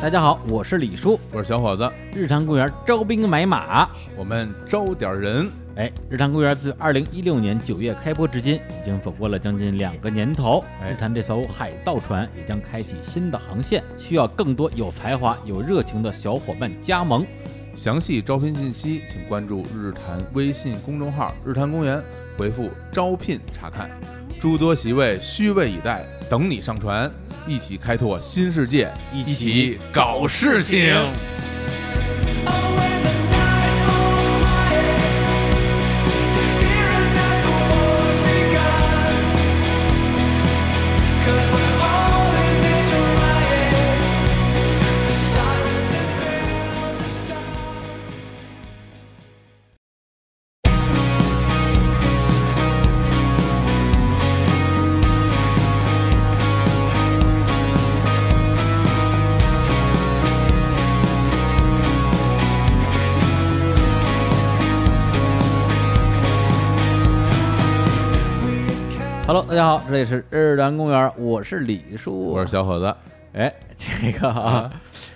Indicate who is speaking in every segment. Speaker 1: 大家好，我是李叔。
Speaker 2: 我是小伙子，
Speaker 1: 日坛公园招兵买马。
Speaker 2: 我们招点人，
Speaker 1: 哎，日坛公园自二零一六年九月开播至今，已经走过了将近两个年头。
Speaker 2: 哎
Speaker 1: 日坛这艘海盗船也将开启新的航线，需要更多有才华、有热情的小伙伴加盟。
Speaker 2: 详细招聘信息请关注日坛微信公众号“日坛公园”，回复“招聘”查看。诸多席位虚位以待，等你上船，一起开拓新世界，
Speaker 1: 一
Speaker 2: 一
Speaker 1: 起
Speaker 2: 起搞事情。
Speaker 3: Oh, when the night falls quiet, fearing that the war's begun. 'Cause we're all in this riot. The sirens and bells are sound.
Speaker 1: ，Hello，大家好，这里是日坛公园，我是李叔，
Speaker 2: 我是小伙子，
Speaker 1: 哎，这个啊，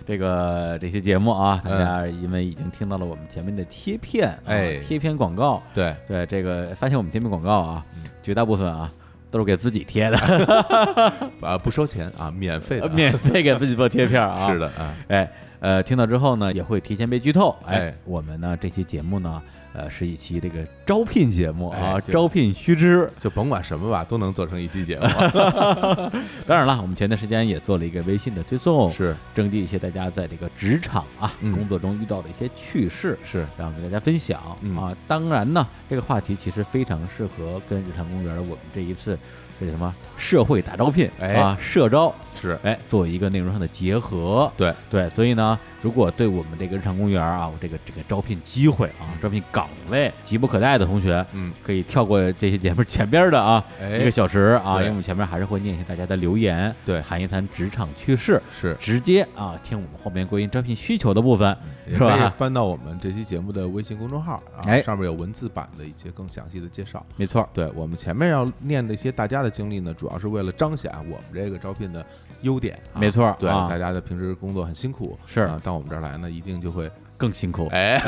Speaker 1: 这个这期节目啊，大
Speaker 2: 嗯
Speaker 1: 家因为已经听到了我们前面的贴片，啊
Speaker 2: 哎
Speaker 1: 贴片广告，
Speaker 2: 对，
Speaker 1: 对这个发现我们贴片广告啊，
Speaker 2: 嗯
Speaker 1: 绝大部分啊都是给自己贴的，
Speaker 2: 啊，不收钱啊，免费的啊，
Speaker 1: 免费给自己做贴片啊。
Speaker 2: 是，的啊，
Speaker 1: 哎，呃，听到之后呢，也会提前被剧透。哎
Speaker 2: 哎，
Speaker 1: 我们呢这期节目呢，呃，是一期这个招聘节目啊，
Speaker 2: 哎对
Speaker 1: 招聘须知。
Speaker 2: 就甭管什么吧，都能做成一期节目啊。
Speaker 1: 当然了，我们前段时间也做了一个微信的追踪，
Speaker 2: 是
Speaker 1: 征集一些大家在这个职场啊、
Speaker 2: 嗯
Speaker 1: 工作中遇到的一些趣事。
Speaker 2: 是，
Speaker 1: 然后给大家分享、
Speaker 2: 嗯
Speaker 1: 啊。当然呢，这个话题其实非常适合跟日常公园我们这一次这个什么社会大招聘、
Speaker 2: 哎
Speaker 1: 啊社招。
Speaker 2: 是，
Speaker 1: 哎，做一个内容上的结合，
Speaker 2: 对
Speaker 1: 对，所以呢，如果对我们这个日常公园啊，我这个这个招聘机会啊，招聘岗位急不可待的同学，
Speaker 2: 嗯，
Speaker 1: 可以跳过这些节目前边的啊、
Speaker 2: 哎
Speaker 1: 一个小时啊，因
Speaker 2: 对
Speaker 1: 为我们前面还是会念一下大家的留言，
Speaker 2: 对
Speaker 1: 谈一谈职场趋势，
Speaker 2: 是。
Speaker 1: 直接啊听我们后面关于招聘需求的部分，
Speaker 2: 嗯
Speaker 1: 是
Speaker 2: 也可以
Speaker 1: 吧？
Speaker 2: 翻到我们这期节目的微信公众号啊，
Speaker 1: 哎
Speaker 2: 上面有文字版的一些更详细的介绍。
Speaker 1: 没错，
Speaker 2: 对我们前面要念的一些大家的经历呢，主要是为了彰显啊我们这个招聘的优点、啊。
Speaker 1: 没错儿
Speaker 2: 对、
Speaker 1: 啊
Speaker 2: 大家的平时工作很辛苦，
Speaker 1: 是
Speaker 2: 啊，到我们这儿来呢，一定 就会
Speaker 1: 更辛苦，
Speaker 2: 哎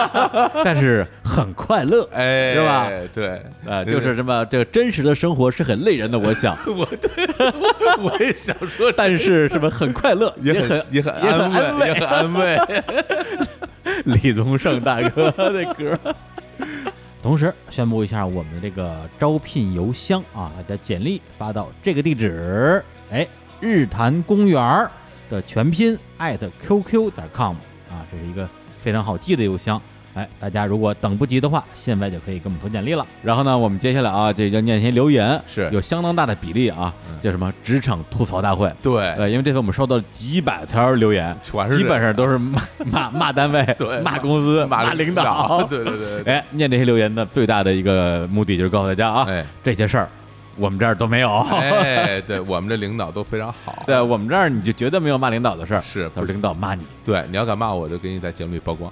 Speaker 1: 但是很快乐。
Speaker 2: 哎，
Speaker 1: 是吧？
Speaker 2: 对，
Speaker 1: 呃，就是这么，这个真实的生活是很累人的，我 想，
Speaker 2: 我也想说，
Speaker 1: 但是什么很快乐，也
Speaker 2: 很也很
Speaker 1: 也很安
Speaker 2: 慰，也很安慰。
Speaker 1: 李宗盛大哥的歌。 同时宣布一下我们这个招聘邮箱啊，大家简历发到这个地址，哎，日坛公园儿的全拼 at qq 点 com 啊，这是一个非常好记的邮箱。哎，大家如果等不及的话，现在就可以给我们投简历了。然后呢，我们接下来啊，这要念一些留言，
Speaker 2: 是
Speaker 1: 有相当大的比例啊，叫什么职场吐槽大会。
Speaker 2: 对，
Speaker 1: 呃，因为这次我们收到了几百条留言，
Speaker 2: 全是
Speaker 1: 基
Speaker 2: 这
Speaker 1: 本上都是骂骂骂单位、
Speaker 2: 对
Speaker 1: 骂公司、
Speaker 2: 马
Speaker 1: 领 导。
Speaker 2: 对对对，对
Speaker 1: 哎，念这些留言的最大的一个目的就是告诉大家啊，
Speaker 2: 哎
Speaker 1: 这些事儿我们这儿都没有。
Speaker 2: 哎，对我们这领导都非常好。
Speaker 1: 对我们这儿你就绝对没有骂领导的事儿，
Speaker 2: 是
Speaker 1: 他
Speaker 2: 不
Speaker 1: 说
Speaker 2: 是
Speaker 1: 领导骂你。
Speaker 2: 对，你要敢骂我，就给你在节目里 曝光。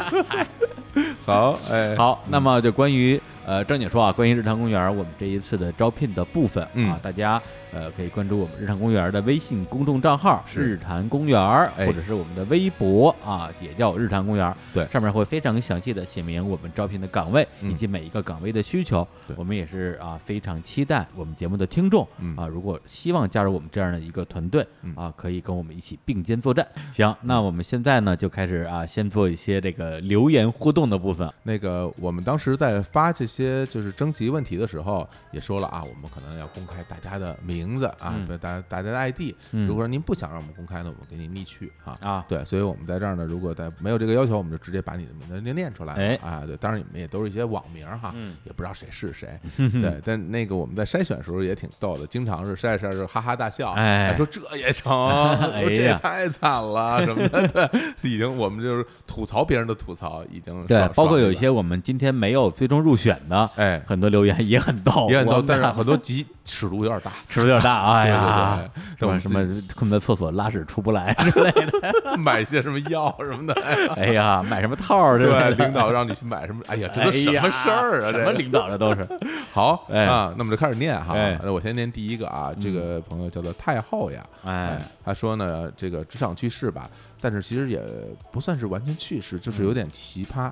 Speaker 2: 好，哎，，
Speaker 1: 好，那么就关于呃正经说啊，关于日常公园我们这一次的招聘的部分啊
Speaker 2: 嗯，
Speaker 1: 大家呃可以关注我们日常公园的微信公众账号“
Speaker 2: 是
Speaker 1: 日坛公园”，
Speaker 2: 哎
Speaker 1: 或者是我们的微博啊，也叫“日坛公园”。
Speaker 2: 对
Speaker 1: 上面会非常详细的写明我们招聘的岗位
Speaker 2: 嗯
Speaker 1: 以及每一个岗位的需求
Speaker 2: 对。
Speaker 1: 我们也是啊非常期待我们节目的听众
Speaker 2: 嗯
Speaker 1: 啊，如果希望加入我们这样的一个团队
Speaker 2: 嗯
Speaker 1: 啊，可以跟我们一起并肩作战。行，那我们现在呢就开始啊，先做一些这个留言互动的部分。
Speaker 2: 那个，我们当时在发这些就是征集问题的时候，也说了啊，我们可能要公开大家的名字啊，
Speaker 1: 嗯
Speaker 2: 对大家大家的 ID。
Speaker 1: 嗯
Speaker 2: 如果说您不想让我们公开呢，我们给你密去啊。
Speaker 1: 啊，
Speaker 2: 对，所以我们在这儿呢，如果在没有这个要求，我们就直接把你的名字念念出来。
Speaker 1: 哎
Speaker 2: 啊，对，当然你们也都是一些网名哈，
Speaker 1: 嗯
Speaker 2: 也不知道谁是 谁。对，但那个我们在筛选的时候也挺逗的，经常是筛着筛着哈哈大笑，
Speaker 1: 哎
Speaker 2: 还说这也成，
Speaker 1: 哎呀
Speaker 2: 说这也太惨了什么的。对，已经我们就是吐槽别人的吐槽，已经
Speaker 1: 对
Speaker 2: 爽，
Speaker 1: 包括有一
Speaker 2: 爽
Speaker 1: 些我们今天没有最终入选本的，
Speaker 2: 哎，
Speaker 1: 很多留言也很逗，
Speaker 2: 也很
Speaker 1: 我
Speaker 2: 多，
Speaker 1: 们
Speaker 2: 但是
Speaker 1: 俩
Speaker 2: 很多集尺度有点大。
Speaker 1: 尺度有点大，哎呀，
Speaker 2: 对对对
Speaker 1: 什么什么困在厕所拉屎出不来之类的，
Speaker 2: 买些什么药什么的，哎
Speaker 1: 哎呀，买什么套儿之类
Speaker 2: 对，
Speaker 1: 的，
Speaker 2: 领导让你去买什么，哎呀，这
Speaker 1: 哎
Speaker 2: 都
Speaker 1: 呀
Speaker 2: 什么事儿
Speaker 1: 什
Speaker 2: 啊？这
Speaker 1: 么
Speaker 2: 个
Speaker 1: 领导这 都是，
Speaker 2: 好
Speaker 1: 哎
Speaker 2: 啊，那么就开始念哈
Speaker 1: 哎。嗯
Speaker 2: 那我先念第一个啊，这个朋友叫做太后呀，
Speaker 1: 哎，，
Speaker 2: 他说呢，这个职场趣事吧，但是其实也不算是完全趣事，
Speaker 1: 嗯
Speaker 2: 就是有点奇葩。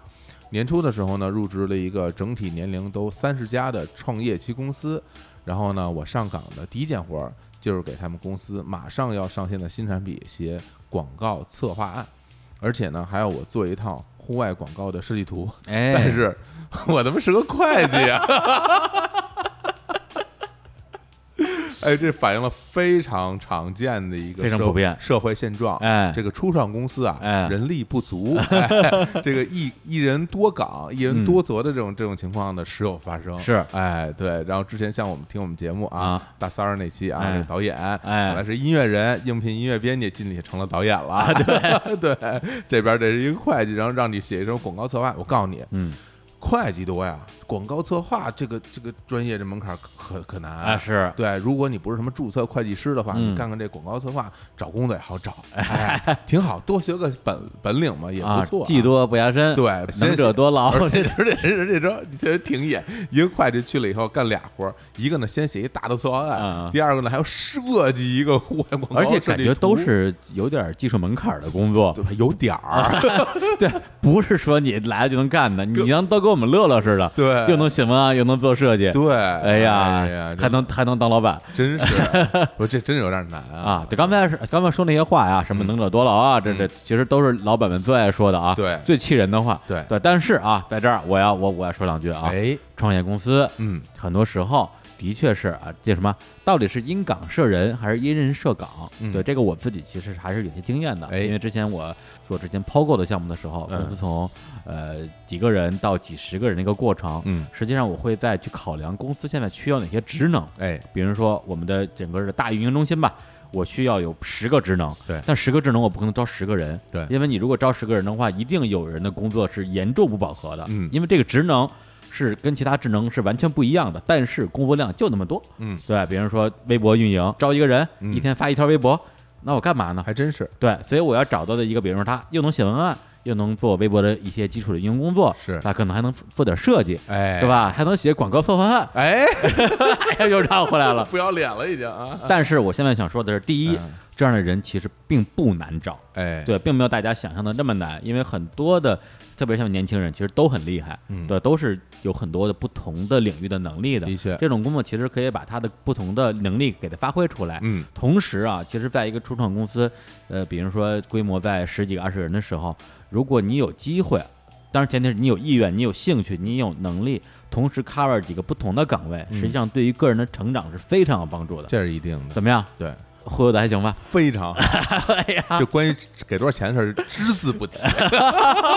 Speaker 2: 年初的时候呢，入职了一个整体年龄都三十加的创业期公司，然后呢，我上岗的第一件活儿就是给他们公司马上要上线的新产品写广告策划案，而且呢，还要我做一套户外广告的设计图。
Speaker 1: 哎，
Speaker 2: 但是我他妈是个会计 啊！哎，这反映了非常常见的一个
Speaker 1: 非常
Speaker 2: 社
Speaker 1: 普遍
Speaker 2: 社会现状。
Speaker 1: 哎
Speaker 2: 这个初创公司啊，
Speaker 1: 哎
Speaker 2: 人力不 足，哎、这个一一人多岗、一人多责的这种、这种情况呢，时有发生。
Speaker 1: 嗯是
Speaker 2: 哎，对。然后之前像我们听我们节目啊，
Speaker 1: 啊
Speaker 2: 大三儿那期啊，
Speaker 1: 哎
Speaker 2: 这个导演，
Speaker 1: 哎
Speaker 2: 本来是音乐人，应聘音乐编辑，进去也成了导演了。
Speaker 1: 啊
Speaker 2: 对 对，这边这是一个会计，然后让你写一首广告策划，我告诉你，
Speaker 1: 嗯，
Speaker 2: 会计多呀，广告策划这个这个专业这门槛儿可可难
Speaker 1: 啊是，
Speaker 2: 对，如果你不是什么注册会计师的话，
Speaker 1: 嗯
Speaker 2: 你干干这广告策划，找工作也好找，哎，挺好，多学个本本领嘛，也
Speaker 1: 啊
Speaker 2: 不错啊。
Speaker 1: 技多不压身，
Speaker 2: 对
Speaker 1: 能
Speaker 2: 先
Speaker 1: 者多劳，
Speaker 2: 而且而且这这招你确实挺野，一个会计去了以后干俩活儿，一个呢先写一大的策划
Speaker 1: 啊
Speaker 2: 案，第二个呢还要设计一个户外广告，
Speaker 1: 而且感觉都。是有点技术门槛的工作
Speaker 2: 对，吧？有点儿，
Speaker 1: 对，不是说你来了就能干的，你能都跟我们乐乐似的，
Speaker 2: 对
Speaker 1: 又能写文案，又能做设计，
Speaker 2: 对，
Speaker 1: 哎呀，
Speaker 2: 哎呀，
Speaker 1: 还
Speaker 2: 这
Speaker 1: 能还能当老板
Speaker 2: 真是，我这真有点难
Speaker 1: 啊！对，刚才是刚才说那些话呀，什么
Speaker 2: 嗯
Speaker 1: 能者多劳啊，这这其实都是老板们最爱说的啊，
Speaker 2: 对
Speaker 1: 最气人的话，
Speaker 2: 对
Speaker 1: 对。但是啊，在这儿我要我我要说两句啊，
Speaker 2: 哎，
Speaker 1: 创业公司，
Speaker 2: 嗯，
Speaker 1: 很多时候的确是啊，这什么到底是因岗设人还是因人设岗？
Speaker 2: 嗯
Speaker 1: 对这个我自己其实还是有些经验的，
Speaker 2: 哎
Speaker 1: 因为之前我做之前抛购的项目的时候，
Speaker 2: 嗯
Speaker 1: 公司从呃几个人到几十个人的一个过程，
Speaker 2: 嗯，
Speaker 1: 实际上我会再去考量公司现在需要哪些职能，
Speaker 2: 哎，
Speaker 1: 比如说我们的整个的大运营中心吧。我需要有十个职能，
Speaker 2: 对
Speaker 1: 但十个职能我不可能招十个人，
Speaker 2: 对
Speaker 1: 因为你如果招十个人的话，一定有人的工作是严重不饱和的，
Speaker 2: 嗯
Speaker 1: 因为这个职能是跟其他职能是完全不一样的，但是工作量就那么多，
Speaker 2: 嗯，
Speaker 1: 对，比如说微博运营，招一个人，
Speaker 2: 嗯
Speaker 1: 一天发一条微博，那我干嘛呢？
Speaker 2: 还真是，
Speaker 1: 对，所以我要找到的一个，比如说他又能写文案，又能做微博的一些基础的运营工作，
Speaker 2: 是
Speaker 1: 他可能还能做点设计，
Speaker 2: 哎，
Speaker 1: 对？吧？还能写广告策划案，
Speaker 2: 哎，
Speaker 1: 哎呀，又绕回来了。
Speaker 2: 不要脸了已经啊！
Speaker 1: 但是我现在想说的是，第一
Speaker 2: 嗯，
Speaker 1: 这样的人其实并不难找，
Speaker 2: 哎，
Speaker 1: 对，并没有大家想象的那么难，因为很多的，特别像年轻人，其实都很厉害，
Speaker 2: 嗯
Speaker 1: 对，都是有很多的不同的领域的能力的。
Speaker 2: 的确
Speaker 1: 这种工作其实可以把他的不同的能力给他发挥出来。
Speaker 2: 嗯，
Speaker 1: 同时啊，其实在一个初创公司，呃，比如说规模在十几个、二十人的时候，如果你有机会，当然前提是你有意愿、你有兴趣、你有能力，同时 cover 几个不同的岗位，
Speaker 2: 嗯
Speaker 1: 实际上对于个人的成长是非常有帮助的。
Speaker 2: 这是一定的，
Speaker 1: 怎么样？
Speaker 2: 对，
Speaker 1: 忽悠的还行吧？
Speaker 2: 非 常好。
Speaker 1: 哎呀，
Speaker 2: 就关于给多少钱的事儿，只字不提。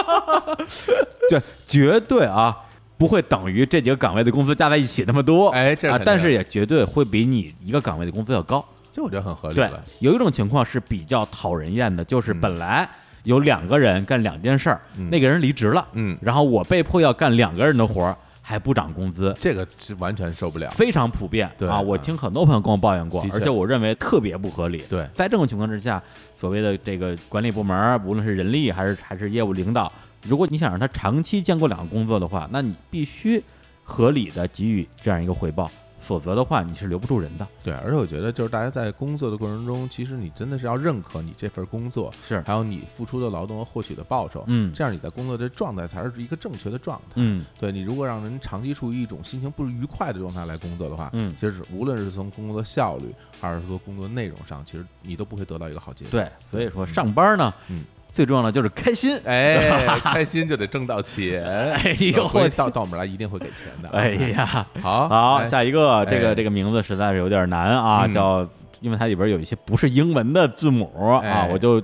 Speaker 1: 对，绝对啊，不会等于这几个岗位的工资加在一起那么多，
Speaker 2: 哎这是
Speaker 1: 啊
Speaker 2: 肯，定
Speaker 1: 但是也绝对会比你一个岗位的工资要高。
Speaker 2: 这我觉得很合理
Speaker 1: 对
Speaker 2: 了。，
Speaker 1: 有一种情况是比较讨人厌的，就是本来有两个人干两件事儿，那个人离职了，
Speaker 2: 嗯
Speaker 1: 然后我被迫要干两个人的活儿，还不涨工资。
Speaker 2: 这个是完全受不了。
Speaker 1: 非常普遍，
Speaker 2: 对
Speaker 1: 啊，我
Speaker 2: 嗯
Speaker 1: 听很多朋友跟我抱怨过
Speaker 2: 的，确
Speaker 1: 而且我认为特别不合理。
Speaker 2: 对
Speaker 1: 在这种情况之下，所谓的这个管理部门儿，啊无论是人力还是还是业务领导，如果你想让他长期兼顾两个工作的话，那你必须合理的给予这样一个回报，否则的话你是留不住人的。
Speaker 2: 对，而且我觉得就是大家在工作的过程中，其实你真的是要认可你这份工作，
Speaker 1: 是，
Speaker 2: 还有你付出的劳动和获取的报酬。
Speaker 1: 嗯
Speaker 2: 这样你在工作的状态才是一个正确的状态。
Speaker 1: 嗯，
Speaker 2: 对你如果让人长期处于一种心情不愉快的状态来工作的话，
Speaker 1: 嗯
Speaker 2: 其实是无论是从工作效率还是说工作内容上，其实你都不会得到一个好结果。
Speaker 1: 对，所以说上班呢，
Speaker 2: 嗯
Speaker 1: 最重要的就是开心。
Speaker 2: 哎，开心就得挣到钱。
Speaker 1: 哎呦，
Speaker 2: 回
Speaker 1: 我
Speaker 2: 到到我们来一定会给钱 的。
Speaker 1: 哎，呀，
Speaker 2: 好，
Speaker 1: 好，
Speaker 2: 哎
Speaker 1: 下一个这
Speaker 2: 哎
Speaker 1: 个这个名字实在是有点难啊，
Speaker 2: 嗯
Speaker 1: 叫，因为它里边有一些不是英文的字母啊
Speaker 2: 哎，
Speaker 1: 我就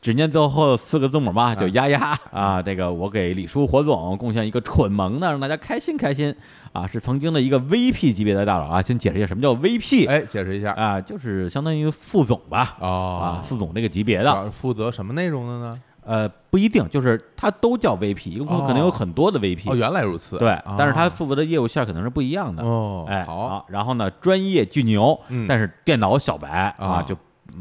Speaker 1: 只念最后四个字母吧，就
Speaker 2: 啊
Speaker 1: 丫丫啊。这个我给李叔火总贡献一个蠢萌呢，让大家开心开心啊，是曾经的一个 VP 级别的大佬啊。先解释一下什么叫 VP
Speaker 2: 哎，解释一下
Speaker 1: 啊，就是相当于副总吧。
Speaker 2: 哦
Speaker 1: 啊，副总这个级别的，
Speaker 2: 啊，负责什么内容的呢？
Speaker 1: 呃，不一定，就是它都叫 VP，一个公司可能有很多的 VP，、
Speaker 2: 哦，原来如此。
Speaker 1: 对，
Speaker 2: 啊
Speaker 1: 但是它负责的业务线儿可能是不一样的。
Speaker 2: 哦，
Speaker 1: 哎，
Speaker 2: 好，
Speaker 1: 然后呢，专业巨牛，
Speaker 2: 嗯
Speaker 1: 但是电脑小白啊，
Speaker 2: 啊
Speaker 1: 就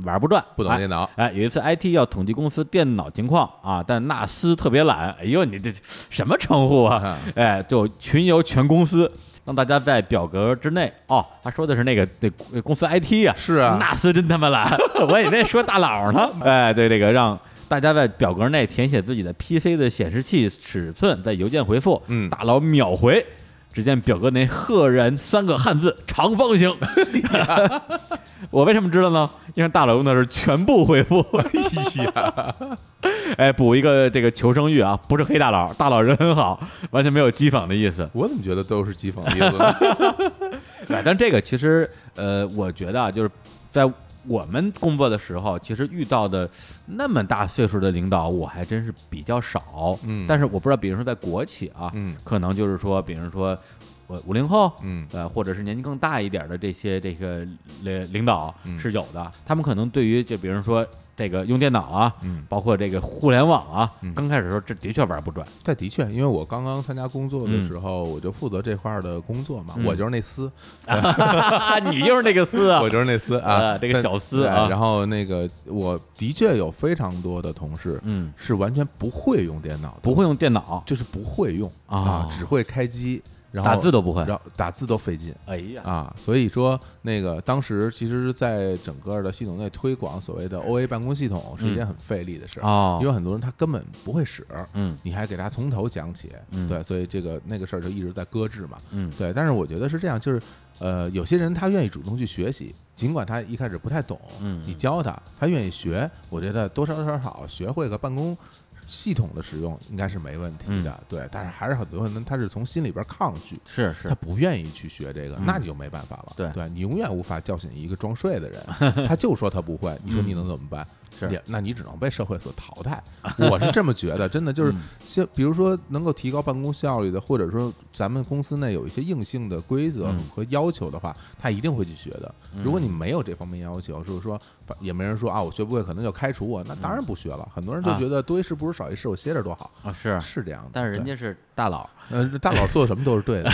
Speaker 1: 玩不转，
Speaker 2: 不懂
Speaker 1: 哎
Speaker 2: 电脑
Speaker 1: 哎，有一次 IT 要统计公司电脑情况啊，但纳斯特别懒，哎呦，你这这什么称呼啊？哎，就群游全公司，让大家在表格之内。哦，他说的是那个对公司 IT 呀、
Speaker 2: 是啊
Speaker 1: 纳斯真他妈懒， 我以为说大佬 呢。哎，对这个让。大家在表格内填写自己的 PC 的显示器尺寸，在邮件回复，
Speaker 2: 嗯
Speaker 1: 大佬秒回。只见表格内赫然三个汉字“长方形”，
Speaker 2: 哎
Speaker 1: 我为什么知道呢？因为大佬用的是全部回复。
Speaker 2: 哎呀，
Speaker 1: 哎，补一个这个求生欲啊，不是黑大佬，大佬人很好，完全没有讥讽的意思。
Speaker 2: 我怎么觉得都是讥讽的意思呢？
Speaker 1: 哎，但这个其实，呃，我觉得啊，就是在我们工作的时候，其实遇到的那么大岁数的领导，我还真是比较少。
Speaker 2: 嗯
Speaker 1: 但是我不知道，比如说在国企啊，
Speaker 2: 嗯
Speaker 1: 可能就是说，比如说我五零后，
Speaker 2: 嗯
Speaker 1: 呃，或者是年纪更大一点的这些这个领领导
Speaker 2: 嗯
Speaker 1: 是有的，他们可能对于就比如说这个用电脑啊，
Speaker 2: 嗯
Speaker 1: 包括这个互联网啊，
Speaker 2: 嗯
Speaker 1: 刚开始的时候这的确玩不转，
Speaker 2: 但的确，因为我刚刚参加工作的时候，我就负责这块儿的工作嘛，
Speaker 1: 嗯
Speaker 2: 我就是那司，
Speaker 1: 你就是那个丝啊
Speaker 2: 我，就是那司
Speaker 1: 啊
Speaker 2: 啊，
Speaker 1: 这个
Speaker 2: 但
Speaker 1: 小司
Speaker 2: 对
Speaker 1: 啊
Speaker 2: 然后那个，我的确有非常多的同事
Speaker 1: 嗯，
Speaker 2: 是完全不会用电脑的，
Speaker 1: 不会用电脑，
Speaker 2: 就是不会用
Speaker 1: 啊
Speaker 2: 啊，只会开机，然后
Speaker 1: 打字，都不会，
Speaker 2: 然后打字都费劲。
Speaker 1: 哎呀，
Speaker 2: 啊，所以说那个当时其实，在整个的系统内推广所谓的 OA 办公系统是一件很费力的事儿，
Speaker 1: 哦
Speaker 2: 因为很多人他根本不会使，
Speaker 1: 嗯
Speaker 2: 你还给他从头讲起，
Speaker 1: 嗯
Speaker 2: 对，所以这个那个事儿就一直在搁置嘛，
Speaker 1: 嗯
Speaker 2: 对。但是我觉得是这样，就是呃，有些人他愿意主动去学习，尽管他一开始不太懂，
Speaker 1: 嗯
Speaker 2: 你教他，他愿意学，我觉得多少少少学会个办公。系统的使用应该是没问题
Speaker 1: 嗯
Speaker 2: 的，对，但是还是很多人他是从心里边抗拒，
Speaker 1: 是是
Speaker 2: 他，不愿意去学这个，
Speaker 1: 嗯
Speaker 2: 那你就没办法了。
Speaker 1: 对
Speaker 2: 你永远无法叫醒一个装睡的人， 他就说他不会，你说你能怎么办？
Speaker 1: 嗯是
Speaker 2: 也那你只能被社会所 淘汰。我是这么觉得，真的就是
Speaker 1: 嗯
Speaker 2: 像比如说能够提高办公效率的，或者说咱们公司内有一些硬性的规则
Speaker 1: 嗯
Speaker 2: 和要求的话，他一定会去学的。
Speaker 1: 嗯
Speaker 2: 如果你没有这方面要求，就是说反也没人说啊，我学不会，可能就开除我，那当然不学了。很多人就
Speaker 1: 嗯啊
Speaker 2: 觉得多一事不如少一事，我歇着多好。
Speaker 1: 啊是，
Speaker 2: 是这样的，
Speaker 1: 但是人家是大佬，
Speaker 2: 对呃，大佬做什么都是 对的。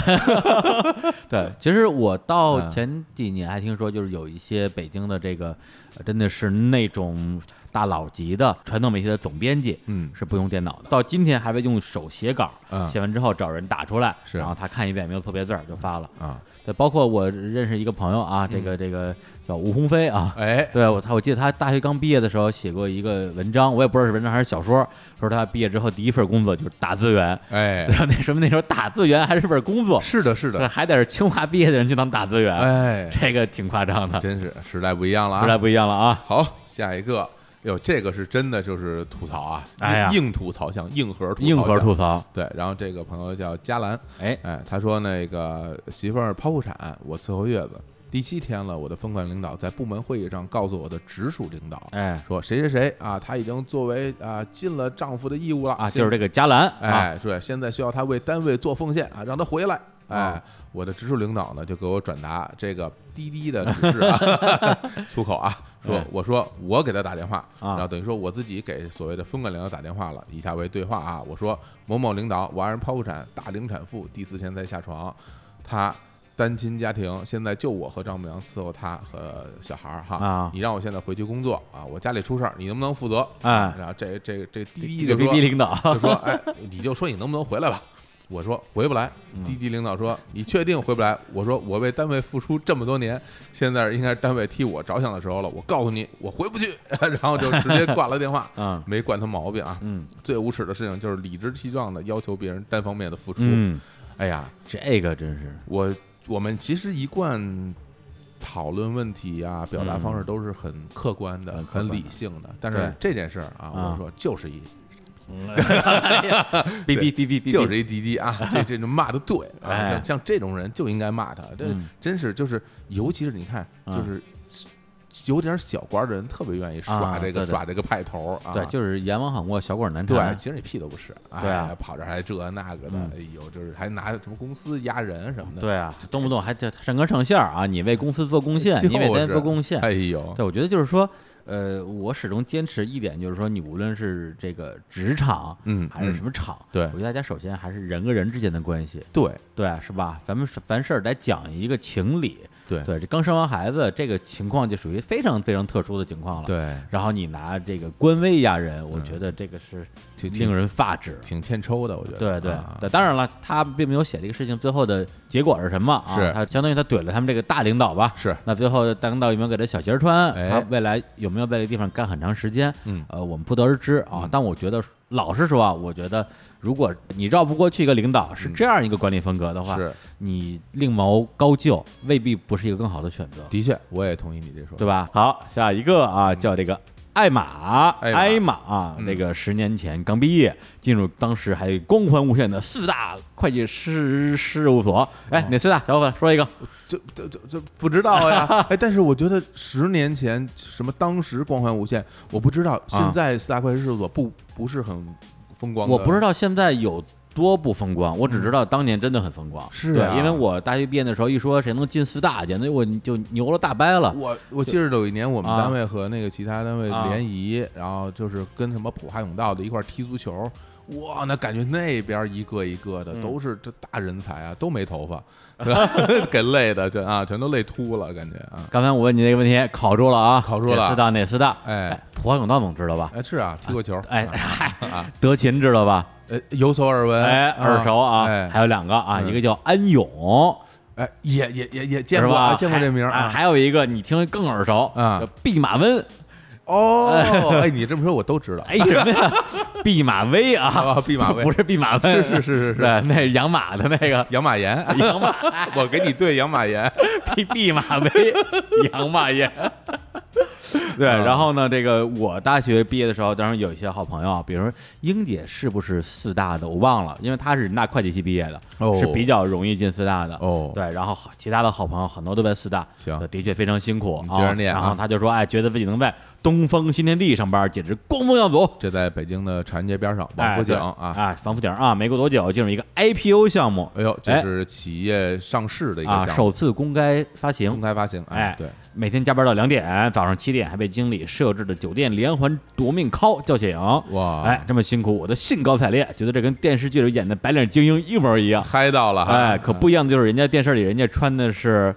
Speaker 1: 对，其实我到
Speaker 2: 嗯
Speaker 1: 前几年还听说，就是有一些北京的这个，呃真的是那种大佬级的传统媒体的总编辑，
Speaker 2: 嗯
Speaker 1: 是不用电脑的，到今天还会用手写稿，
Speaker 2: 嗯
Speaker 1: 写完之后找人打出来，
Speaker 2: 是
Speaker 1: 然后他看一遍没有错别字儿就发了。
Speaker 2: 啊，
Speaker 1: 对，包括我认识一个朋友啊，这个这个叫吴鸿飞啊，
Speaker 2: 哎，
Speaker 1: 对我他我记得他大学刚毕业的时候写过一个文章，我也不知道是文章还是小说，说他毕业之后第一份工作就是打字员，
Speaker 2: 哎
Speaker 1: 然，后 那什么那时候打字员还是份工作，
Speaker 2: 是的，是的，
Speaker 1: 还得是清华毕业的人去当打字员，
Speaker 2: 哎，
Speaker 1: 这个挺夸张的，
Speaker 2: 真是时代不一样了
Speaker 1: 不太
Speaker 2: 啊！
Speaker 1: 不一样了啊。
Speaker 2: 好，下一个，哟，这个是真的就是吐槽啊，
Speaker 1: 哎呀
Speaker 2: 硬吐槽像硬核吐槽像，
Speaker 1: 硬核吐槽，
Speaker 2: 对，然后这个朋友叫嘉兰，
Speaker 1: 哎，
Speaker 2: 哎，他说那个媳妇儿剖腹产，我伺候月子，第七天了，我的分管领导在部门会议上告诉我的直属领导，
Speaker 1: 哎
Speaker 2: 说谁谁谁啊，她已经作为啊尽了丈夫的义务了
Speaker 1: 啊，
Speaker 2: 现
Speaker 1: 就是这个嘉兰，啊，
Speaker 2: 哎，对，现在需要他为单位做奉献啊，让他回来。哎，我的直属领导呢就给我转达这个滴滴的指示啊， 出口啊，说
Speaker 1: 哎
Speaker 2: 我说我给他打电话，
Speaker 1: 啊
Speaker 2: 然后等于说我自己给所谓的分管领导打电话了，以下为对话啊，我说某某领导娃儿剖腹产，大龄产妇，第四天才下床，他。单亲家庭，现在就我和丈母娘伺候他和小孩儿哈。
Speaker 1: 啊
Speaker 2: 你让我现在回去工作啊，我家里出事儿，你能不能负责？
Speaker 1: 哎
Speaker 2: 然后这这啊这滴滴
Speaker 1: 这
Speaker 2: 就
Speaker 1: 个
Speaker 2: 说
Speaker 1: BB 领导，，
Speaker 2: 就说：“哎，你就说你能不能回来吧。”我说：“回不来。”滴滴领导说：“你确定回不来？”我说：“我为单位付出这么多年，现在应该是单位替我着想的时候了。我告诉你，我回不去。” 然后就直接挂了电话
Speaker 1: 嗯
Speaker 2: 没管他毛病啊。
Speaker 1: 嗯
Speaker 2: 最无耻的事情就是理直气壮的要求别人单方面的付出。
Speaker 1: 嗯，
Speaker 2: 哎呀，
Speaker 1: 这个真是，
Speaker 2: 我我们其实一贯讨论问题啊，表达方式都是很客观的、
Speaker 1: 嗯很客观
Speaker 2: 很
Speaker 1: 的
Speaker 2: 理性的。但
Speaker 1: 对
Speaker 2: 是这件事儿啊，
Speaker 1: 啊
Speaker 2: 我说就是一
Speaker 1: 哔哔哔哔哔，
Speaker 2: 就是一滴滴啊，这这就骂的 对啊，
Speaker 1: 哎
Speaker 2: 像像这种人就应该骂他，这
Speaker 1: 嗯
Speaker 2: 真是就是，尤其是你看，
Speaker 1: 嗯
Speaker 2: 就是有点小官的人特别愿意
Speaker 1: 啊
Speaker 2: 耍这
Speaker 1: 对
Speaker 2: 个
Speaker 1: 对
Speaker 2: 耍这个派头啊，
Speaker 1: 对，就是阎王喊过，小鬼难
Speaker 2: 对，
Speaker 1: 缠，
Speaker 2: 其实你屁都不是，
Speaker 1: 对啊
Speaker 2: 哎跑这儿还这那个的
Speaker 1: 嗯，
Speaker 2: 哎呦，就是还拿什么公司压人什么的，
Speaker 1: 对啊，动不动还这上纲上线儿啊，你为公司做贡献，
Speaker 2: 就
Speaker 1: 你为
Speaker 2: 是
Speaker 1: 单位做贡献，
Speaker 2: 哎呦，
Speaker 1: 对，我觉得就是说，呃，我始终坚持一点，就是说，你无论是这个职场，
Speaker 2: 嗯
Speaker 1: 还是什么场，
Speaker 2: 对
Speaker 1: 我觉得大家首先还是人跟人之间的关系，
Speaker 2: 对
Speaker 1: 对啊，是吧？咱们是凡事儿得讲一个情理，
Speaker 2: 对
Speaker 1: 对，这刚生完孩子，这个情况就属于非常非常特殊的情况了，。
Speaker 2: 对，嗯
Speaker 1: 然后你拿这个官威压人，我觉得这个是
Speaker 2: 挺挺
Speaker 1: 令人发指。
Speaker 2: 挺欠抽的，我觉得。
Speaker 1: 对对
Speaker 2: 啊
Speaker 1: 对，当然了，他并没有写这个事情最后的结果是什么啊？
Speaker 2: 是
Speaker 1: 他相当于他怼了他们这个大领导吧？
Speaker 2: 是
Speaker 1: 那最后大领导有没有给他小鞋儿穿？
Speaker 2: 哎
Speaker 1: 他未来有没有在这个地方干很长时间？
Speaker 2: 嗯
Speaker 1: 呃，我们不得而知啊。但我觉得，老实说啊，我觉得如果你绕不过去一个领导是这样一个管理风格的话，
Speaker 2: 嗯是，
Speaker 1: 你另谋高就未必不是一个更好的选择，
Speaker 2: 的确，我也同意你这说。
Speaker 1: 对吧？好，下一个啊，叫这个。艾玛，
Speaker 2: 艾玛
Speaker 1: 艾玛啊，
Speaker 2: 嗯
Speaker 1: 这个十年前刚毕业，进入当时还光环无限的四大会计师事务所。
Speaker 2: 嗯
Speaker 1: 哎，哪四大？小伙伴说一个。
Speaker 2: 这这这这不知道 呀，哎，但是我觉得十年前什么当时光环无限，我不知道，
Speaker 1: 啊
Speaker 2: 现在四大会计师事务所不不是很风光的，
Speaker 1: 我不知道现在有多不风光，我只知道当年真的很风光。
Speaker 2: 是
Speaker 1: 对
Speaker 2: 啊
Speaker 1: 因为我大学毕业的时候一说谁能进四大，简直我就牛了大掰了。
Speaker 2: 我我记得有一年我们
Speaker 1: 啊
Speaker 2: 单位和那个其他单位
Speaker 1: 啊
Speaker 2: 联谊，然后就是跟什么普化甬道的一块儿踢足球，哇，那感觉那边一个一个
Speaker 1: 嗯
Speaker 2: 的都是这大人才啊，都没头 发， 对吧给累的这啊，全都累秃了，感觉啊，
Speaker 1: 刚才我问你那个问题，考住了啊，
Speaker 2: 考住了
Speaker 1: 哪四大哪四大？
Speaker 2: 哎，
Speaker 1: 普华永道总知道吧？
Speaker 2: 哎是啊，踢过球，
Speaker 1: 哎，
Speaker 2: 啊
Speaker 1: 嗨，德勤知道吧？
Speaker 2: 呃有所耳闻，
Speaker 1: 哎，
Speaker 2: 啊
Speaker 1: 耳熟啊，还
Speaker 2: 哎
Speaker 1: 有两个啊，
Speaker 2: 嗯
Speaker 1: 一个叫安永，
Speaker 2: 哎也也也也见
Speaker 1: 是
Speaker 2: 过啊
Speaker 1: 吧？
Speaker 2: 见过这名儿
Speaker 1: 还哎
Speaker 2: 啊，
Speaker 1: 还有一个你听着更耳熟
Speaker 2: 啊
Speaker 1: 叫毕马温，
Speaker 2: 哦， 哎你这么说我都知道，
Speaker 1: 哎什么 呀？毕马威啊，
Speaker 2: 啊毕马 威
Speaker 1: 不是毕马温，
Speaker 2: 是是是是是
Speaker 1: 对，那是养马的那个
Speaker 2: 养马岩，
Speaker 1: 养马。
Speaker 2: 我给你对养马岩，
Speaker 1: 毕 毕马威，养马爷。对，然后呢，这个我大学毕业的时候，当然有一些好朋友啊，比如说英姐是不是四大的，我忘了，因为她是人大会计系毕业的，
Speaker 2: 哦
Speaker 1: 是比较容易进四大的。
Speaker 2: 哦
Speaker 1: 对，然后好其他的好朋友很多都在四大，
Speaker 2: 行
Speaker 1: 呃的确非常辛苦
Speaker 2: 你
Speaker 1: 啊。
Speaker 2: 接着念啊
Speaker 1: 然后他就说，哎，觉得自己能在东风新天地上班，简直光宗耀祖。
Speaker 2: 这在北京的长安街边上， 王
Speaker 1: 哎
Speaker 2: 府井
Speaker 1: 对
Speaker 2: 啊。
Speaker 1: 哎，防腐井啊，没过多久进入一个 IPO 项目，
Speaker 2: 哎呦，这是企业上市的一个
Speaker 1: 啊，
Speaker 2: 项目，
Speaker 1: 首次公开发行，
Speaker 2: 公开发行。
Speaker 1: 哎，
Speaker 2: 啊对，，
Speaker 1: 每天加班到两点，早上七点还被经理设置的酒店连环夺命 call 叫醒。
Speaker 2: 哇
Speaker 1: 哎，这么辛苦，我都兴高采烈，觉得这跟电视剧里演的白领精英一模一样。
Speaker 2: 嗨到了哈。
Speaker 1: 哎，可不一样的就是人家电视里人家穿的是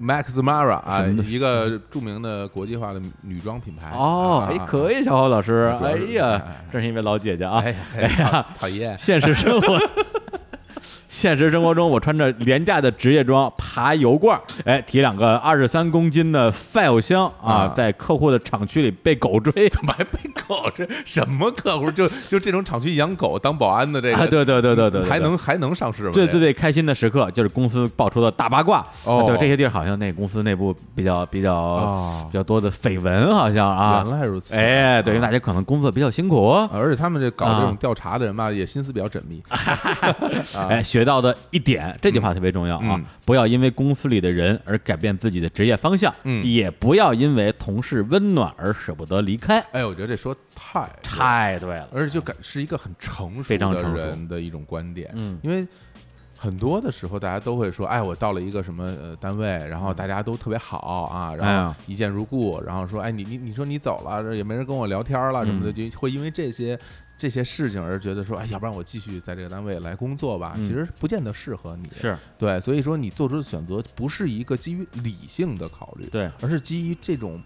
Speaker 2: Max Mara 啊，
Speaker 1: 什么
Speaker 2: 一个著名的国际化的女装品牌。
Speaker 1: 哦，哎，可
Speaker 2: 以。
Speaker 1: 以，小侯老师，
Speaker 2: 啊主
Speaker 1: 哎
Speaker 2: 要是
Speaker 1: 呀
Speaker 2: 哎，
Speaker 1: 真是一位老姐姐啊！
Speaker 2: 哎呀，哎呀，讨讨厌。
Speaker 1: 现实生 活，现实生活中，我穿着廉价的职业装爬油罐儿，哎，提两个二十三公斤的 file 箱啊
Speaker 2: 啊，
Speaker 1: 在客户的厂区里被狗追。
Speaker 2: 怎么还被狗？这什么客户？就就这种厂区养狗当保安的这
Speaker 1: 啊，
Speaker 2: 个，
Speaker 1: 对对对对对，对
Speaker 2: 还能还能上市吗？
Speaker 1: 对对对，
Speaker 2: 对，
Speaker 1: 开心的时刻就是公司爆出的大八卦。
Speaker 2: 哦
Speaker 1: 对这些地儿好像那公司内部比较比较、
Speaker 2: 哦
Speaker 1: 比较多的绯闻，好像啊。
Speaker 2: 原来如此
Speaker 1: 哎，对，因为
Speaker 2: 啊
Speaker 1: 大家可能工作比较辛苦，哦
Speaker 2: 而且他们这搞这
Speaker 1: 啊
Speaker 2: 种调查的人吧，也心思比较缜密。
Speaker 1: 哎，学到的一点，这句话特别重要啊！
Speaker 2: 啊嗯
Speaker 1: 不要因为公司里的人而改变自己的职业方向，
Speaker 2: 嗯
Speaker 1: 也不要因为同事温暖而舍不得离开。
Speaker 2: 哎，我觉得这说太对了
Speaker 1: 太对了，
Speaker 2: 而且就感是一个很成熟
Speaker 1: 非常成
Speaker 2: 的
Speaker 1: 熟
Speaker 2: 人的一种观点，
Speaker 1: 嗯
Speaker 2: 因为很多的时候大家都会说，哎，我到了一个什么呃单位，然后大家都特别好
Speaker 1: 嗯
Speaker 2: 啊，
Speaker 1: 哎
Speaker 2: 然后
Speaker 1: 呀
Speaker 2: 一见如故，然后说，哎，你你你说你走了，这也没人跟我聊天
Speaker 1: 嗯
Speaker 2: 了什么的，就会因为这些。这些事情而觉得说，哎，要不然我继续在这个单位来工作吧，
Speaker 1: 嗯
Speaker 2: 其实不见得适合你。
Speaker 1: 是
Speaker 2: 对，所以说你做出的选择不是一个基于理性的考虑，
Speaker 1: 对
Speaker 2: 而是基于这种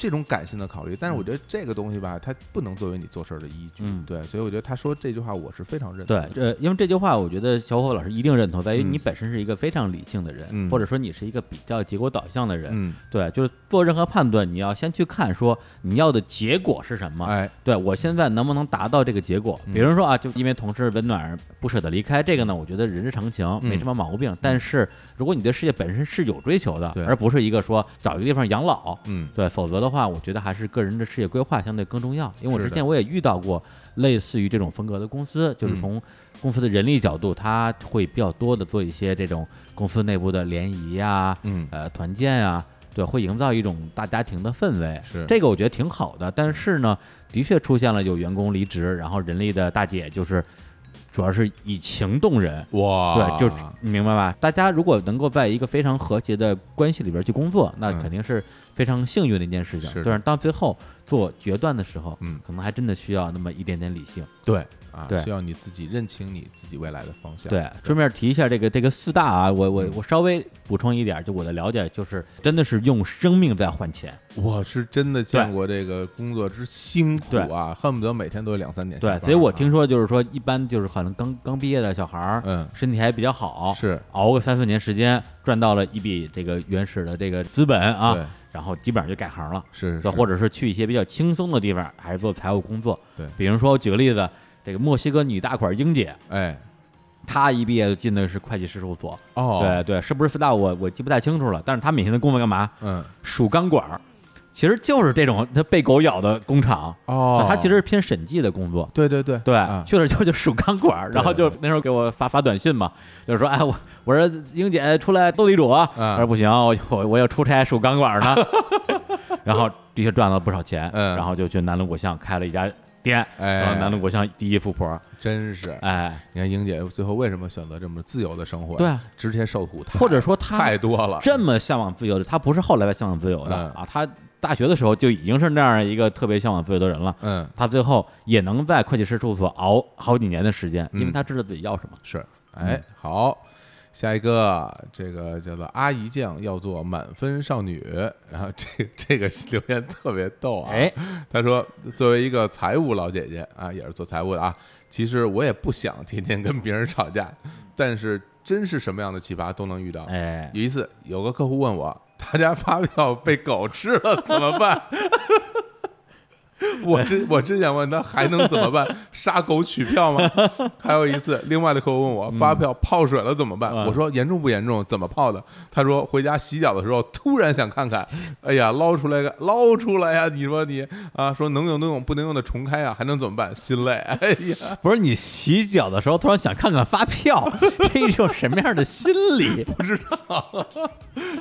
Speaker 2: 这种感性的考虑。但是我觉得这个东西吧，它不能作为你做事儿的依据。
Speaker 1: 嗯
Speaker 2: 对，所以我觉得他说这句话我是非常认
Speaker 1: 对
Speaker 2: 同的。，
Speaker 1: 呃，因为这句话，我觉得小伙老师一定认同，在于
Speaker 2: 嗯
Speaker 1: 你本身是一个非常理性的人，
Speaker 2: 嗯
Speaker 1: 或者说你是一个比较结果导向的人。
Speaker 2: 嗯，
Speaker 1: 对，就是做任何判断，你要先去看说你要的结果是什么。
Speaker 2: 哎，嗯
Speaker 1: 对我现在能不能达到这个结果？比如说啊，就因为同事温暖而不舍得离开，这个呢，我觉得人之常情，没
Speaker 2: 嗯
Speaker 1: 什么毛病。但是如果你对事业本身是有追求的
Speaker 2: 对，
Speaker 1: 而不是一个说找一个地方养老，
Speaker 2: 嗯，
Speaker 1: 对，否则的话，我觉得还是个人的事业规划相对更重要。因为我
Speaker 2: 是
Speaker 1: 之
Speaker 2: 的
Speaker 1: 前我也遇到过类似于这种风格的公司，就是
Speaker 2: 嗯
Speaker 1: 从公司的人力角度，它会比较多的做一些这种公司内部的联谊啊，
Speaker 2: 嗯
Speaker 1: 呃，团建啊，对，会营造一种大家庭的氛围。
Speaker 2: 是
Speaker 1: 这个我觉得挺好的，但是呢，的确出现了有员工离职，然后人力的大姐就是。主要是以情动人。
Speaker 2: 哇，
Speaker 1: 对，就你明白吧？大家如果能够在一个非常和谐的关系里边去工作，那
Speaker 2: 嗯
Speaker 1: 肯定是非常幸运的一件事情
Speaker 2: 是。的
Speaker 1: 但是当最后做决断的时候，
Speaker 2: 嗯
Speaker 1: 可能还真的需要那么一点点理性。
Speaker 2: 对啊，
Speaker 1: 对
Speaker 2: 需要你自己认清你自己未来的方向。
Speaker 1: 对，顺便提一下这个这个四大啊，我我
Speaker 2: 嗯
Speaker 1: 我稍微补充一点，就我的了解，就是真的是用生命在换钱。
Speaker 2: 我是真的见过这个工作之辛苦
Speaker 1: 对
Speaker 2: 啊，恨不得每天都有两三点下班
Speaker 1: 对
Speaker 2: 啊。，
Speaker 1: 所以我听说就是说，一般就是可能刚刚毕业的小孩儿，
Speaker 2: 嗯
Speaker 1: 身体还比较好，
Speaker 2: 是
Speaker 1: 熬个三四年时间，赚到了一笔这个原始的这个资本
Speaker 2: 对
Speaker 1: 啊，然后基本上就改行了。
Speaker 2: 是
Speaker 1: 对，
Speaker 2: 是
Speaker 1: 或者是去一些比较轻松的地方，还是做财务工作。
Speaker 2: 对
Speaker 1: 比如说我举个例子，这个墨西哥女大款英姐，
Speaker 2: 哎
Speaker 1: 她一毕业就进的是会计师事务所。
Speaker 2: 哦
Speaker 1: 对对，是不是四大我我记不太清楚了。但是她每天的工作干嘛？
Speaker 2: 嗯
Speaker 1: 数钢管儿，其实就是这种她被狗咬的工厂。
Speaker 2: 哦，
Speaker 1: 她其实是偏审计的工作。
Speaker 2: 对对对
Speaker 1: 对，
Speaker 2: 啊
Speaker 1: 去了之后就数钢管儿，然后就那时候给我发发短信嘛，就是说，哎，我我说英姐出来斗地主啊，
Speaker 2: 嗯
Speaker 1: 我说不行，我我我要出差数钢管儿呢， 然后的确赚了不少钱，
Speaker 2: 嗯
Speaker 1: 然后就去南锣鼓巷开了一家店，
Speaker 2: 哎
Speaker 1: 然后南锣鼓巷第一富婆，
Speaker 2: 真是。
Speaker 1: 哎，
Speaker 2: 你看英姐最后为什么选择这么自由的生活？
Speaker 1: 对啊，
Speaker 2: 之前受苦太
Speaker 1: 或者说她
Speaker 2: 太多了，
Speaker 1: 这么向往自由的，她不是后来才向往自由的、
Speaker 2: 嗯
Speaker 1: 啊，她大学的时候就已经是那样一个特别向往自由的人了。
Speaker 2: 嗯
Speaker 1: 她最后也能在会计师事务所熬好几年的时间，因为
Speaker 2: 嗯
Speaker 1: 她知道自己要什么。
Speaker 2: 是
Speaker 1: 嗯
Speaker 2: 哎好。下一个，这个叫做阿姨酱要做满分少女，然后这这个留言特别逗啊，
Speaker 1: 哎，
Speaker 2: 他说，作为一个财务老姐姐啊，也是做财务的啊，其实我也不想天天跟别人吵架，但是真是什么样的奇葩都能遇到。
Speaker 1: 哎，
Speaker 2: 有一次，有个客户问我， 他家发票被狗吃了怎么办？ 我真我真想问他还能怎么办？杀狗取票吗？还有一次，另外的客户问我发票泡水了怎么办？
Speaker 1: 嗯
Speaker 2: 我说严重不严重？怎么泡的？他说回家洗脚的时候突然想看看，哎呀，捞出来个捞出来呀、你说你啊，说能用能用，不能用的重开啊，还能怎么办？心累，哎呀，
Speaker 1: 不是你洗脚的时候突然想看看发 票，这一种什么样的心理？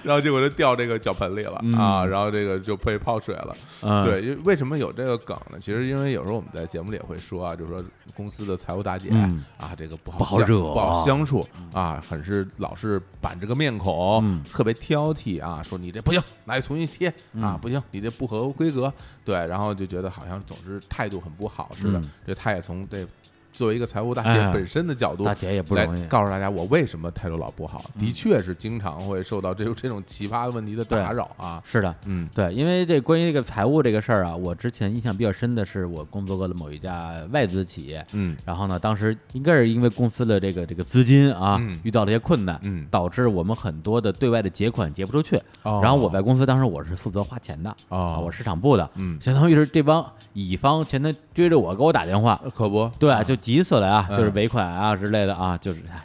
Speaker 2: 然后结果就掉这个脚盆里了、啊，然后这个就被泡水了。
Speaker 1: 嗯，
Speaker 2: 对，因为为什么有这个梗呢？其实因为有时候我们在节目里也会说啊，就是说公司的财务大姐、
Speaker 1: 嗯
Speaker 2: 啊，这个不好
Speaker 1: 不好
Speaker 2: 相
Speaker 1: 惹
Speaker 2: 不好相处啊，很是老是板着个面孔，
Speaker 1: 嗯
Speaker 2: 特别挑剔啊，说你这不行，来重新贴、啊，不行，你这不合规格，对，然后就觉得好像总是态度很不好似的。
Speaker 1: 嗯
Speaker 2: 这他也从这作为一个财务大
Speaker 1: 哎
Speaker 2: 姐本身的角度，
Speaker 1: 大姐也不
Speaker 2: 来
Speaker 1: 容易。嗯
Speaker 2: 告诉大家我为什么态度老不好，的确是经常会受到这种这种奇葩问题的打
Speaker 1: 对
Speaker 2: 扰啊，
Speaker 1: 是的，
Speaker 2: 嗯
Speaker 1: 对，因为这关于这个财务这个事儿啊，我之前印象比较深的是我工作过的某一家外资企业，
Speaker 2: 嗯。
Speaker 1: 然后呢，当时应该是因为公司的这个这个资金啊，
Speaker 2: 嗯
Speaker 1: 遇到了一些困难，
Speaker 2: 嗯
Speaker 1: 导致我们很多的对外的结款结不出去。
Speaker 2: 哦
Speaker 1: 然后我在公司当时我是负责花钱的，
Speaker 2: 哦
Speaker 1: 啊我是市场部的，
Speaker 2: 嗯
Speaker 1: 相当于是这帮乙方全都追着我给我打电话，
Speaker 2: 呃可不，
Speaker 1: 对，就急死了呀，
Speaker 2: 嗯
Speaker 1: 就是尾款啊之类的啊，就是。哎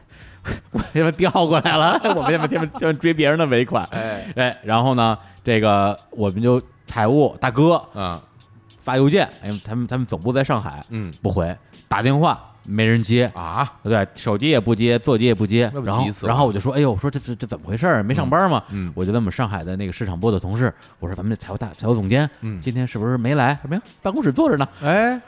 Speaker 1: 我他妈调过来了， 我们他妈他妈他妈追别人的尾款，
Speaker 2: 哎，
Speaker 1: 哎，然后呢，这个我们就财务大哥
Speaker 2: 啊，
Speaker 1: 发邮件，哎，他们他们总部在上海，
Speaker 2: 嗯
Speaker 1: 不回，打电话没人接，
Speaker 2: 啊，
Speaker 1: 对，手机也不接，座机也不接
Speaker 2: 那，不
Speaker 1: 然后
Speaker 2: 急死了
Speaker 1: 然后我就说，哎呦，我说这这这怎么回事儿？没上班嘛，
Speaker 2: 嗯嗯
Speaker 1: 我就问我们上海的那个市场部的同事，我说咱们这财务大财务总监，
Speaker 2: 嗯
Speaker 1: 今天是不是没来？他说没有，办公室坐着呢。
Speaker 2: 哎，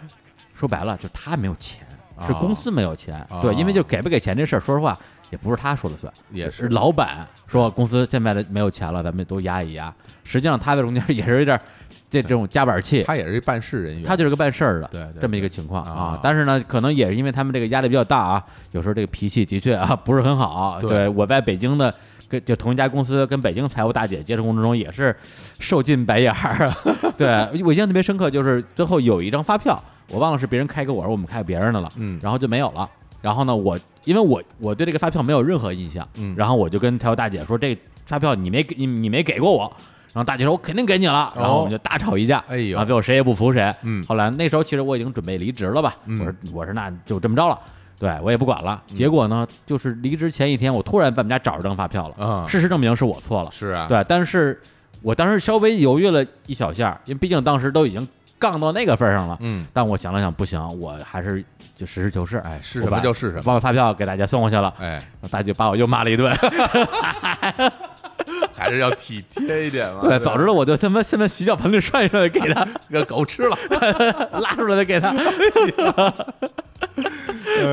Speaker 1: 说白了，就他没有钱，
Speaker 2: 啊
Speaker 1: 是公司没有钱。
Speaker 2: 啊
Speaker 1: 对，因为就给不给钱这事儿，说实话也不是他说了算，
Speaker 2: 也
Speaker 1: 是
Speaker 2: 是
Speaker 1: 老板说公司现在的没有钱了，咱们都压一压。实际上他在中间也是有点儿这这种夹板气。
Speaker 2: 他也是一办事人员，
Speaker 1: 他就是个办事儿的，
Speaker 2: 对对
Speaker 1: 这么一个情况
Speaker 2: 啊
Speaker 1: 但是呢，可能也是因为他们这个压力比较大啊，有时候这个脾气的确啊不是很好。
Speaker 2: 对
Speaker 1: 我在北京的跟就同一家公司跟北京财务大姐接触过程中也是受尽白眼儿。啊 对我印象特别深刻，就是最后有一张发票，我忘了是别人开给我，还是我们开给别人的了，
Speaker 2: 嗯
Speaker 1: 然后就没有了。然后呢，我因为我我对这个发票没有任何印象，
Speaker 2: 嗯
Speaker 1: 然后我就跟财务大姐说，这发票你没给你你没给过我。然后大姐说：“我肯定给你了。”然后我们就大吵一架。
Speaker 2: 哎呦
Speaker 1: 然后最后谁也不服谁。
Speaker 2: 嗯
Speaker 1: 后来那时候其实我已经准备离职了吧，
Speaker 2: 嗯
Speaker 1: 我说我说那就这么着了，对我也不管了。结果呢，就是离职前一天，我突然在我们家找着张发票了。
Speaker 2: 啊
Speaker 1: 事实证明是我错了，
Speaker 2: 是啊，
Speaker 1: 对，但是我当时稍微犹豫了一小下，因为毕竟当时都已经杠到那个份儿上了。
Speaker 2: 嗯，
Speaker 1: 但我想了想，不行，我还是就实事求是，
Speaker 2: 哎，是
Speaker 1: 我
Speaker 2: 什么
Speaker 1: 把
Speaker 2: 就是什么，
Speaker 1: 我把发票给大家送过去了。
Speaker 2: 哎，
Speaker 1: 大姐把我又骂了一顿，
Speaker 2: 还是要体贴一点嘛，
Speaker 1: 对，早知道我就他妈现在洗脚盆里涮一涮，给他
Speaker 2: 让狗吃了，
Speaker 1: 拉出来的给他。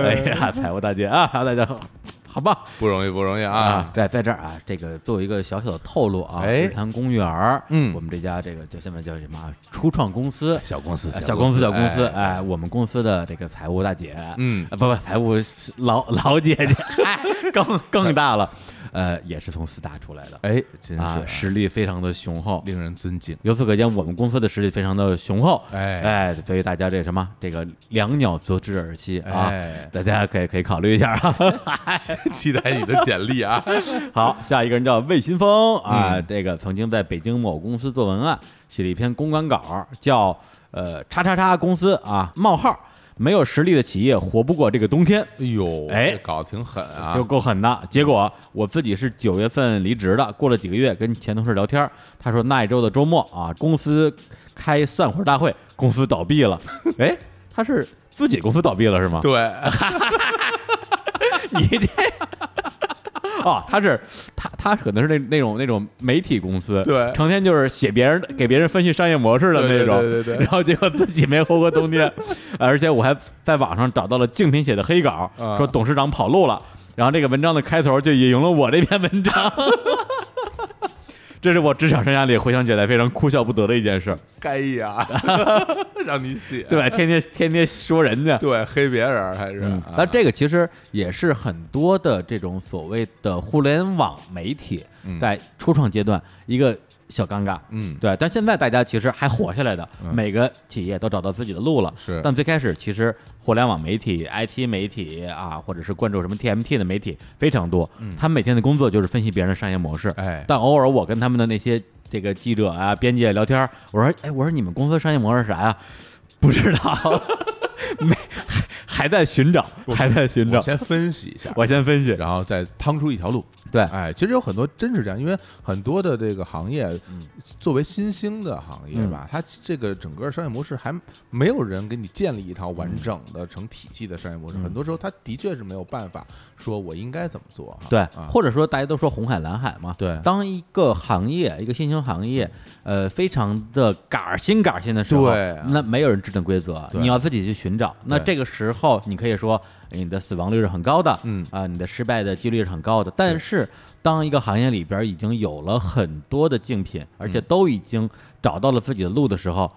Speaker 1: 哎呀，彩虹大街啊，大家好，好棒
Speaker 2: 不容易，不容易
Speaker 1: 啊
Speaker 2: 啊！！
Speaker 1: 在在这儿啊，这个做一个小小的透露啊，
Speaker 2: 哎
Speaker 1: 日坛公园儿，
Speaker 2: 嗯
Speaker 1: 我们这家这个叫现在叫什么啊初创公司。呃
Speaker 2: 小公司
Speaker 1: 小公司，啊小公司，哎，我们公司的这个财务大姐，
Speaker 2: 嗯
Speaker 1: 啊不不，财务是老 老姐姐，哎更更大了，呃，也是从四大出来的，
Speaker 2: 哎，真是
Speaker 1: 啊
Speaker 2: 啊，
Speaker 1: 实力非常的雄厚。
Speaker 2: 令人尊敬。
Speaker 1: 由此可见，我们公司的实力非常的雄厚，
Speaker 2: 哎
Speaker 1: 哎，所以大家这什么，这个两鸟择之而栖啊，
Speaker 2: 哎
Speaker 1: 大家可以可以考虑一下啊。
Speaker 2: 期待你的简历啊！
Speaker 1: 好，下一个人叫魏新峰啊，
Speaker 2: 嗯
Speaker 1: 这个曾经在北京某公司做文案，写了一篇公关稿，叫呃叉叉叉公司啊冒号没有实力的企业活不过这个冬天。
Speaker 2: 哎呦，
Speaker 1: 哎
Speaker 2: 这搞得挺狠啊！
Speaker 1: 就够狠的。结果我自己是九月份离职的，过了几个月跟前同事聊天儿，他说那一周的周末啊，公司开散伙大会，公司倒闭了。 哎，他是自己公司倒闭了是吗？
Speaker 2: 对，
Speaker 1: 你这。 哦，他是他他可能是那那种那种媒体公司，
Speaker 2: 对
Speaker 1: 成天就是写别人的给别人分析商业模式的那种，
Speaker 2: 对对对对对
Speaker 1: 然后结果自己没活过冬天，呃而且我还在网上找到了竞品写的黑稿，
Speaker 2: 啊
Speaker 1: 说董事长跑路了，然后这个文章的开头就引用了我这篇文章， 这是我职场生涯里回想起来非常哭笑不得的一件事，
Speaker 2: 该 呀， 让你写，
Speaker 1: 对吧？天天天天说人家，
Speaker 2: 对，黑别人还是
Speaker 1: 嗯，，
Speaker 2: 啊
Speaker 1: 但这个其实也是很多的这种所谓的互联网媒体
Speaker 2: 嗯
Speaker 1: 在初创阶段一个小尴尬。
Speaker 2: 嗯，
Speaker 1: 对，但现在大家其实还活下来的，
Speaker 2: 嗯
Speaker 1: 每个企业都找到自己的路了。
Speaker 2: 是
Speaker 1: 但最开始其实互联网媒体、IT 媒体啊，或者是关注什么 TMT 的媒体非常多，他们每天的工作就是分析别人的商业模式。
Speaker 2: 嗯哎
Speaker 1: 但偶尔我跟他们的那些这个记者啊、编辑啊聊天儿，我说：“哎，我说你们公司商业模式是啥呀？”不知道，没还还在寻找，还在寻找
Speaker 2: 我。先分析一下，
Speaker 1: 我先分析，
Speaker 2: 然后再趟出一条路。
Speaker 1: 对
Speaker 2: 哎，其实有很多真是这样，因为很多的这个行业，
Speaker 1: 嗯
Speaker 2: 作为新兴的行业吧，它这个整个商业模式还没有人给你建立一套完整的成体系的商业
Speaker 1: 嗯
Speaker 2: 模式，很多时候它的确是没有办法说我应该怎么做哈。
Speaker 1: 对，
Speaker 2: 啊，
Speaker 1: 或者说大家都说红海蓝海嘛，
Speaker 2: 对
Speaker 1: 当一个行业一个新兴行业，呃，非常的杆儿新杆儿新的时候，
Speaker 2: 对啊
Speaker 1: 那没有人制定规则，
Speaker 2: 对
Speaker 1: 你要自己去寻找。那
Speaker 2: 对
Speaker 1: 这个时候，你可以说哎你的死亡率是很高的，
Speaker 2: 嗯
Speaker 1: 啊、你的失败的几率是很高的。但是，当一个行业里边已经有了很多的竞品，而
Speaker 2: 嗯
Speaker 1: 且都已经找到了自己的路的时候，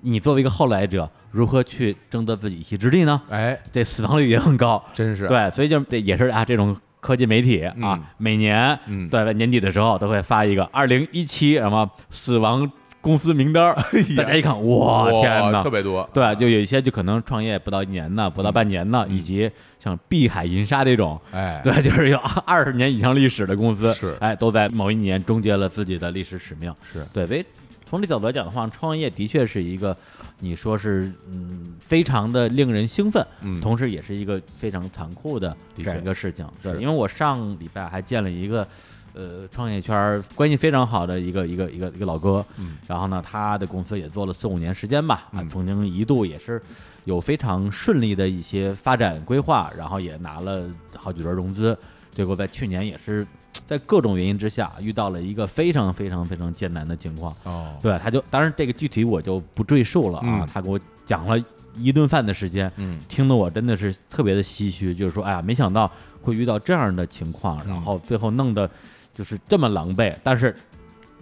Speaker 1: 你作为一个后来者，如何去争得自己一席之地呢？
Speaker 2: 哎，
Speaker 1: 这死亡率也很高，
Speaker 2: 真是
Speaker 1: 对，所以就这也是啊，这种科技媒体啊，
Speaker 2: 嗯
Speaker 1: 每年、
Speaker 2: 嗯
Speaker 1: 对吧年底的时候都会发一个二零一七什么死亡公司名单儿，大家一看，哇，哦天
Speaker 2: 哎特
Speaker 1: 哪！
Speaker 2: 别嗯多。
Speaker 1: 对，就有一些就可能创业不到一年呢，不到半年呢，以及像碧海银沙这种，
Speaker 2: 哎，
Speaker 1: 对，就是有二十年以上历史的公司，
Speaker 2: 是
Speaker 1: 哎，都在某一年终结了自己的历史使命，
Speaker 2: 是
Speaker 1: 对。所以从这角度来讲的话，创业的确是一个，你说是嗯，非常的令人兴奋，
Speaker 2: 嗯
Speaker 1: 同时也是一个非常残酷的
Speaker 2: 的
Speaker 1: 这
Speaker 2: 确
Speaker 1: 样一个事情，对。
Speaker 2: 是
Speaker 1: 因为我上礼拜还见了一个。呃，创业圈儿关系非常好的一个一个一个一个老哥，
Speaker 2: 嗯
Speaker 1: 然后呢，他的公司也做了四五年时间吧，啊
Speaker 2: 嗯，
Speaker 1: 曾经一度也是有非常顺利的一些发展规划，然后也拿了好几轮融资，结果在去年也是在各种原因之下遇到了一个非常非常非常艰难的情况。
Speaker 2: 哦，
Speaker 1: 对，他就当然这个具体我就不赘述了啊，
Speaker 2: 嗯
Speaker 1: 他给我讲了一顿饭的时间，
Speaker 2: 嗯
Speaker 1: 听得我真的是特别的唏嘘，就是说，哎呀，没想到会遇到这样的情况，
Speaker 2: 嗯
Speaker 1: 然后最后弄得就是这么狼狈。但是，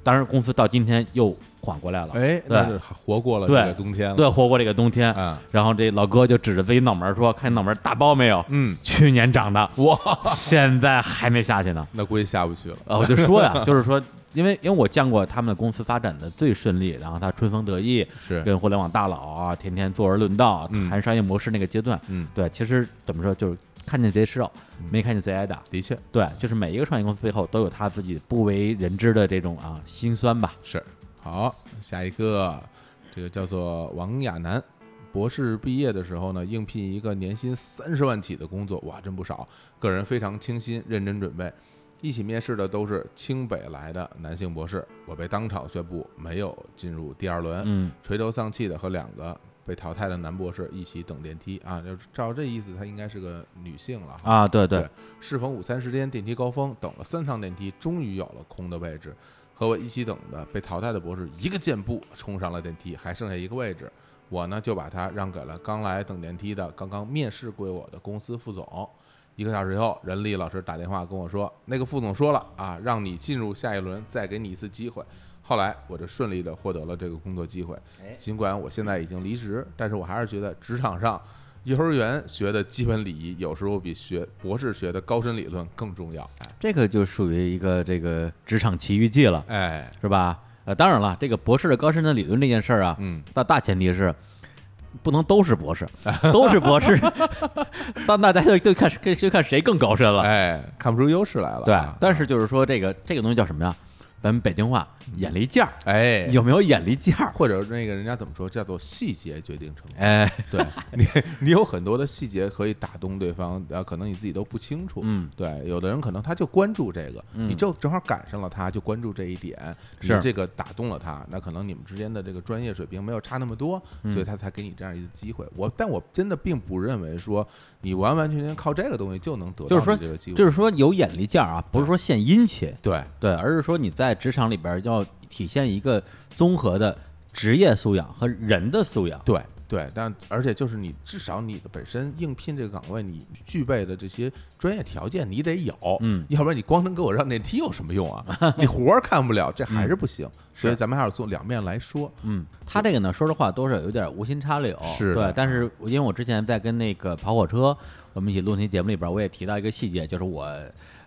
Speaker 1: 当然公司到今天又缓过来了，
Speaker 2: 哎，那是活过了这
Speaker 1: 对
Speaker 2: 个冬天了。
Speaker 1: 对，活过这个冬天。
Speaker 2: 啊，
Speaker 1: 然后这老哥就指着自己脑门说：“看你脑门大包没有？
Speaker 2: 嗯，
Speaker 1: 去年长的，哇，现在还没下去 呢。”
Speaker 2: 那估计下不去了。
Speaker 1: 啊，我就说呀，就是说，因为因为我见过他们的公司发展的最顺利，然后他春风得意，
Speaker 2: 是
Speaker 1: 跟互联网大佬啊，天天坐而论道，
Speaker 2: 嗯
Speaker 1: 谈商业模式那个阶段，
Speaker 2: 嗯，
Speaker 1: 对，其实怎么说，就是看见贼吃肉，没看见贼挨打。
Speaker 2: 的确
Speaker 1: 对，就是每一个创业公司背后都有他自己不为人知的这种啊辛酸吧。
Speaker 2: 是。好，下一个，这个叫做王亚楠。博士毕业的时候呢，应聘一个年薪三十万起的工作，哇，真不少。个人非常清新，认真准备。一起面试的都是清北来的男性博士，我被当场宣布没有进入第二轮。
Speaker 1: 嗯，
Speaker 2: 垂头丧气的和两个被淘汰的男博士一起等电梯啊，就照这意思，她应该是个女性了哈。
Speaker 1: 啊，对
Speaker 2: 对，适逢午餐时间，电梯高峰，等了三趟电梯，终于有了空的位置。和我一起等的被淘汰的博士一个箭步冲上了电梯，还剩下一个位置。我呢就把它让给了刚来等电梯的、刚刚面试归我的公司副总。一个小时以后，任丽老师打电话跟我说，那个副总说了啊，让你进入下一轮，再给你一次机会。后来我就顺利的获得了这个工作机会
Speaker 1: 哎，
Speaker 2: 尽管我现在已经离职，但是我还是觉得职场上幼儿园学的基本礼仪，有时候比学博士学的高深理论更重要。哎
Speaker 1: 这个就属于一个这个职场奇遇记了，
Speaker 2: 哎，
Speaker 1: 是吧？呃，当然了，这个博士的高深的理论这件事儿啊，
Speaker 2: 嗯，
Speaker 1: 那大前提是不能都是博士，都是博 士， 那大家就就看谁就看谁更高深了。
Speaker 2: 哎，看不出优势来了。啊
Speaker 1: 对，但是就是说这个这个东西叫什么呀？咱们北京话眼力见儿，
Speaker 2: 嗯哎，
Speaker 1: 有没有眼力见儿？
Speaker 2: 或者那个人家怎么说，叫做细节决定成败。
Speaker 1: 哎，
Speaker 2: 对你，你有很多的细节可以打动对方，然后可能你自己都不清楚。
Speaker 1: 嗯，
Speaker 2: 对，有的人可能他就关注这个，你就正好赶上了他，就关注这一点，你
Speaker 1: 是
Speaker 2: 这个打动了他，那可能你们之间的这个专业水平没有差那么多，
Speaker 1: 嗯
Speaker 2: 所以他才给你这样一次机会。我，但我真的并不认为说你完完全全靠这个东西就能得
Speaker 1: 就
Speaker 2: 到
Speaker 1: 是说
Speaker 2: 你这个机会，
Speaker 1: 就是说有眼力见儿啊，不是说献殷勤，
Speaker 2: 对，
Speaker 1: 对，而是说你在职场里边儿要体现一个综合的职业素养和人的素养。
Speaker 2: 对对，但而且就是你至少你的本身应聘这个岗位，你具备的这些专业条件你得有，
Speaker 1: 嗯，
Speaker 2: 要不然你光能给我让电梯有什么用啊？你活儿干不了，这还是不行。所以咱们还是从两面来说，
Speaker 1: 嗯，他这个呢，说实话多少有点无心插柳，
Speaker 2: 是的
Speaker 1: 对。但是我因为我之前在跟那个跑火车我们一起录那期节目里边，我也提到一个细节，就是我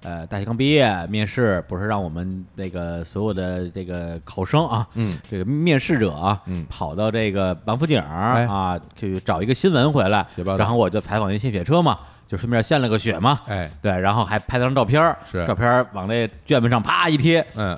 Speaker 1: 呃大学刚毕业面试，不是让我们那个所有的这个考生啊，
Speaker 2: 嗯，
Speaker 1: 这个面试者啊，
Speaker 2: 嗯
Speaker 1: 跑到这个王府井儿
Speaker 2: 哎
Speaker 1: 啊、去找一个新闻回来
Speaker 2: 写报，道
Speaker 1: 然后我就采访一献血车嘛，就顺便献了个血嘛。
Speaker 2: 哎，
Speaker 1: 对，然后还拍了张照片儿，
Speaker 2: 是
Speaker 1: 照片儿往那卷子上啪一贴，
Speaker 2: 嗯，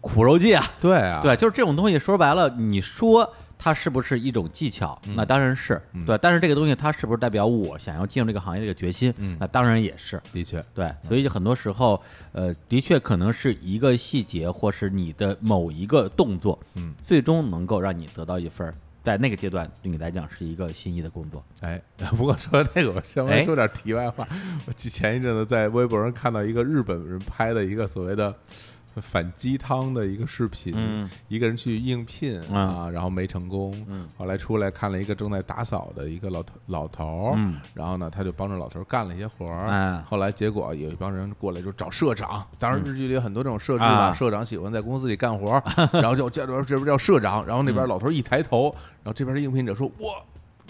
Speaker 1: 苦肉计啊，
Speaker 2: 对啊，
Speaker 1: 对，就是这种东西，说白了，你说它是不是一种技巧？
Speaker 2: 嗯
Speaker 1: 那当然是、对，但是这个东西它是不是代表我想要进入这个行业的一个决心？
Speaker 2: 嗯
Speaker 1: 那当然也是。
Speaker 2: 的确，
Speaker 1: 对，所以就很多时候，呃，的确可能是一个细节，或是你的某一个动作，
Speaker 2: 嗯，
Speaker 1: 最终能够让你得到一份儿，在那个阶段对你来讲是一个心仪的工作。
Speaker 2: 哎， 不过说这个，我稍
Speaker 1: 哎
Speaker 2: 微说点题外话。 我记前一阵子在微博上看到一个日本人拍的一个所谓的反鸡汤的一个视频，
Speaker 1: 嗯
Speaker 2: 一个人去应聘啊，然后没成功，
Speaker 1: 嗯
Speaker 2: 后来出来看了一个正在打扫的一个老头老头儿，
Speaker 1: 嗯
Speaker 2: 然后呢，他就帮着老头儿干了一些活儿，
Speaker 1: 哎嗯
Speaker 2: 后来结果有一帮人过来就找社长，当然日剧里有很多这种设置
Speaker 1: 啊
Speaker 2: 社长喜欢在公司里干活儿，然后就这边这边叫社长，然后
Speaker 1: 嗯
Speaker 2: 那边老头儿一抬头，然后这边的应聘者说我。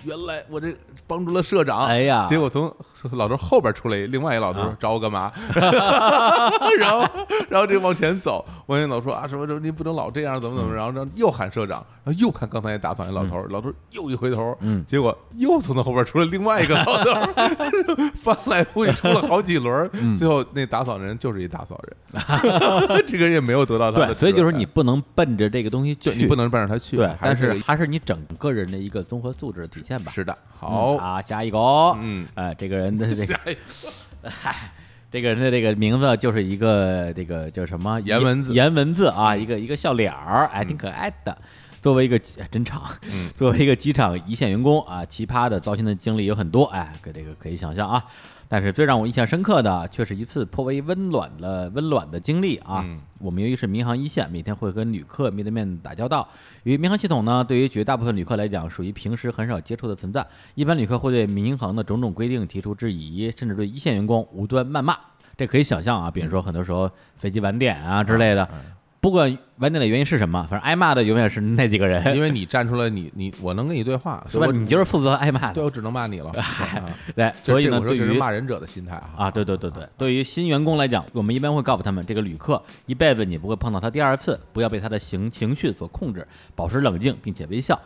Speaker 2: 原来我这帮助了社长，
Speaker 1: 哎呀
Speaker 2: 结果从老头后边出来另外一老头
Speaker 1: 啊
Speaker 2: 找我干嘛？ 然后然后这往前走，往前走说啊什么什么，你不能老这样，怎么
Speaker 1: 嗯
Speaker 2: 怎么，然后然后又喊社长，然后又看刚才打扫那老头，老头又一回头，
Speaker 1: 嗯
Speaker 2: 结果又从他后边出来另外一个老头，翻来覆去出了好几轮，
Speaker 1: 嗯
Speaker 2: 最后那打扫人就是一打扫人， 这个人也没有得到他的
Speaker 1: 对，
Speaker 2: 职责，
Speaker 1: 所以就是你不能奔着这个东西去，
Speaker 2: 对你不能不让他去，
Speaker 1: 对，
Speaker 2: 还
Speaker 1: 但是
Speaker 2: 这个
Speaker 1: 还是你整个人的一个综合素质的体现吧。
Speaker 2: 是的，
Speaker 1: 嗯
Speaker 2: 好，
Speaker 1: 啊，下一个哦，
Speaker 2: 嗯
Speaker 1: 呃，这个人 的这个
Speaker 2: 下一个
Speaker 1: 这个人的这个名字就是一个这个叫什么
Speaker 2: 颜文字
Speaker 1: 颜文字啊，一个一个笑脸儿，哎，挺可爱的。作为一个哎真长， 作为一个机场一线员工啊，奇葩的糟心的经历有很多，哎，可这个可以想象啊。但是最让我印象深刻的，却是一次颇为温暖的温暖的经历啊。
Speaker 2: 嗯
Speaker 1: 我们由于是民航一线，每天会和旅客面对面打交道。由于民航系统呢，对于绝大部分旅客来讲，属于平时很少接触的存在。一般旅客会对民航的种种规定提出质疑，甚至对一线员工无端谩骂。这可以想象啊，比如说很多时候飞机晚点啊之类的，
Speaker 2: 嗯
Speaker 1: 不管晚点的原因是什么，反正挨骂的永远是那几个人，
Speaker 2: 因为你站出来，你你我能跟你对话，
Speaker 1: 是
Speaker 2: 所
Speaker 1: 吧？
Speaker 2: 以我
Speaker 1: 你就是负责挨骂
Speaker 2: 对
Speaker 1: 的，
Speaker 2: 我只能骂你了。啊
Speaker 1: 对。
Speaker 2: 这
Speaker 1: 所以
Speaker 2: 这
Speaker 1: 呢，
Speaker 2: 我说
Speaker 1: 对
Speaker 2: 这是
Speaker 1: 于
Speaker 2: 骂人者的心态啊。
Speaker 1: 啊，对对对对，对于新员工来讲，我们一般会告诉他们，这个旅客一辈子你不会碰到他第二次，不要被他的情情绪所控制，保持冷静并且微笑。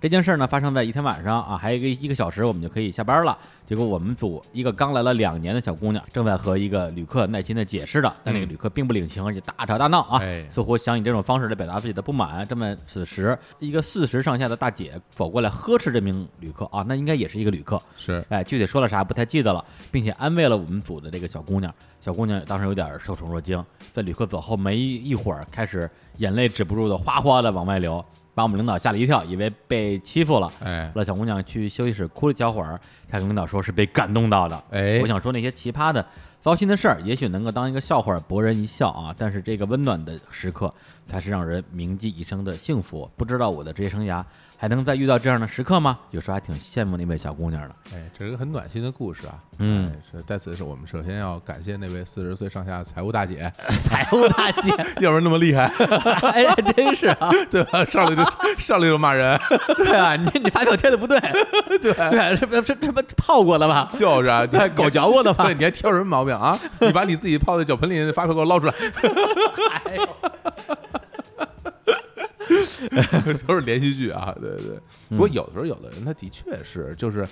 Speaker 1: 这件事儿呢，发生在一天晚上啊，还有一个一个小时我们就可以下班了。结果我们组一个刚来了两年的小姑娘，正在和一个旅客耐心的解释着，但那个旅客并不领情，而且大吵大闹啊，
Speaker 2: 哎
Speaker 1: 似乎想以这种方式来表达自己的不满。这么此时，一个四十上下的大姐走过来呵斥这名旅客啊，那应该也是一个旅客，
Speaker 2: 是，
Speaker 1: 哎，具体说了啥不太记得了，并且安慰了我们组的这个小姑娘。小姑娘当时有点受宠若惊，在旅客走后没一会儿，开始眼泪止不住的哗哗的往外流，把我们领导吓了一跳，以为被欺负了。
Speaker 2: 哎
Speaker 1: 后来小姑娘去休息室哭了小会儿，才跟领导说是被感动到的。
Speaker 2: 哎
Speaker 1: 我想说那些奇葩的糟心的事儿也许能够当一个笑话儿博人一笑啊，但是这个温暖的时刻才是让人铭记一生的幸福。不知道我的职业生涯还能再遇到这样的时刻吗？有时候还挺羡慕那位小姑娘的。
Speaker 2: 哎，这是个很暖心的故事啊。
Speaker 1: 嗯
Speaker 2: 哎，是在此是我们首先要感谢那位四十岁上下的财务大姐，
Speaker 1: 财务大姐，
Speaker 2: 要不然那么厉害，
Speaker 1: 哎，还真是啊，
Speaker 2: 对吧？上来就上来就骂人，
Speaker 1: 对啊，你你发票贴的不对， 对对，这不这这不泡过了吧？
Speaker 2: 就是啊，你
Speaker 1: 哎狗嚼过的吧
Speaker 2: 对，你还挑什么毛病啊？你把你自己泡在酒盆里的发票给我捞出来， 哎都是连续剧啊，对对对。不
Speaker 1: 嗯
Speaker 2: 过有的时候，有的人他的确是，就是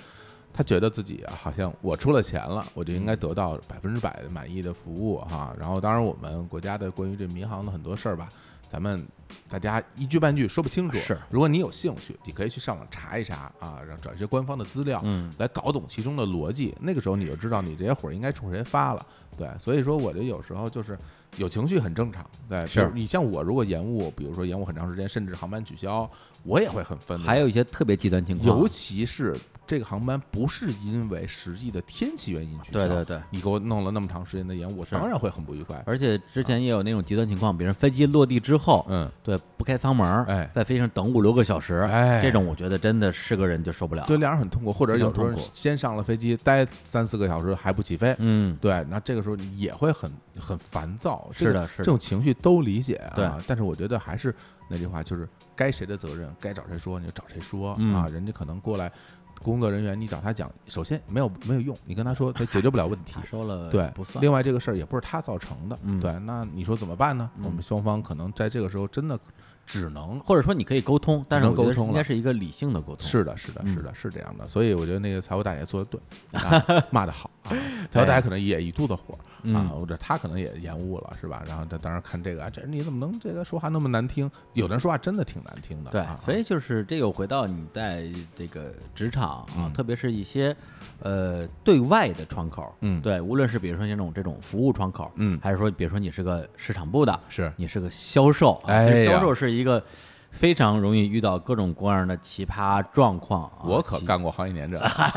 Speaker 2: 他觉得自己啊，好像我出了钱了，我就应该得
Speaker 1: 嗯
Speaker 2: 到百分之百的满意的服务哈。然后，当然我们国家的关于这民航的很多事儿吧，咱们大家一句半句说不清楚。
Speaker 1: 是
Speaker 2: 如果你有兴趣，你可以去上网查一查啊，然后找一些官方的资料，
Speaker 1: 嗯，
Speaker 2: 来搞懂其中的逻辑。那个时候你就知道你这些火应该冲谁发了。对，所以说我这有时候就是有情绪很正常。对，
Speaker 1: 是
Speaker 2: 比如你像我如果延误，比如说延误很长时间，甚至航班取消，我也会很愤怒。
Speaker 1: 还有一些特别极端情况，
Speaker 2: 尤其是这个航班不是因为实际的天气原因取消，
Speaker 1: 对对对
Speaker 2: 你给我弄了那么长时间的延误，我
Speaker 1: 是
Speaker 2: 当然会很不愉快。
Speaker 1: 而且之前也有那种极端情况，比如飞机落地之后，
Speaker 2: 嗯，
Speaker 1: 对，不开舱门儿，
Speaker 2: 哎
Speaker 1: 在飞机上等五六个小时，
Speaker 2: 哎
Speaker 1: 这种我觉得真的是个人就受不了。
Speaker 2: 对，，两人很痛苦，或者
Speaker 1: 非常
Speaker 2: 有时候
Speaker 1: 痛苦
Speaker 2: 先上了飞机，待三四个小时还不起飞，
Speaker 1: 嗯，
Speaker 2: 对，那这个时候你也会很很烦躁，这
Speaker 1: 是
Speaker 2: 个
Speaker 1: 的是的
Speaker 2: 这种情绪都理解
Speaker 1: 对
Speaker 2: 啊。但是我觉得还是那句话，就是该谁的责任，该找谁说你就找谁说、
Speaker 1: 嗯
Speaker 2: 啊。人家可能过来，工作人员你找他讲，首先没有没有用，你跟他说他解决不了问题
Speaker 1: 他，说了
Speaker 2: 对，
Speaker 1: 不算
Speaker 2: 另外，这个事儿也不是他造成的，
Speaker 1: 嗯
Speaker 2: 对，那你说怎么办呢？
Speaker 1: 嗯
Speaker 2: 我们双方可能在这个时候真的只能
Speaker 1: 或者说你可以沟通，但是我觉
Speaker 2: 沟
Speaker 1: 得
Speaker 2: 通了
Speaker 1: 应该是一个理性的沟通。
Speaker 2: 是的，是的，
Speaker 1: 嗯
Speaker 2: 是的，是这样的，所以我觉得那个财务大姐做的 对，啊骂的好啊，财务大姐可能也一肚子火啊
Speaker 1: 嗯，
Speaker 2: 或者她可能也延误了，是吧？然后她当时看这个，啊这你怎么能这个说话那么难听？有的人说话真的挺难听的，
Speaker 1: 对
Speaker 2: 啊，
Speaker 1: 所以就是这个回到你在这个职场啊，
Speaker 2: 嗯
Speaker 1: 特别是一些呃对外的窗口，
Speaker 2: 嗯
Speaker 1: 对，无论是比如说像这种这种服务窗口，
Speaker 2: 嗯
Speaker 1: 还是说比如说你是个市场部的，
Speaker 2: 是
Speaker 1: 你是个销售，啊
Speaker 2: 哎
Speaker 1: 其实销
Speaker 2: 呀
Speaker 1: 售是一个非常容易遇到各种各样的奇葩状况啊，
Speaker 2: 我可
Speaker 1: 奇
Speaker 2: 干过行业年这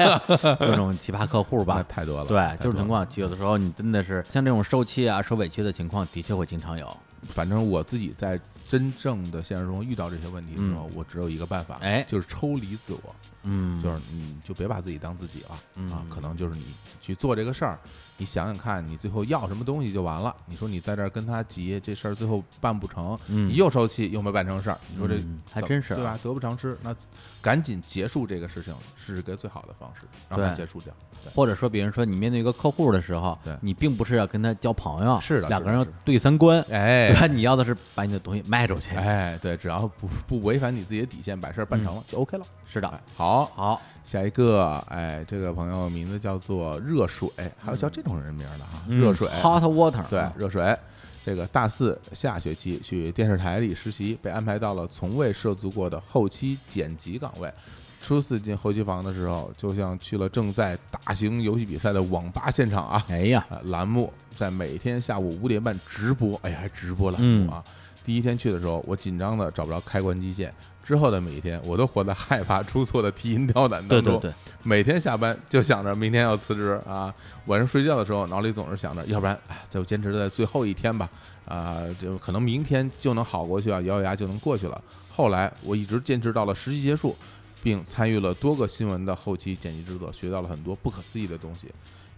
Speaker 1: 各种奇葩客户
Speaker 2: 那
Speaker 1: 吧。
Speaker 2: 太多了，
Speaker 1: 对，
Speaker 2: 太
Speaker 1: 这种
Speaker 2: 多
Speaker 1: 情
Speaker 2: 了。
Speaker 1: 况，有的时候你真的是像这种受气啊、受委屈的情况，的确会经常有。
Speaker 2: 反正我自己在真正的现实中遇到这些问题的时候，我只有一个办法，
Speaker 1: 嗯哎
Speaker 2: 就是抽离自我，
Speaker 1: 嗯，
Speaker 2: 就是你就别把自己当自己了、啊
Speaker 1: 嗯，
Speaker 2: 可能就是你去做这个事儿，你想想看你最后要什么东西就完了。你说你在这儿跟他急，这事儿最后办不成，
Speaker 1: 嗯
Speaker 2: 你又受气又没办成事儿，你说这、
Speaker 1: 嗯还
Speaker 2: 怎么
Speaker 1: 真是
Speaker 2: 对吧？得不偿失，那赶紧结束这个事情是个最好的方式，让它
Speaker 1: 对
Speaker 2: 结束掉。对，
Speaker 1: 或者说，比如说你面对一个客户的时候，
Speaker 2: 对
Speaker 1: 你并不是要跟他交朋友，
Speaker 2: 是的
Speaker 1: 两个
Speaker 2: 是的
Speaker 1: 人要
Speaker 2: 是的
Speaker 1: 对三观，
Speaker 2: 哎
Speaker 1: 对吧？ 你要的是把你的东西卖出去，
Speaker 2: 哎，对，只要不不违反你自己的底线，把事
Speaker 1: 嗯
Speaker 2: 儿办成了、就 OK 了。
Speaker 1: 是
Speaker 2: 哎
Speaker 1: 的。
Speaker 2: 好，
Speaker 1: 好，
Speaker 2: 下一个，哎，这个朋友名字叫做热水，还有叫这种人名的哈，
Speaker 1: 嗯
Speaker 2: 热水。
Speaker 1: hot water，
Speaker 2: 对
Speaker 1: 啊，
Speaker 2: 热水。这个大四下学期去电视台里实习，被安排到了从未涉足过的后期剪辑岗位。初次进候机房的时候，就像去了正在大型游戏比赛的网吧现场啊！
Speaker 1: 哎呀，
Speaker 2: 啊，栏目在每天下午五点半直播，哎呀，还直播栏
Speaker 1: 嗯
Speaker 2: 目啊！第一天去的时候，我紧张的找不着开关机键。之后的每一天，我都活在害怕出错的提心吊胆当
Speaker 1: 对
Speaker 2: 中。
Speaker 1: 对对，
Speaker 2: 每天下班就想着明天要辞职啊，晚上睡觉的时候脑里总是想着，要不然哎，再坚持在最后一天吧，啊、就可能明天就能好过去啊，咬咬牙就能过去了。后来我一直坚持到了实习结束，并参与了多个新闻的后期剪辑制作，学到了很多不可思议的东西。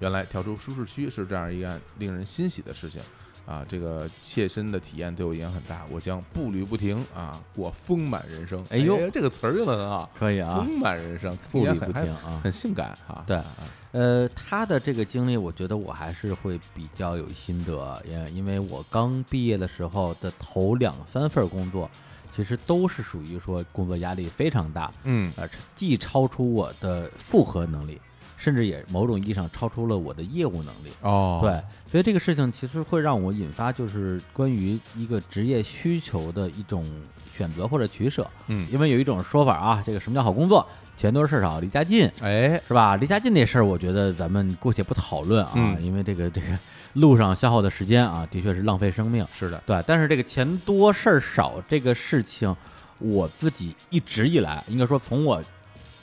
Speaker 2: 原来跳出舒适区是这样一件令人欣喜的事情。啊，这个切身的体验对我影响很大，我将步履不停啊，过丰满人生。
Speaker 1: 哎呦
Speaker 2: 这个词儿用的很好，
Speaker 1: 可以啊，
Speaker 2: 丰满人生，
Speaker 1: 步履
Speaker 2: 听起来
Speaker 1: 不
Speaker 2: 很
Speaker 1: 停啊。
Speaker 2: 很性感啊。
Speaker 1: 对
Speaker 2: 啊
Speaker 1: 呃，他的这个经历，我觉得我还是会比较有心得，也因为我刚毕业的时候的头两三份工作，其实都是属于说工作压力非常大，
Speaker 2: 嗯，
Speaker 1: 呃，既超出我的负荷能力，甚至也某种意义上超出了我的业务能力。
Speaker 2: 哦，
Speaker 1: 对，所以这个事情其实会让我引发，就是关于一个职业需求的一种选择或者取舍。
Speaker 2: 嗯，
Speaker 1: 因为有一种说法啊，这个什么叫好工作？钱多事少，离家近，
Speaker 2: 哎，
Speaker 1: 是吧？离家近这事儿，我觉得咱们姑且不讨论啊，
Speaker 2: 嗯
Speaker 1: 因为这个这个路上消耗的时间啊，的确是浪费生命。
Speaker 2: 是的，
Speaker 1: 对，但是这个钱多事儿少这个事情，我自己一直以来，应该说从我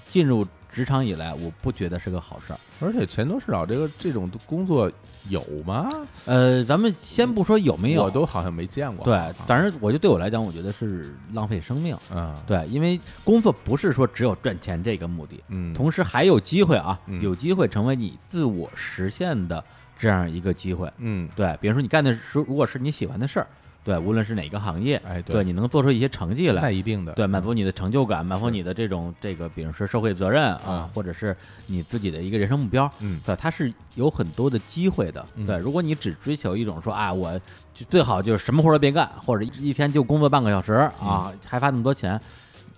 Speaker 1: 进入职场以来，我不觉得是个好事儿。
Speaker 2: 而且钱多事少，这个这种工作有吗？
Speaker 1: 呃，咱们先不说有没有，
Speaker 2: 我都好像没见过。
Speaker 1: 对
Speaker 2: 啊，
Speaker 1: 反正我就对我来讲，我觉得是浪费生命。
Speaker 2: 嗯
Speaker 1: 对，因为工作不是说只有赚钱这个目的，
Speaker 2: 嗯，
Speaker 1: 同时还有机会啊，
Speaker 2: 嗯
Speaker 1: 有机会成为你自我实现的这样一个机会。
Speaker 2: 嗯
Speaker 1: 对，比如说你干的是，如果是你喜欢的事儿，对，无论是哪个行业，
Speaker 2: 哎对
Speaker 1: 对，你能做出一些成绩
Speaker 2: 那
Speaker 1: 来，
Speaker 2: 一定的
Speaker 1: 对，满足你的成就感，满足你的这种这个，比如说社会责任啊
Speaker 2: 啊，
Speaker 1: 或者是你自己的一个人生目标，
Speaker 2: 嗯
Speaker 1: 对，它是有很多的机会的。
Speaker 2: 嗯
Speaker 1: 对，如果你只追求一种说啊，我就最好就是什么活儿都别干，或者一天就工作半个小时
Speaker 2: 嗯
Speaker 1: 啊，还发那么多钱，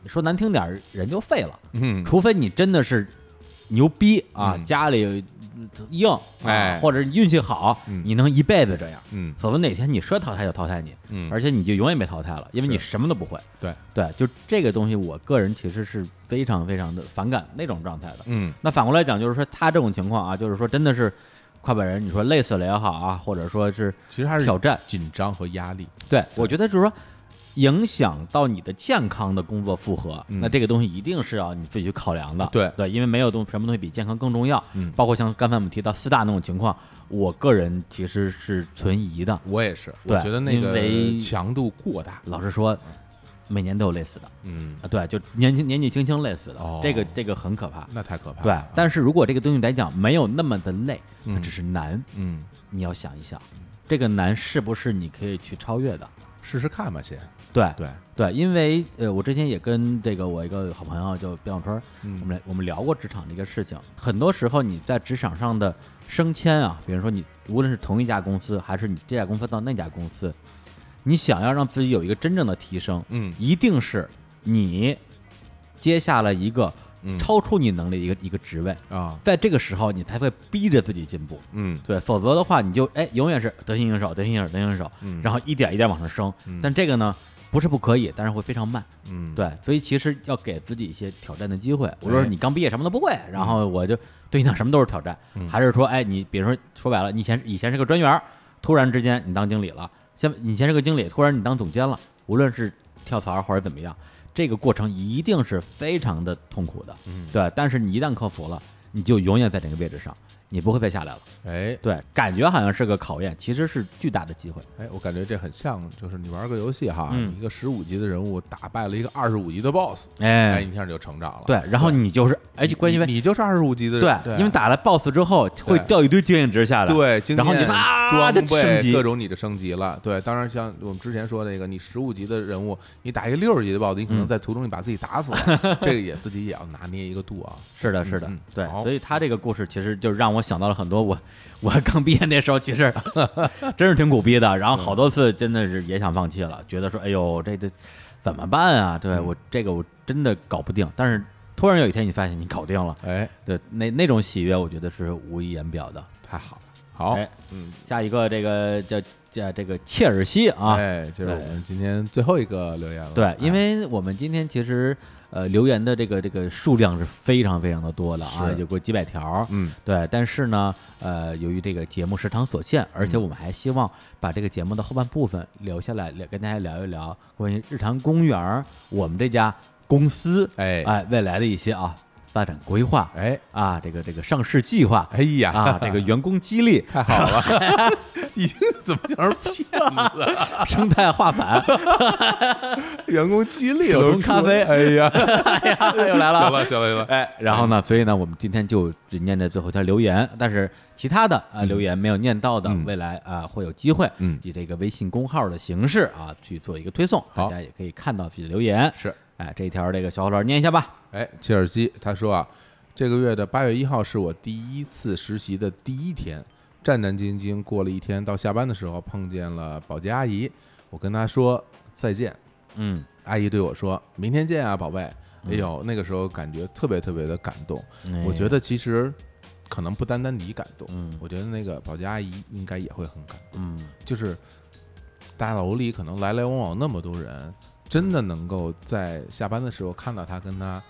Speaker 1: 说难听点儿，人就废了。
Speaker 2: 嗯
Speaker 1: 除非你真的是牛逼啊，
Speaker 2: 嗯
Speaker 1: 家里硬，啊
Speaker 2: 哎
Speaker 1: 或者运气好，
Speaker 2: 嗯
Speaker 1: 你能一辈子这样。
Speaker 2: 嗯
Speaker 1: 否则哪天你说淘汰就淘汰你，
Speaker 2: 嗯，
Speaker 1: 而且你就永远被淘汰了，因为你什么都不会。
Speaker 2: 对
Speaker 1: 对，就这个东西，我个人其实是非常非常的反感那种状态的。
Speaker 2: 嗯
Speaker 1: 那反过来讲，就是说他这种情况啊，就是说真的是快把人，你说累死了也好啊，或者说是
Speaker 2: 其实还是
Speaker 1: 挑战，
Speaker 2: 紧张和压力。
Speaker 1: 对我觉得就是说影响到你的健康的工作负荷，
Speaker 2: 嗯
Speaker 1: 那这个东西一定是要你自己去考量的。
Speaker 2: 对
Speaker 1: 对，因为没有东什么东西比健康更重要。
Speaker 2: 嗯
Speaker 1: 包括像刚才我们提到四大那种情况，我个人其实是存疑的。
Speaker 2: 我也是，我
Speaker 1: 对
Speaker 2: 觉得那
Speaker 1: 因
Speaker 2: 个
Speaker 1: 为
Speaker 2: 强度过大。
Speaker 1: 老实说，每年都有累死的
Speaker 2: 嗯，
Speaker 1: 啊，对，就年轻年纪轻轻累死的，
Speaker 2: 哦
Speaker 1: 这个这个很可怕。
Speaker 2: 那太可怕
Speaker 1: 对
Speaker 2: 了。，啊
Speaker 1: 但是如果这个东西来讲没有那么的累，它
Speaker 2: 嗯
Speaker 1: 只是难，
Speaker 2: 嗯，
Speaker 1: 你要想一想，这个难是不是你可以去超越的？
Speaker 2: 试试看吧，先。
Speaker 1: 对
Speaker 2: 对，
Speaker 1: 对，因为呃，我之前也跟这个我一个好朋友就边小川，
Speaker 2: 嗯
Speaker 1: 我们俩我们聊过职场的一个事情。很多时候你在职场上的升迁啊，比如说你无论是同一家公司，还是你这家公司到那家公司，你想要让自己有一个真正的提升，
Speaker 2: 嗯
Speaker 1: 一定是你接下了一个
Speaker 2: 嗯
Speaker 1: 超出你能力的一个一个职位，
Speaker 2: 啊，
Speaker 1: 在这个时候你才会逼着自己进步。
Speaker 2: 嗯
Speaker 1: 对，否则的话，你就哎，永远是得心应手，得心应手，得心应手，
Speaker 2: 嗯
Speaker 1: 然后一点一点往上升。但这个呢，不是不可以，但是会非常慢。
Speaker 2: 嗯，哎
Speaker 1: 对，所以其实要给自己一些挑战的机会。无论是你刚毕业什么都不会，然后
Speaker 2: 嗯
Speaker 1: 我就对你讲什么都是挑战，还是说，哎，你比如说说白了，你以前以前是个专员儿，突然之间你当经理了，像以前是个经理，突然你当总监了，无论是跳槽或者怎么样，这个过程一定是非常的痛苦的，嗯，对。但是你一旦克服了，你就永远在这个位置上，你不会再下来了。
Speaker 2: 哎
Speaker 1: 对，感觉好像是个考验，其实是巨大的机会。
Speaker 2: 哎，我感觉这很像，就是你玩个游戏哈，
Speaker 1: 嗯
Speaker 2: 一个十五级的人物打败了一个二十五级的 BOSS，哎，
Speaker 1: 哎，
Speaker 2: 一下就成长了。
Speaker 1: 对，然后你就是，哎，就关键
Speaker 2: 你
Speaker 1: 为
Speaker 2: 你就是二十五级的人，
Speaker 1: 对，因为打了 BOSS 之后会
Speaker 2: 对
Speaker 1: 掉一堆经验值下来，
Speaker 2: 对，经
Speaker 1: 然后你
Speaker 2: 验
Speaker 1: 哇
Speaker 2: 装
Speaker 1: 就升
Speaker 2: 备
Speaker 1: 级
Speaker 2: 各，种你的升级了。对，当然像我们之前说那个，你十五级的人物，你打一个六十级的 BOSS，你可能
Speaker 1: 嗯
Speaker 2: 在途中你把自己打死了， 这个也自己也要拿捏一个度啊。
Speaker 1: 是的，是的
Speaker 2: 嗯嗯，
Speaker 1: 对，
Speaker 2: 好
Speaker 1: 所以他这个故事其实就让我想到了很多我我刚毕业那时候，其 实真是挺苦逼的，然后好多次真的是也想放弃了，觉得说哎呦这这怎么办啊？对
Speaker 2: 嗯
Speaker 1: 我这个我真的搞不定，但是突然有一天你发现你搞定了，
Speaker 2: 哎，
Speaker 1: 对，那那种喜悦我觉得是无以言表的。
Speaker 2: 太好了，好，
Speaker 1: 哎
Speaker 2: 嗯，
Speaker 1: 下一个这个叫叫这个切尔西啊，
Speaker 2: 哎，这是我们今天最后一个留言了。
Speaker 1: 对
Speaker 2: 哎，
Speaker 1: 因为我们今天其实呃留言的这个这个数量是非常非常的多的啊，
Speaker 2: 是
Speaker 1: 有过几百条。
Speaker 2: 嗯
Speaker 1: 对，但是呢，呃，由于这个节目时长所限，而
Speaker 2: 嗯
Speaker 1: 且我们还希望把这个节目的后半部分留下来，聊跟大家聊一聊关于日坛公园儿我们这家公司
Speaker 2: 哎
Speaker 1: 哎未来的一些啊发展规划
Speaker 2: 哎
Speaker 1: 啊这个这个上市计划
Speaker 2: 哎呀
Speaker 1: 啊这个员工激励
Speaker 2: 太好了， 已经怎么叫人骗子啊了？
Speaker 1: 生态化反，
Speaker 2: 员工激励
Speaker 1: 手
Speaker 2: 都
Speaker 1: 冲
Speaker 2: 出
Speaker 1: 咖啡
Speaker 2: 哎 呀，
Speaker 1: 哎呀又来了，
Speaker 2: 行了啊行了行了，
Speaker 1: 哎，然后呢，所以呢，我们今天就只念这最后一条留言，但是其他的啊、呃留言没有念到的，
Speaker 2: 嗯
Speaker 1: 未来啊、会有机会
Speaker 2: 嗯
Speaker 1: 以这个微信公号的形式啊去做一个推送，大
Speaker 2: 好
Speaker 1: 家也可以看到自己的留言。
Speaker 2: 是。
Speaker 1: 哎，这一条这个小伙老师念一下吧。
Speaker 2: 哎，切尔西，他说啊，这个月的八月一号是我第一次实习的第一天，战战兢兢过了一天，到下班的时候碰见了保洁阿姨，我跟她说再见，
Speaker 1: 嗯，
Speaker 2: 阿姨对我说明天见啊，宝贝。哎呦，那个时候感觉特别特别的感动，我觉
Speaker 1: 得
Speaker 2: 得其实可能不单单你感动，
Speaker 1: 嗯
Speaker 2: 我觉得那个保洁阿姨应该也会很感动。
Speaker 1: 嗯
Speaker 2: 就是大楼里可能来来往往那么多人，真的能够在下班的时候看到他跟他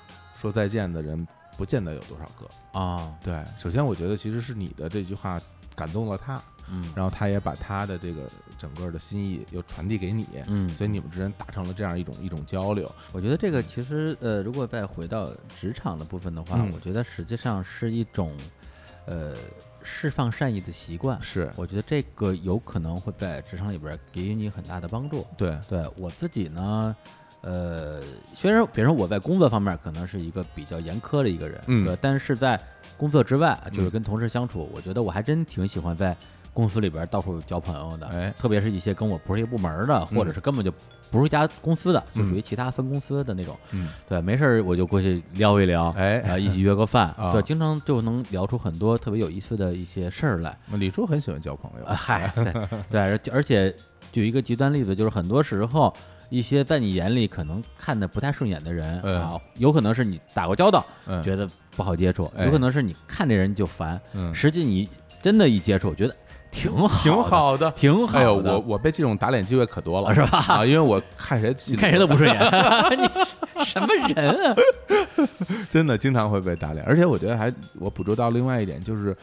Speaker 2: 说再见的人，不见得有多少个。
Speaker 1: 啊、
Speaker 2: 对，首先我觉得其实是你的这句话感动了他，
Speaker 1: 嗯
Speaker 2: 然后他也把他的这个整个的心意又传递给你，
Speaker 1: 嗯，
Speaker 2: 所以你们之间达成了这样一种一种交流。
Speaker 1: 我觉得这个其实呃，如果再回到职场的部分的话，
Speaker 2: 嗯
Speaker 1: 我觉得实际上是一种呃释放善意的习惯。
Speaker 2: 是
Speaker 1: 我觉得这个有可能会在职场里边给予你很大的帮助。
Speaker 2: 对，
Speaker 1: 对我自己呢，呃，虽然比如说我在工作方面可能是一个比较严苛的一个人，
Speaker 2: 嗯
Speaker 1: 对，但是在工作之外，就是
Speaker 2: 嗯
Speaker 1: 跟同事相处，我觉得我还真挺喜欢在公司里边到处交朋友的，
Speaker 2: 哎
Speaker 1: 特别是一些跟我不是一个部门的，或者
Speaker 2: 嗯
Speaker 1: 是根本就不是一家公司的，就
Speaker 2: 嗯
Speaker 1: 属于其他分公司的那种，
Speaker 2: 嗯，
Speaker 1: 对，没事儿我就过去聊一聊，
Speaker 2: 哎
Speaker 1: 呃一起约个饭，
Speaker 2: 啊
Speaker 1: 对，经常就能聊出很多特别有意思的一些事儿来。
Speaker 2: 李叔很喜欢交朋友
Speaker 1: 啊，，嗨，对对，而且而且举一个极端例子，就是很多时候一些在你眼里可能看的不太顺眼的人
Speaker 2: 嗯
Speaker 1: 啊，有可能是你打过交道，
Speaker 2: 嗯，
Speaker 1: 觉得不好接触，
Speaker 2: 哎
Speaker 1: 有可能是你看这人就烦，
Speaker 2: 嗯
Speaker 1: 实际你真的一接触，觉得挺好，
Speaker 2: 挺，好的。
Speaker 1: 挺
Speaker 2: 哎呦，
Speaker 1: 好的，
Speaker 2: 我我被这种打脸机会可多了，
Speaker 1: 是吧
Speaker 2: 啊，因为我看谁
Speaker 1: 你
Speaker 2: 气
Speaker 1: 看谁都不顺眼， 你什么 人啊？
Speaker 2: 真的经常会被打脸，而且我觉得还我捕捉到另外一点就是。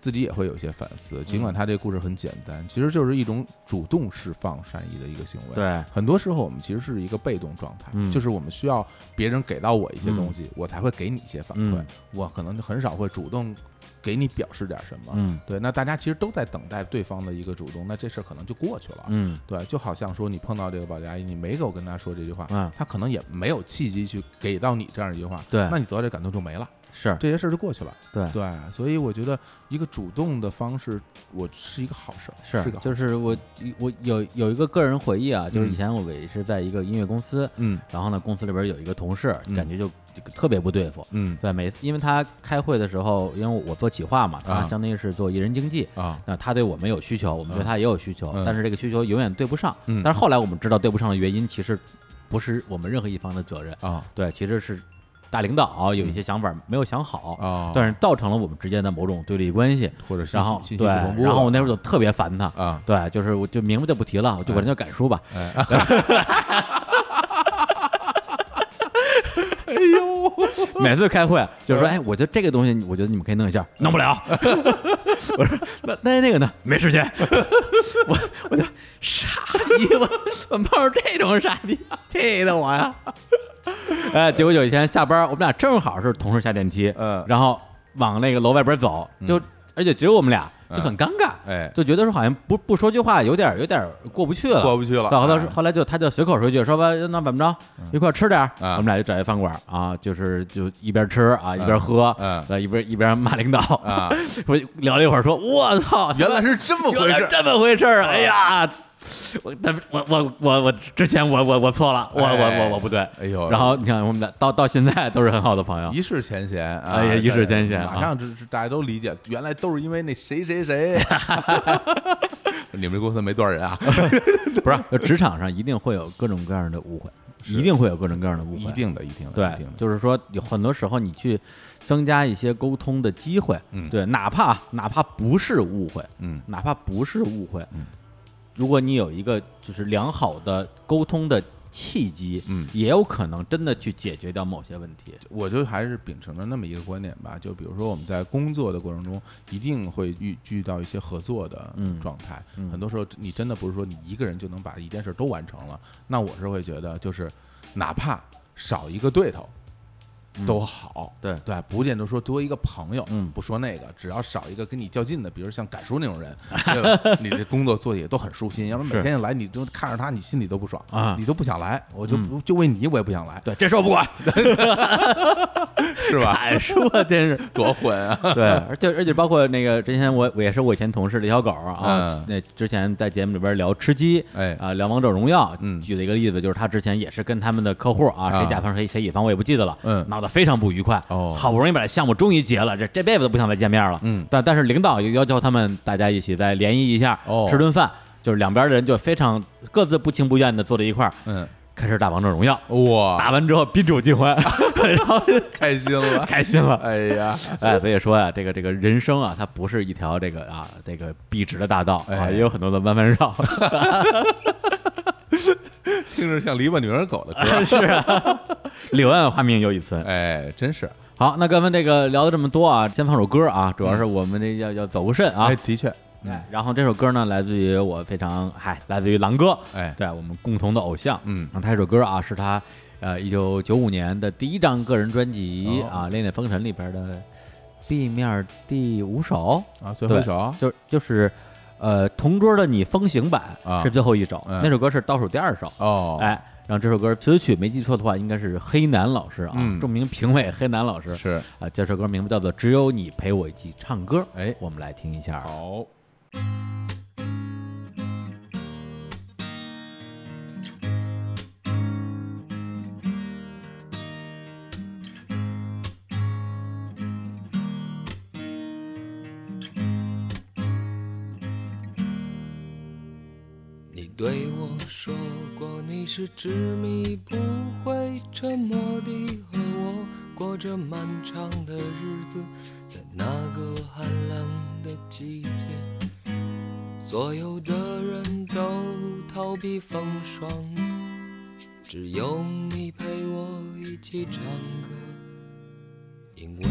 Speaker 2: 自己也会有一些反思，尽
Speaker 1: 嗯
Speaker 2: 管他这故事很简单，其实就是一种主动释放善意的一个行为。，
Speaker 1: 对，
Speaker 2: 很多时候我们其实是一个被动状态，
Speaker 1: 嗯
Speaker 2: 就是我们需要别人给到我一些东西，我才会给你一些反馈。
Speaker 1: 嗯
Speaker 2: 我可能就很少会主动给你表示点什么。
Speaker 1: 嗯
Speaker 2: 对，那大家其实都在等待对方的一个主动，那这事儿可能就过去了。
Speaker 1: 嗯
Speaker 2: 对，就好像说你碰到这个保洁阿姨，你没有跟她说这句话，
Speaker 1: 嗯
Speaker 2: 她可能也没有契机去给到你这样一句话，
Speaker 1: 对
Speaker 2: 那你得到这感动就没了，
Speaker 1: 是
Speaker 2: 这些事儿就过去了。
Speaker 1: 对
Speaker 2: 对，所以我觉得一个主动的方式，我是一个好事儿，
Speaker 1: 是
Speaker 2: 是个好事
Speaker 1: 就
Speaker 2: 儿
Speaker 1: 是我我有有一个个人回忆啊，就是以
Speaker 2: 嗯
Speaker 1: 前我也是在一个音乐公司。
Speaker 2: 嗯
Speaker 1: 然后呢，公司里边有一个同事，
Speaker 2: 嗯
Speaker 1: 感觉就就特别不对付。
Speaker 2: 嗯
Speaker 1: 对，每次因为他开会的时候，因为我做企划嘛，他
Speaker 2: 啊
Speaker 1: 相当于是做艺人经济。
Speaker 2: 啊
Speaker 1: 那他对我们有需求，我们对
Speaker 2: 嗯
Speaker 1: 他也有需求，
Speaker 2: 嗯
Speaker 1: 但是这个需求永远对不上。
Speaker 2: 嗯
Speaker 1: 但是后来我们知道对不上的原因，其实不是我们任何一方的责任，
Speaker 2: 啊
Speaker 1: 对，其实是大领导有一
Speaker 2: 嗯
Speaker 1: 些想法没有想好，
Speaker 2: 啊，
Speaker 1: 但是造成了我们之间的某种对立关系。
Speaker 2: 或者信
Speaker 1: 然
Speaker 2: 息
Speaker 1: 后
Speaker 2: 信息
Speaker 1: 对，
Speaker 2: 不同步
Speaker 1: 然后我那时候就特别烦他，
Speaker 2: 啊，
Speaker 1: 对，就是我就名字就不提了，我就管他叫赶叔吧。
Speaker 2: 哎哎
Speaker 1: 每次开会就是说，哎，我觉得这个东西，我觉得你们可以弄一下，弄不了。 我说那那那个呢？没时间。 我我就傻逼，我我冒着这种傻逼，气得我呀！哎，结果有一天下班，我们俩正好是同时下电梯，
Speaker 2: 嗯
Speaker 1: 然后往那个楼外边走，就、而且只有我们俩，就很尴尬，
Speaker 2: 哎
Speaker 1: 就觉得说好像不不说句话有点有点过不去了，
Speaker 2: 过不去了
Speaker 1: 对后来
Speaker 2: 哎
Speaker 1: 后来就他就随口说一句，说吧，那怎么着，一块儿吃点儿。我
Speaker 2: 啊
Speaker 1: 们俩就找一饭馆儿啊，就是就一边吃啊，一边喝，
Speaker 2: 嗯
Speaker 1: 呃，一边一边骂领导
Speaker 2: 啊。
Speaker 1: 我聊了一会儿，说，我操，
Speaker 2: 原来是这么
Speaker 1: 原
Speaker 2: 回
Speaker 1: 来
Speaker 2: 事儿，
Speaker 1: 这么回事儿啊！哎呀，我他我我我我之前我我我错了，我我我我不对。
Speaker 2: 哎呦
Speaker 1: 然后你看我们俩到到现在都是很好的朋友。
Speaker 2: 一世前嫌啊，
Speaker 1: 哎呀一世前嫌
Speaker 2: 马
Speaker 1: 啊
Speaker 2: 上这这大家都理解，原来都是因为那谁 谁谁， 你们这公司没多少人啊，
Speaker 1: 不是，就职场上一定会有各种各样的误会，一定会有各种各样的误会，
Speaker 2: 一定的，一定的，
Speaker 1: 对
Speaker 2: 一定，的，
Speaker 1: 就是说有很多时候你去增加一些沟通的机会，
Speaker 2: 嗯
Speaker 1: 对，哪怕哪怕不是误会，
Speaker 2: 嗯
Speaker 1: 哪怕不是误会，如果你有一个就是良好的沟通的契机，
Speaker 2: 嗯
Speaker 1: 也有可能真的去解决掉某些问题。
Speaker 2: 我就还是秉承着那么一个观点吧，就比如说我们在工作的过程中，一定会遇遇到一些合作的
Speaker 1: 嗯
Speaker 2: 状态。
Speaker 1: 嗯
Speaker 2: 很多时候，你真的不是说你一个人就能把一件事都完成了。那我是会觉得，就是哪怕少一个对头。都好，
Speaker 1: 嗯对
Speaker 2: 对，不见得说多一个朋友，
Speaker 1: 嗯
Speaker 2: 不说那个，只要少一个跟你较劲的，比如像赶叔 那种人，对吧？你这工作做的也都很舒心，要不然每
Speaker 1: 是
Speaker 2: 天来你就看着他，你心里都不爽
Speaker 1: 啊嗯
Speaker 2: 你都不想来，我就不就为你我也不想来，
Speaker 1: 对，这事我 不管，
Speaker 2: 是吧？
Speaker 1: 敢说真是。
Speaker 2: 多混啊！
Speaker 1: 对，而且而且包括那个之前我我也是我以前同事的小狗啊
Speaker 2: 嗯，
Speaker 1: 那、之前在节目里边聊吃鸡，
Speaker 2: 哎
Speaker 1: 啊、聊王者荣耀，
Speaker 2: 嗯
Speaker 1: 举了一个例子，就是他之前也是跟他们的客户啊，
Speaker 2: 啊
Speaker 1: 谁甲方谁谁乙方我也不记得了，
Speaker 2: 嗯
Speaker 1: 闹得非常不愉快，
Speaker 2: 哦
Speaker 1: 好不容易把项目终于结了，这这辈子都不想再见面了，
Speaker 2: 嗯
Speaker 1: 但但是领导又要求他们大家一起再联谊一下，
Speaker 2: 哦
Speaker 1: 吃顿饭，就是两边的人就非常各自不情不愿的坐在一块儿，
Speaker 2: 嗯，
Speaker 1: 开始打王者荣耀，
Speaker 2: 哇，
Speaker 1: 打完之后宾主尽欢， 然后就
Speaker 2: 开心 了，
Speaker 1: 开心了，
Speaker 2: 哎呀，
Speaker 1: 哎，所以说呀、这个这个人生啊，它不是一条这个啊这个笔直的大道啊，
Speaker 2: 哎
Speaker 1: 也有很多的弯弯 绕。
Speaker 2: 听着像篱笆女人狗的 歌，
Speaker 1: 是、啊，柳暗花明又一村。
Speaker 2: 哎，真是。
Speaker 1: 好，那咱们这个聊了这么多啊，先放首歌啊，主要是我们这要要走个肾啊
Speaker 2: 嗯哎，。的确，
Speaker 1: 哎然后这首歌呢，来自于我非常嗨，来自于狼哥，
Speaker 2: 哎
Speaker 1: 对我们共同的偶像。
Speaker 2: 嗯
Speaker 1: 然后他这首歌啊，是他呃一九九五年的第一张个人专辑、
Speaker 2: 哦
Speaker 1: 啊，《恋恋风尘》里边的 B 面第五首，
Speaker 2: 啊，最后一
Speaker 1: 对
Speaker 2: 首啊
Speaker 1: 就就是呃《同桌的你》风行版
Speaker 2: 啊
Speaker 1: 是最后一首，
Speaker 2: 嗯
Speaker 1: 那首歌是倒数第二首。
Speaker 2: 哦，
Speaker 1: 哎，然后这首歌词曲没记错的话，应该是黑楠老师啊，
Speaker 2: 嗯
Speaker 1: 著名评委黑楠老师
Speaker 2: 是，
Speaker 1: 啊，这首歌名字叫做《只有你陪我一起唱歌》，
Speaker 2: 哎
Speaker 1: 我们来听一下。
Speaker 2: 好，
Speaker 4: 你对我说过，你是执迷不悔、沉默地和我过着漫长的日子，在那个寒冷的季节，所有的人都逃避风霜，只有你陪我一起唱歌，因为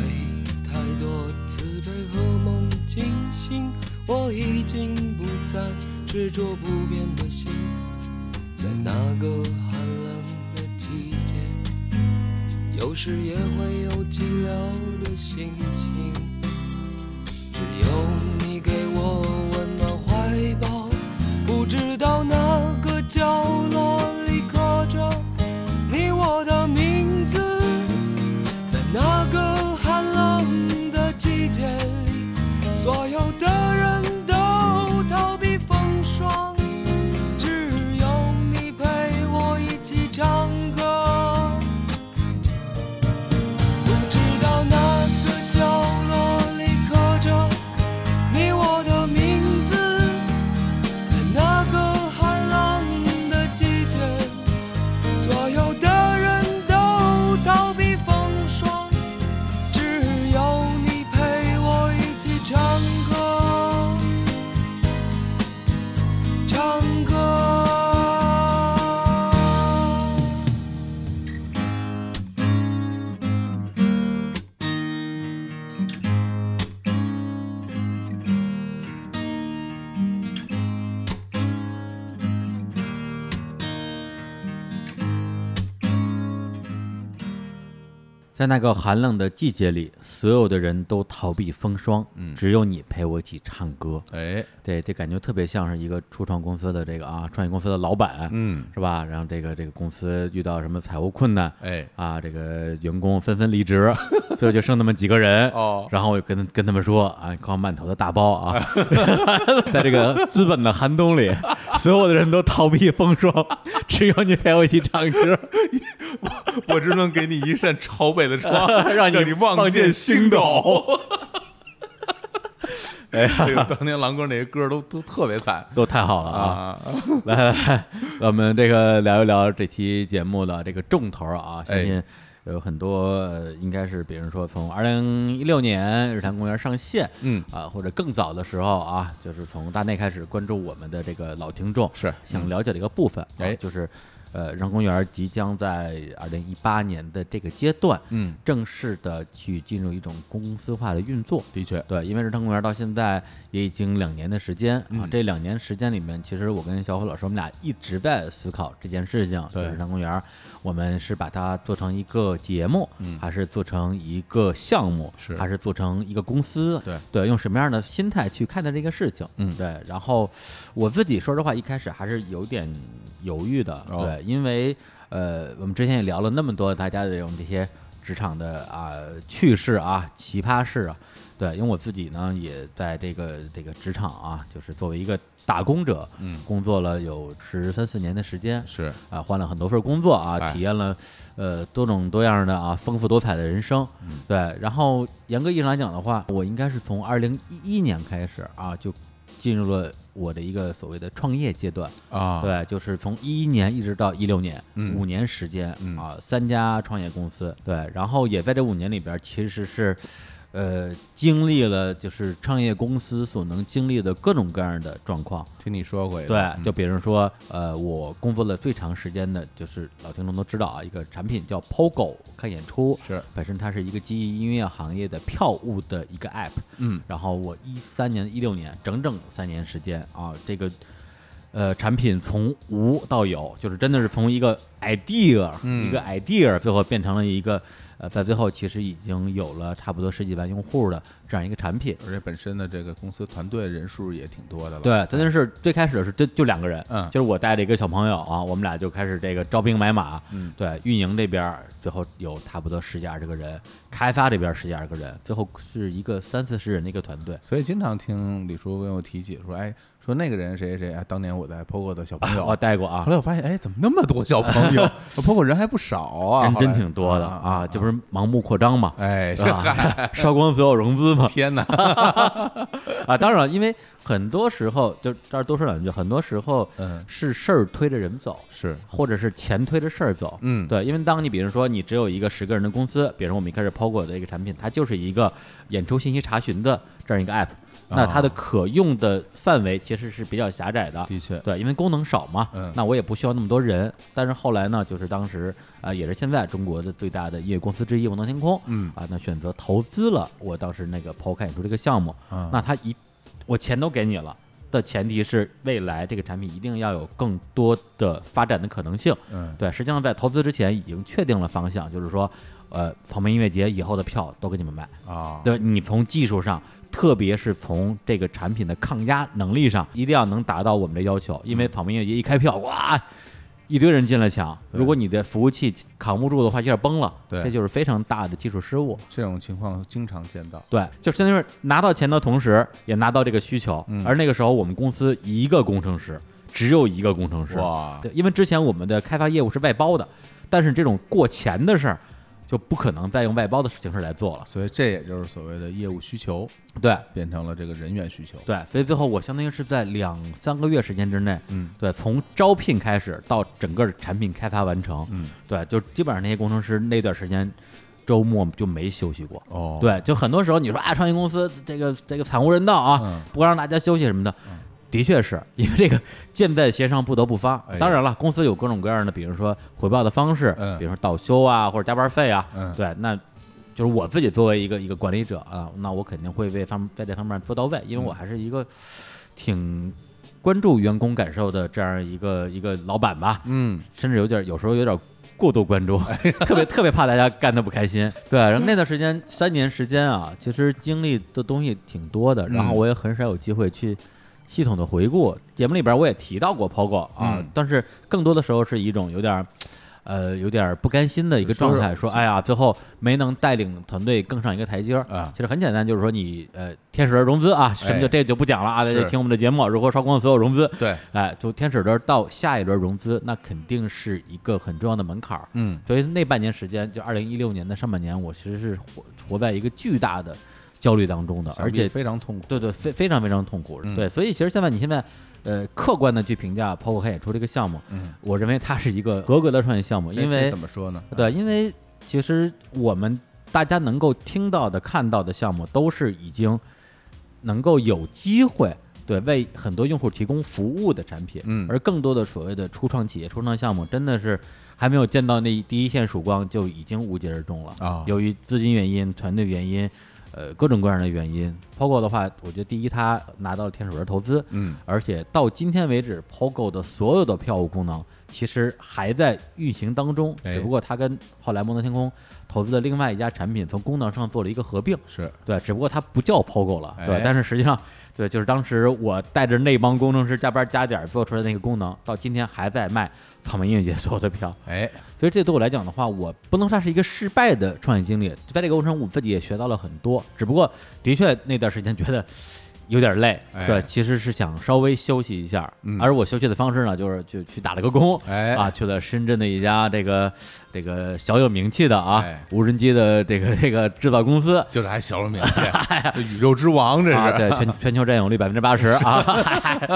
Speaker 4: 太多慈悲和梦惊醒，我已经不再执着不变的心，在那个寒冷的季节，有时也会有寂寥的心情。只有你给我温暖怀抱，不知道哪个角落里刻着你我的名字，在那个寒冷的季节里。所有的人都逃避风霜，只有你陪我一起唱歌。不知道哪个角落里刻着你我的名字，在那个寒冷的季节，所有的人都逃避风霜。只有你陪我一起唱歌，唱歌。
Speaker 1: 在那个寒冷的季节里，所有的人都逃避风霜，
Speaker 2: 嗯
Speaker 1: 只有你陪我一起唱歌。
Speaker 2: 哎，
Speaker 1: 对，这感觉特别像是一个初创公司的这个啊，创业公司的老板，
Speaker 2: 嗯，
Speaker 1: 是吧？然后这个这个公司遇到什么财务困难，
Speaker 2: 哎，
Speaker 1: 啊，这个员工纷纷离职， 最后就剩那么几个人。
Speaker 2: 哦
Speaker 1: 然后我就跟跟他们说啊，你看满头的大包啊，在这个资本的寒冬里，所有的人都逃避风霜，只有你陪我一起唱歌，，
Speaker 2: 我只能给你一扇朝北的 窗
Speaker 1: 让你
Speaker 2: 你望
Speaker 1: 望见
Speaker 2: 星
Speaker 1: 星
Speaker 2: 斗。 哎呀，这个当年狼哥那些歌都都特别惨
Speaker 1: 都太好了啊！
Speaker 2: 啊！
Speaker 1: 来来来，我们这个聊一聊这期节目的这个重头啊，相
Speaker 2: 哎
Speaker 1: 信有很多呃应该是，比如说从二零一六年日坛公园上线，
Speaker 2: 嗯
Speaker 1: 啊，或者更早的时候啊，就是从大内开始关注我们的这个老听众，
Speaker 2: 是
Speaker 1: 想了解的一个部分，啊
Speaker 2: 哎
Speaker 1: 就是呃，日坛公园即将在二零一八年的这个阶段，
Speaker 2: 嗯，
Speaker 1: 正式的去进入一种公司化的运作，
Speaker 2: 的确，
Speaker 1: 对，因为日坛公园到现在也已经两年的时间啊，
Speaker 2: 嗯
Speaker 1: 这两年时间里面，其实我跟小虎老师，我们俩一直在思考这件事情。就
Speaker 2: 对
Speaker 1: 是日坛公园，我们是把它做成一个节目，
Speaker 2: 嗯
Speaker 1: 还是做成一个项目，
Speaker 2: 是
Speaker 1: 还是做成一个公司？
Speaker 2: 对
Speaker 1: 对，用什么样的心态去看待这个事情？
Speaker 2: 嗯
Speaker 1: 对。然后我自己说实话，一开始还是有点犹豫的，
Speaker 2: 哦
Speaker 1: 对，因为呃，我们之前也聊了那么多大家的这种这些职场的啊、趣事啊、奇葩事啊，对，因为我自己呢也在这个这个职场啊，就是作为一个打工者，
Speaker 2: 嗯
Speaker 1: 工作了有十三四年的时间，
Speaker 2: 是
Speaker 1: 啊，换了很多份工作
Speaker 2: 哎
Speaker 1: 啊，体验了呃多种多样的啊丰富多彩的人生。
Speaker 2: 嗯
Speaker 1: 对，然后严格意义上来讲的话，我应该是从二零一一年开始啊，就进入了我的一个所谓的创业阶段。
Speaker 2: 啊，
Speaker 1: 对，就是从一一年一直到一六年，
Speaker 2: 嗯
Speaker 1: 五年时间
Speaker 2: 嗯
Speaker 1: 啊，三家创业公司。对，然后也在这五年里边，其实是。呃，经历了就是创业公司所能经历的各种各样的状况。
Speaker 2: 听你说回来
Speaker 1: 对，
Speaker 2: 嗯
Speaker 1: 就比如说，呃，我工作了最长时间的，就是老听众都知道啊，一个产品叫 POGO 看演出，
Speaker 2: 是
Speaker 1: 本身它是一个基于音乐行业的票务的一个 app。
Speaker 2: 嗯
Speaker 1: 然后我一三年、一六年，整整三年时间啊，这个呃产品从无到有，就是真的是从一个 idea，、
Speaker 2: 嗯
Speaker 1: 一个 idea，最后变成了一个呃，在最后其实已经有了差不多十几万用户的这样一个产品。
Speaker 2: 而且本身的这个公司团队人数也挺多的了。
Speaker 1: 对，真的是最开始的是就就两个人，
Speaker 2: 嗯
Speaker 1: 就是我带着一个小朋友啊，我们俩就开始这个招兵买马，嗯，对，运营这边儿最后有差不多十几二十个人，开发这边儿十几二十个人，最后是一个三四十人的一个团队。
Speaker 2: 所以经常听李叔跟我提起说，哎，说那个人谁谁谁，哎，当年我在 POGO 的小朋友。
Speaker 1: 我带过啊
Speaker 2: 后，来我发现，哎，怎么那么多小朋 友？POGO 人还不少啊，
Speaker 1: 真
Speaker 2: 后来
Speaker 1: 真挺多的啊，这不是盲目扩张嘛，
Speaker 2: 哎，是
Speaker 1: 是吧 烧光所有融资嘛，
Speaker 2: 天 哪！
Speaker 1: 啊，当然了，因为很多时候就这儿多说两句，很多时候
Speaker 2: 嗯
Speaker 1: 是事儿推着人走，
Speaker 2: 是
Speaker 1: 或者是钱推着事儿走，
Speaker 2: 嗯
Speaker 1: 对，因为当你比如说你只有一个十个人的公司，比如说我们一开始抛过的一个产品，它就是一个演出信息查询的这样一个
Speaker 2: 啊
Speaker 1: app，那它的可用的范围其实是比较狭窄的，
Speaker 2: 的确
Speaker 1: 对，因为功能少嘛，
Speaker 2: 嗯
Speaker 1: 那我也不需要那么多人。但是后来呢，就是当时啊、呃也是现在中国的最大的音乐公司之一望能天空，
Speaker 2: 嗯
Speaker 1: 啊，那选择投资了我当时那个抛开演出这个项目，
Speaker 2: 啊
Speaker 1: 那他一我钱都给你了。的前提是未来这个产品一定要有更多的发展的可能性，
Speaker 2: 嗯
Speaker 1: 对，实际上在投资之前已经确定了方向，就是说，呃，草莓音乐节以后的票都给你们卖。
Speaker 2: 啊，
Speaker 1: 对，你从技术上，特别是从这个产品的抗压能力上，一定要能达到我们的要求，
Speaker 2: 嗯
Speaker 1: 因为草莓音乐节一开票，哇，一堆人进来抢，
Speaker 2: 对
Speaker 1: 如果你的服务器扛不住的话，有点崩了。
Speaker 2: 对
Speaker 1: 这就是非常大的技术失误。
Speaker 2: 这种情况经常见到。
Speaker 1: 对，就相当于是拿到钱的同时，也拿到这个需求。
Speaker 2: 嗯
Speaker 1: 而那个时候，我们公司一个工程师，只有一个工程师。
Speaker 2: 哇
Speaker 1: 对，因为之前我们的开发业务是外包的，但是这种过钱的事儿，就不可能再用外包的形式来做了。
Speaker 2: 所以这也就是所谓的业务需求
Speaker 1: 对，
Speaker 2: 变成了这个人员需求。
Speaker 1: 对，所以最后我相当于是在两三个月时间之内，
Speaker 2: 嗯，
Speaker 1: 对，从招聘开始到整个产品开发完成，
Speaker 2: 嗯，
Speaker 1: 对，就基本上那些工程师那段时间周末就没休息过。
Speaker 2: 哦，，
Speaker 1: 对，就很多时候你说啊，创业公司这个这个惨无人道啊，
Speaker 2: 嗯
Speaker 1: 不让大家休息什么的，的确是 因为这个箭在弦上不得不发
Speaker 2: 哎。呀
Speaker 1: 当然了，公司有各种各样的，比如说回报的方式，
Speaker 2: 嗯
Speaker 1: 比如说倒休啊或者加班费啊，
Speaker 2: 嗯
Speaker 1: 对，那。就是我自己作为一个一个管理者啊，那我肯定会为方在这方面做到位，
Speaker 2: 嗯
Speaker 1: 因为我还是一个挺关注员工感受的这样一个一个老板吧。
Speaker 2: 嗯，
Speaker 1: 甚至有点有时候有点过度关注， 特别特别怕大家干的不开心。对，然后那段时间三年时间啊，其实经历的东西挺多的，然后
Speaker 2: 嗯
Speaker 1: 我也很少有机会去系统的回顾。节目里边我也提到过 POGO 啊，
Speaker 2: 嗯
Speaker 1: 但是更多的时候是一种有点儿。呃，有点儿不甘心的一个
Speaker 2: 说
Speaker 1: 状
Speaker 2: 说
Speaker 1: 态，说哎呀，最后没能带领团队更上一个台阶儿
Speaker 2: 啊
Speaker 1: 其实很简单，就是说你呃，天使轮融资啊，什么就
Speaker 2: 哎
Speaker 1: 这就不讲了啊，大家
Speaker 2: 是
Speaker 1: 听我们的节目，如何烧光所有融资，
Speaker 2: 对，
Speaker 1: 哎，就天使轮到下一轮融资，那肯定是一个很重要的门槛儿。
Speaker 2: 嗯，
Speaker 1: 所以那半年时间，就二零一六年的上半年，我其实是活活在一个巨大的焦虑当中的，而且
Speaker 2: 非常痛苦。
Speaker 1: 对对非非常非常痛苦。
Speaker 2: 嗯
Speaker 1: 对，所以其实现在你现在呃客观的去评价抛过看演出这个项目，
Speaker 2: 嗯，
Speaker 1: 我认为它是一个合格的创业项目，
Speaker 2: 哎
Speaker 1: 因
Speaker 2: 这
Speaker 1: 为
Speaker 2: 怎么说呢？
Speaker 1: 对，因为其实我们大家能够听到的、看到的项目，都是已经能够有机会对为很多用户提供服务的产品。
Speaker 2: 嗯
Speaker 1: 而更多的所谓的初创企业、初创项目，真的是还没有见到那第一线曙光，就已经无疾而终了
Speaker 2: 啊
Speaker 1: 由于资金原因、团队原因。呃，各种各样的原因，包括的话，我觉得第一，他拿到了天使轮投资，
Speaker 2: 嗯
Speaker 1: 而且到今天为止，POGO 的所有的票务功能其实还在运行当中，
Speaker 2: 哎
Speaker 1: 只不过它跟后来摩登天空投资的另外一家产品从功能上做了一个合并。
Speaker 2: 是
Speaker 1: 对，只不过它不叫 POGO 了，对，
Speaker 2: 哎
Speaker 1: 但是实际上，对，就是当时我带着那帮工程师加班加点儿做出来的那个功能，到今天还在卖草莓音乐节所有的票，
Speaker 2: 哎，
Speaker 1: 所以这对我来讲的话，我不能算是一个失败的创业经历，在这个过程中我自己也学到了很多，只不过的确那段时间觉得有点累，
Speaker 2: 哎
Speaker 1: 对，其实是想稍微休息一下。
Speaker 2: 嗯
Speaker 1: 而我休息的方式呢，就是就去打了个工，
Speaker 2: 哎
Speaker 1: 啊，去了深圳的一家这个这个小有名气的啊、
Speaker 2: 哎
Speaker 1: 无人机的这个这个制造公司。
Speaker 2: 就是还小了 免费，这宇宙之王这是，
Speaker 1: 哎啊，对，全全球占有率百分之八 十啊，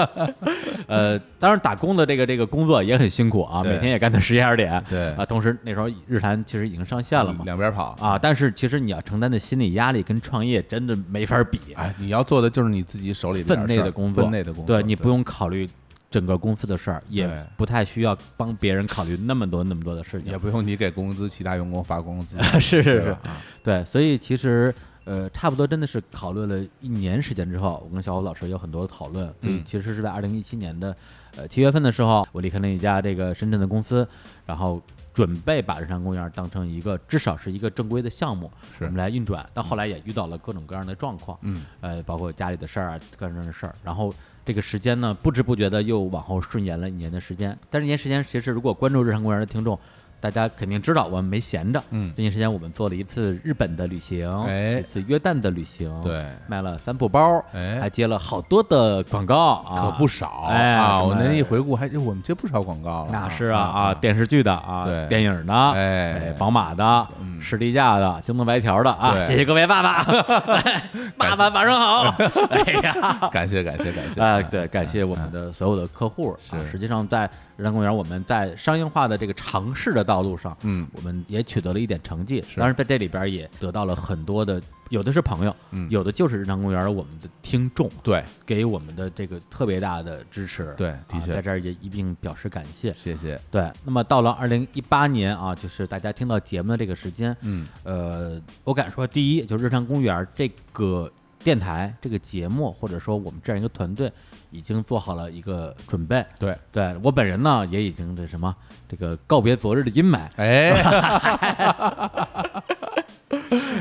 Speaker 1: 呃，当然打工的这个这个工作也很辛苦啊，
Speaker 2: 对
Speaker 1: 每天也干到十一二点，
Speaker 2: 对
Speaker 1: 啊，同时那时候日坛其实已经上线了嘛，
Speaker 2: 嗯两边跑。
Speaker 1: 啊，但是其实你要承担的心理压力跟创业真的没法比，
Speaker 2: 哎，你要做的就是你自己手里
Speaker 1: 分内
Speaker 2: 的
Speaker 1: 的工作，
Speaker 2: 分内的工作，
Speaker 1: 对你不用考虑整个公司的事儿，也
Speaker 2: 对
Speaker 1: 不太需要帮别人考虑那么多那么多的事情
Speaker 2: 也，不用你给工资，其他员工发工资，
Speaker 1: 是是
Speaker 2: 对
Speaker 1: 是
Speaker 2: 吧，啊
Speaker 1: 对，所以其实。呃，差不多真的是考虑了一年时间之后，我跟小虎老师有很多讨论。所以
Speaker 2: 嗯
Speaker 1: 其实是在二零一七年的呃七月份的时候，我离开了一家这个深圳的公司，然后准备把日常公园当成一个至少是一个正规的项目，
Speaker 2: 是
Speaker 1: 我们来运转。但后来也遇到了各种各样的状况，
Speaker 2: 嗯，
Speaker 1: 呃，包括家里的事儿啊，各种各样的事儿。然后这个时间呢，不知不觉的又往后顺延了一年的时间。但是这一年时间，其实如果关注日常公园的听众，大家肯定知道我们没闲着。
Speaker 2: 嗯
Speaker 1: 这段时间我们做了一次日本的旅行，
Speaker 2: 哎
Speaker 1: 一次约旦的旅行，
Speaker 2: 对
Speaker 1: 卖了帆布包，
Speaker 2: 哎
Speaker 1: 还接了好多的广告啊，
Speaker 2: 可不少
Speaker 1: 哎
Speaker 2: 啊！
Speaker 1: 什么
Speaker 2: 我那一回顾，还我们接不少广告了，
Speaker 1: 那是啊啊，电视剧的啊，
Speaker 2: 对
Speaker 1: 电影的，
Speaker 2: 哎嗯
Speaker 1: 宝马的，士力架的，京东白条的啊，
Speaker 2: 对
Speaker 1: 谢谢各位 爸 爸，爸爸晚上好，哎呀。
Speaker 2: 感谢感谢感 谢
Speaker 1: 哎，对，感谢我们的所有的客户啊！
Speaker 2: 是
Speaker 1: 实际上，在日坛公园，我们在商业化的这个尝试的道路上，
Speaker 2: 嗯
Speaker 1: 我们也取得了一点成绩。当然，在这里边也得到了很多的，有的是朋友，
Speaker 2: 嗯
Speaker 1: 有的就是日坛公园我们的听众，
Speaker 2: 对，
Speaker 1: 给我们的这个特别大的支持。
Speaker 2: 对
Speaker 1: 啊
Speaker 2: 的确
Speaker 1: 在这儿也一并表示感谢。
Speaker 2: 谢谢，
Speaker 1: 对，那么到了二零一八年啊，就是大家听到节目的这个时间，
Speaker 2: 嗯，
Speaker 1: 呃，我敢说，第一，就是日常公园这个电台、这个节目，或者说我们这样一个团队，已经做好了一个准备。
Speaker 2: 对，
Speaker 1: 对我本人呢，也已经这什么，这个告别昨日的 阴霾，
Speaker 2: 哎，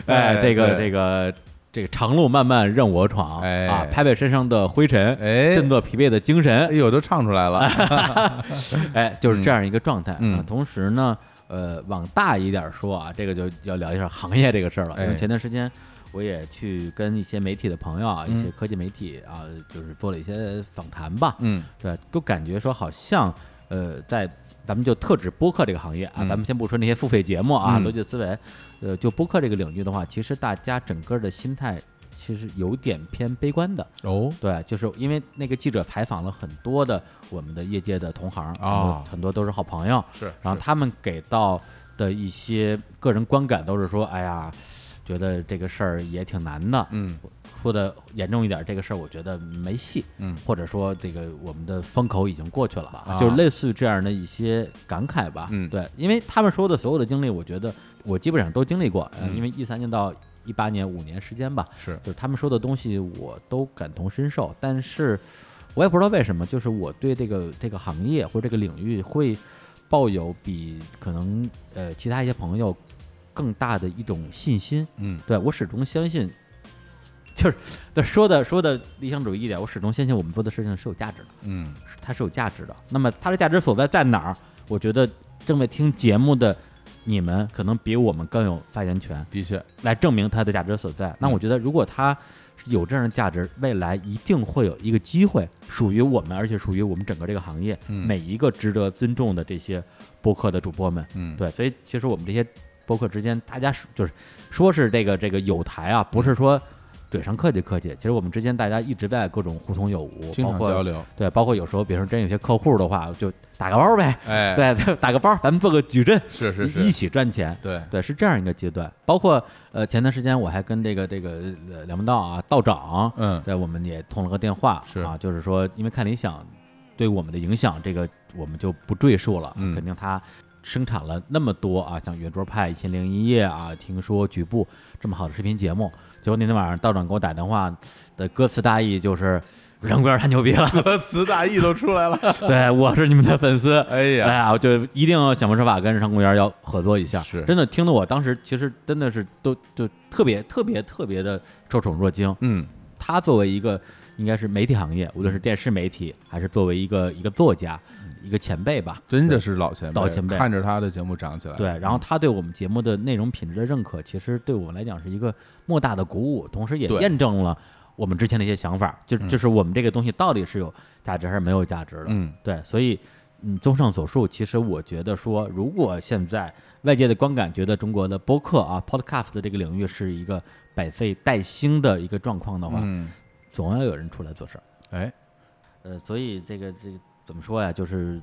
Speaker 2: 哎
Speaker 1: 哎，这个
Speaker 2: 对
Speaker 1: 这个这个长路漫漫任我闯、
Speaker 2: 哎
Speaker 1: 啊，拍拍身上的灰尘，
Speaker 2: 哎
Speaker 1: 振作疲惫的精神，
Speaker 2: 哎呦，都唱出来了，
Speaker 1: 哎，就是这样一个状态。
Speaker 2: 嗯
Speaker 1: 啊同时呢，呃，往大一点说啊，这个就要聊一下行业这个事儿了。因
Speaker 2: 哎
Speaker 1: 为前段时间我也去跟一些媒体的朋友啊，一些
Speaker 2: 嗯
Speaker 1: 科技媒体啊，就是做了一些访谈吧。
Speaker 2: 嗯，
Speaker 1: 对，就感觉说好像呃，在咱们就特指播客这个行业啊，
Speaker 2: 嗯
Speaker 1: 咱们先不说那些付费节目啊，
Speaker 2: 嗯
Speaker 1: 逻辑思维，呃，就播客这个领域的话，其实大家整个的心态其实有点偏悲观的。
Speaker 2: 哦，
Speaker 1: 对，就是因为那个记者采访了很多的我们的业界的同行
Speaker 2: 啊
Speaker 1: 很多都是好朋友，
Speaker 2: 是
Speaker 1: 然后他们给到的一些个人观感都是说，哎呀，觉得这个事儿也挺难的，
Speaker 2: 嗯，
Speaker 1: 说的严重一点，这个事儿我觉得没戏，
Speaker 2: 嗯
Speaker 1: 或者说这个我们的风口已经过去了吧，
Speaker 2: 啊
Speaker 1: 就是类似于这样的一些感慨吧，
Speaker 2: 嗯
Speaker 1: 对，因为他们说的所有的经历，我觉得我基本上都经历过，
Speaker 2: 嗯
Speaker 1: 呃因为一三年到一八年五年时间吧，
Speaker 2: 是
Speaker 1: 就是他们说的东西我都感同身受，但是我也不知道为什么，就是我对这个这个行业或者这个领域会抱有比可能呃其他一些朋友更大的一种信心。
Speaker 2: 嗯，
Speaker 1: 对我始终相信，就是对说的说的理想主义一点，我始终相信我们做的事情是有价值的，
Speaker 2: 嗯，
Speaker 1: 是它是有价值的。那么它的价值所在在哪儿？我觉得正在听节目的你们可能比我们更有发言权。
Speaker 2: 的确，
Speaker 1: 来证明它的价值所在。那我觉得，
Speaker 2: 嗯
Speaker 1: 如果它是有这样的价值，未来一定会有一个机会属于我们，而且属于我们整个这个行业、
Speaker 2: 嗯
Speaker 1: 每一个值得尊重的这些播客的主播们。
Speaker 2: 嗯，
Speaker 1: 对，所以其实我们这些播客之间，大家是就是说是这个这个有台
Speaker 2: 嗯
Speaker 1: 啊，不是说嘴上客气客气，其实我们之间大家一直在各种互通有无，
Speaker 2: 经
Speaker 1: 包
Speaker 2: 常
Speaker 1: 括
Speaker 2: 交流，
Speaker 1: 对，包括有时候，比如说真有些客户的话，就打个包呗，
Speaker 2: 哎，，
Speaker 1: 对，打个包，咱们做个矩阵，
Speaker 2: 是是
Speaker 1: 一
Speaker 2: 是，
Speaker 1: 起赚钱。
Speaker 2: 对，
Speaker 1: 对，是这样一个阶段。包括呃，前段时间我还跟这个这个呃梁文道啊道长，
Speaker 2: 嗯
Speaker 1: 对，我们也通了个电话，
Speaker 2: 是
Speaker 1: 啊，就是说，因为看理想对我们的影响，这个我们就不赘述了，
Speaker 2: 嗯
Speaker 1: 肯定它。生产了那么多啊，像圆桌派、一千零一夜啊，听说局部这么好的视频节目，结果那天晚上道长给我打电话的歌词大意就是“人儿太牛 逼了”，
Speaker 2: 歌 词大意都出来了，
Speaker 1: 对，我是你们的粉丝。
Speaker 2: 哎呀
Speaker 1: 哎呀，我就一定要想方设法跟日常公园要合作一下。
Speaker 2: 是
Speaker 1: 真的，听得我当时其实真的是都就特别特别特别的受宠若惊。
Speaker 2: 嗯，
Speaker 1: 他作为一个应该是媒体行业，无论是电视媒体，还是作为一个一个作家、一个前辈吧，
Speaker 2: 真的是老前辈，
Speaker 1: 老前辈
Speaker 2: 看着他的节目长起来，
Speaker 1: 对，然后他对我们节目的内容品质的认可，其实对我们来讲是一个莫大的鼓舞，同时也嗯
Speaker 2: 对
Speaker 1: 验证了。我们之前的一些想法，就就是我们这个东西到底是有价值还是没有价值的。
Speaker 2: 嗯，
Speaker 1: 对，所以嗯，综上所述，其实我觉得说，如果现在外界的观感觉得中国的播客啊 podcast 的这个领域是一个百废待兴的一个状况的话，
Speaker 2: 嗯，
Speaker 1: 总要有人出来做事儿。
Speaker 2: 哎，
Speaker 1: 呃，所以这个这个怎么说呀？就是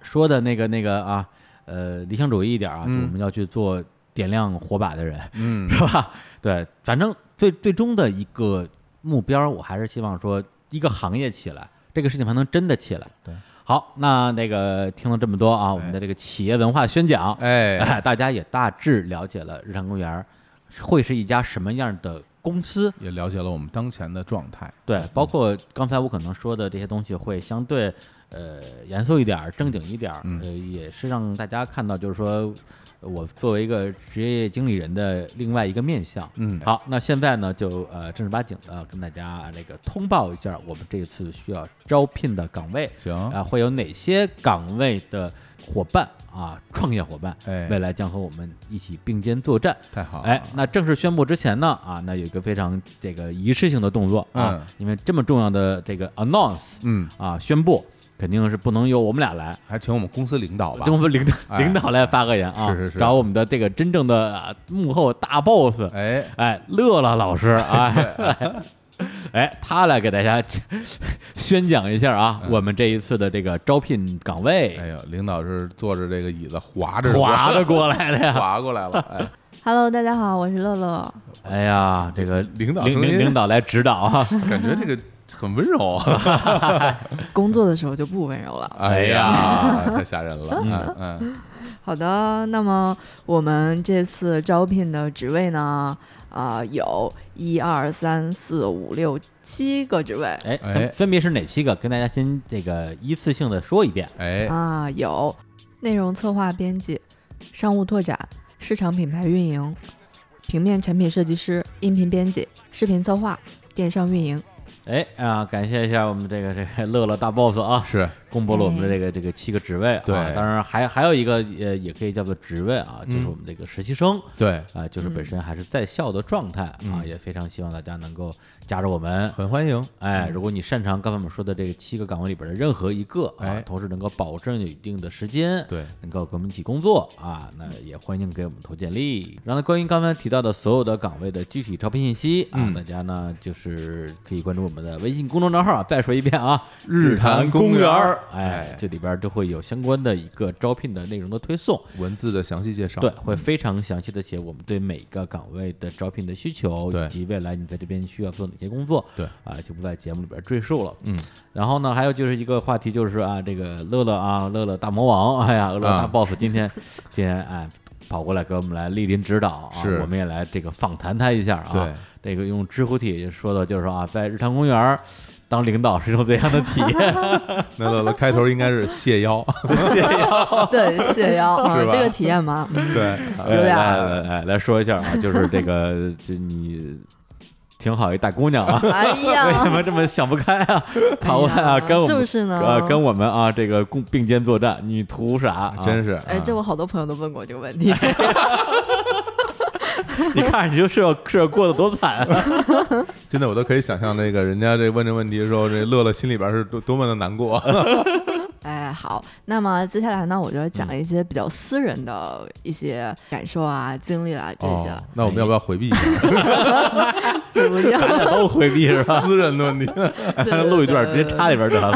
Speaker 1: 说的那个那个啊，呃，理想主义一点啊，就
Speaker 2: 嗯
Speaker 1: 我们要去做点亮火把的人，
Speaker 2: 嗯，
Speaker 1: 是吧？对，反正最最终的一个目标，我还是希望说一个行业起来，这个事情才能真的起来。
Speaker 2: 对，
Speaker 1: 好，那那个听了这么多啊，我们的这个企业文化宣讲，
Speaker 2: 哎，
Speaker 1: 大家也大致了解了日坛公园会是一家什么样的公司。
Speaker 2: 也了解了我们当前的状态。
Speaker 1: 对，包括刚才我可能说的这些东西，会相对呃严肃一点儿、正经一点儿，
Speaker 2: 嗯
Speaker 1: 呃，也是让大家看到，就是说呃我作为一个职业经理人的另外一个面相。
Speaker 2: 嗯
Speaker 1: 好，那现在呢，就呃正儿八经的跟大家那个通报一下，我们这次需要招聘的岗位
Speaker 2: 行
Speaker 1: 啊、会有哪些岗位的伙伴啊，创业伙伴，
Speaker 2: 哎
Speaker 1: 未来将和我们一起并肩作战。
Speaker 2: 太好了，
Speaker 1: 哎，那正式宣布之前呢，啊，那有一个非常这个仪式性的动作啊，
Speaker 2: 嗯
Speaker 1: 因为这么重要的这个 announce
Speaker 2: 嗯，
Speaker 1: 啊，宣布肯定是不能由我们俩来，
Speaker 2: 还请我们公司领导吧
Speaker 1: 等。我们领导、
Speaker 2: 哎
Speaker 1: 领导来发个言啊，
Speaker 2: 是是是
Speaker 1: 找我们的这个真正的、啊幕后大 boss，哎
Speaker 2: 哎，
Speaker 1: 乐乐老 师啊。 哎哎，他来给大家 宣讲一下啊，我们这一次的这个招聘岗位
Speaker 2: 嗯哎，呦，领导是坐着这个椅子滑着
Speaker 1: 划了过来的 呀。
Speaker 2: 滑过来了，哎，
Speaker 5: Hello，大家好，我是乐乐。
Speaker 1: 哎呀，这个
Speaker 2: 领导
Speaker 1: 领
Speaker 2: 声音
Speaker 1: 领领导来指导啊，
Speaker 2: 感觉这个很温柔。啊
Speaker 5: 工作的时候就不温柔了。
Speaker 2: 哎呀，太吓人了。
Speaker 1: 嗯
Speaker 2: 嗯嗯，
Speaker 5: 好的，那么我们这次招聘的职位呢，啊、有一二三四五六七个职位
Speaker 1: 哎，
Speaker 2: 哎
Speaker 1: 分分别是哪七个？跟大家先这个一次性的说一遍。
Speaker 2: 哎，
Speaker 5: 啊，有内容策划、编辑、商务拓展、市场品牌运营、平面产品设计师、音频编辑、视频策划、电商运营。
Speaker 1: 哎啊，感谢一下我们这个这个乐乐大 boss 啊，
Speaker 2: 是
Speaker 1: 公布了我们的这个这个七个职位啊。
Speaker 2: 对
Speaker 1: 当然还还有一个也也可以叫做职位啊，就是
Speaker 2: 嗯
Speaker 1: 我们这个实习生。
Speaker 2: 对，
Speaker 1: 啊、就是本身还是在校的状态啊，
Speaker 2: 嗯
Speaker 1: 也非常希望大家能够加入我们。
Speaker 2: 很欢迎。
Speaker 1: 哎，如果你擅长刚才我们说的这个七个岗位里边的任何一个啊，
Speaker 2: 哎
Speaker 1: 同时能够保证有一定的时间，
Speaker 2: 对
Speaker 1: 能够跟我们一起工作啊，那也欢迎给我们投简历。然后呢，关于刚才提到的所有的岗位的具体招聘信息啊，
Speaker 2: 嗯
Speaker 1: 大家呢就是可以关注我们的微信公众账号啊。再说一遍啊，
Speaker 2: 日坛公园儿
Speaker 1: 哎
Speaker 2: 哎，
Speaker 1: 这里边都会有相关的一个招聘的内容的推送。
Speaker 2: 文字的详细介绍。
Speaker 1: 对，会非常详细的写我们对每个岗位的招聘的需求，
Speaker 2: 对
Speaker 1: 以及未来你在这边需要做哪些工作，
Speaker 2: 对
Speaker 1: 啊，就不在节目里边赘述了。
Speaker 2: 嗯，
Speaker 1: 然后呢，还有就是一个话题，就是啊，这个乐乐啊，乐乐大魔王，哎呀，乐乐大
Speaker 2: 啊
Speaker 1: boss 今天今天哎跑过来给我们来莅临指导啊，
Speaker 2: 是
Speaker 1: 我们也来这个访谈他一下啊。
Speaker 2: 对，
Speaker 1: 这个用知乎体也说的就是说啊，在日坛公园儿当领导是一种怎样的体验？
Speaker 2: 那乐乐开头应该是谢邀，
Speaker 5: 对，谢邀啊，
Speaker 2: 是吧
Speaker 5: 这个体验嘛，嗯
Speaker 2: 对，
Speaker 5: 有点
Speaker 1: 啊来
Speaker 5: 儿。
Speaker 1: 来来来说一下啊，就是这个，就你挺好一大姑娘啊，
Speaker 5: 哎
Speaker 1: 为什
Speaker 5: 呀，
Speaker 1: 么这么想不开啊？跑过来啊，
Speaker 5: 哎呀
Speaker 1: 跟我们
Speaker 5: 就是呢
Speaker 1: 呃，跟我们啊，这个共并肩作战，你图啥啊？
Speaker 2: 真是。
Speaker 5: 哎，这我好多朋友都问过这个问题。
Speaker 1: 你看你就是要是要过得多惨啊！
Speaker 2: 真的，我都可以想象那个人家这问这问题的时候，这乐乐心里边是多多么的 难过。
Speaker 1: 哦
Speaker 5: 哎，好，那么接下来呢，我就要讲一些比较私人的一些感受啊、经历啊这些
Speaker 2: 哦
Speaker 5: 了，
Speaker 2: 那我们要不要回避一
Speaker 1: 哎
Speaker 2: 下哦
Speaker 5: 对不对？
Speaker 1: 咱俩都回避是吧？
Speaker 2: 私人的 问题？
Speaker 5: 对 对
Speaker 1: 录一段直接插里边得了，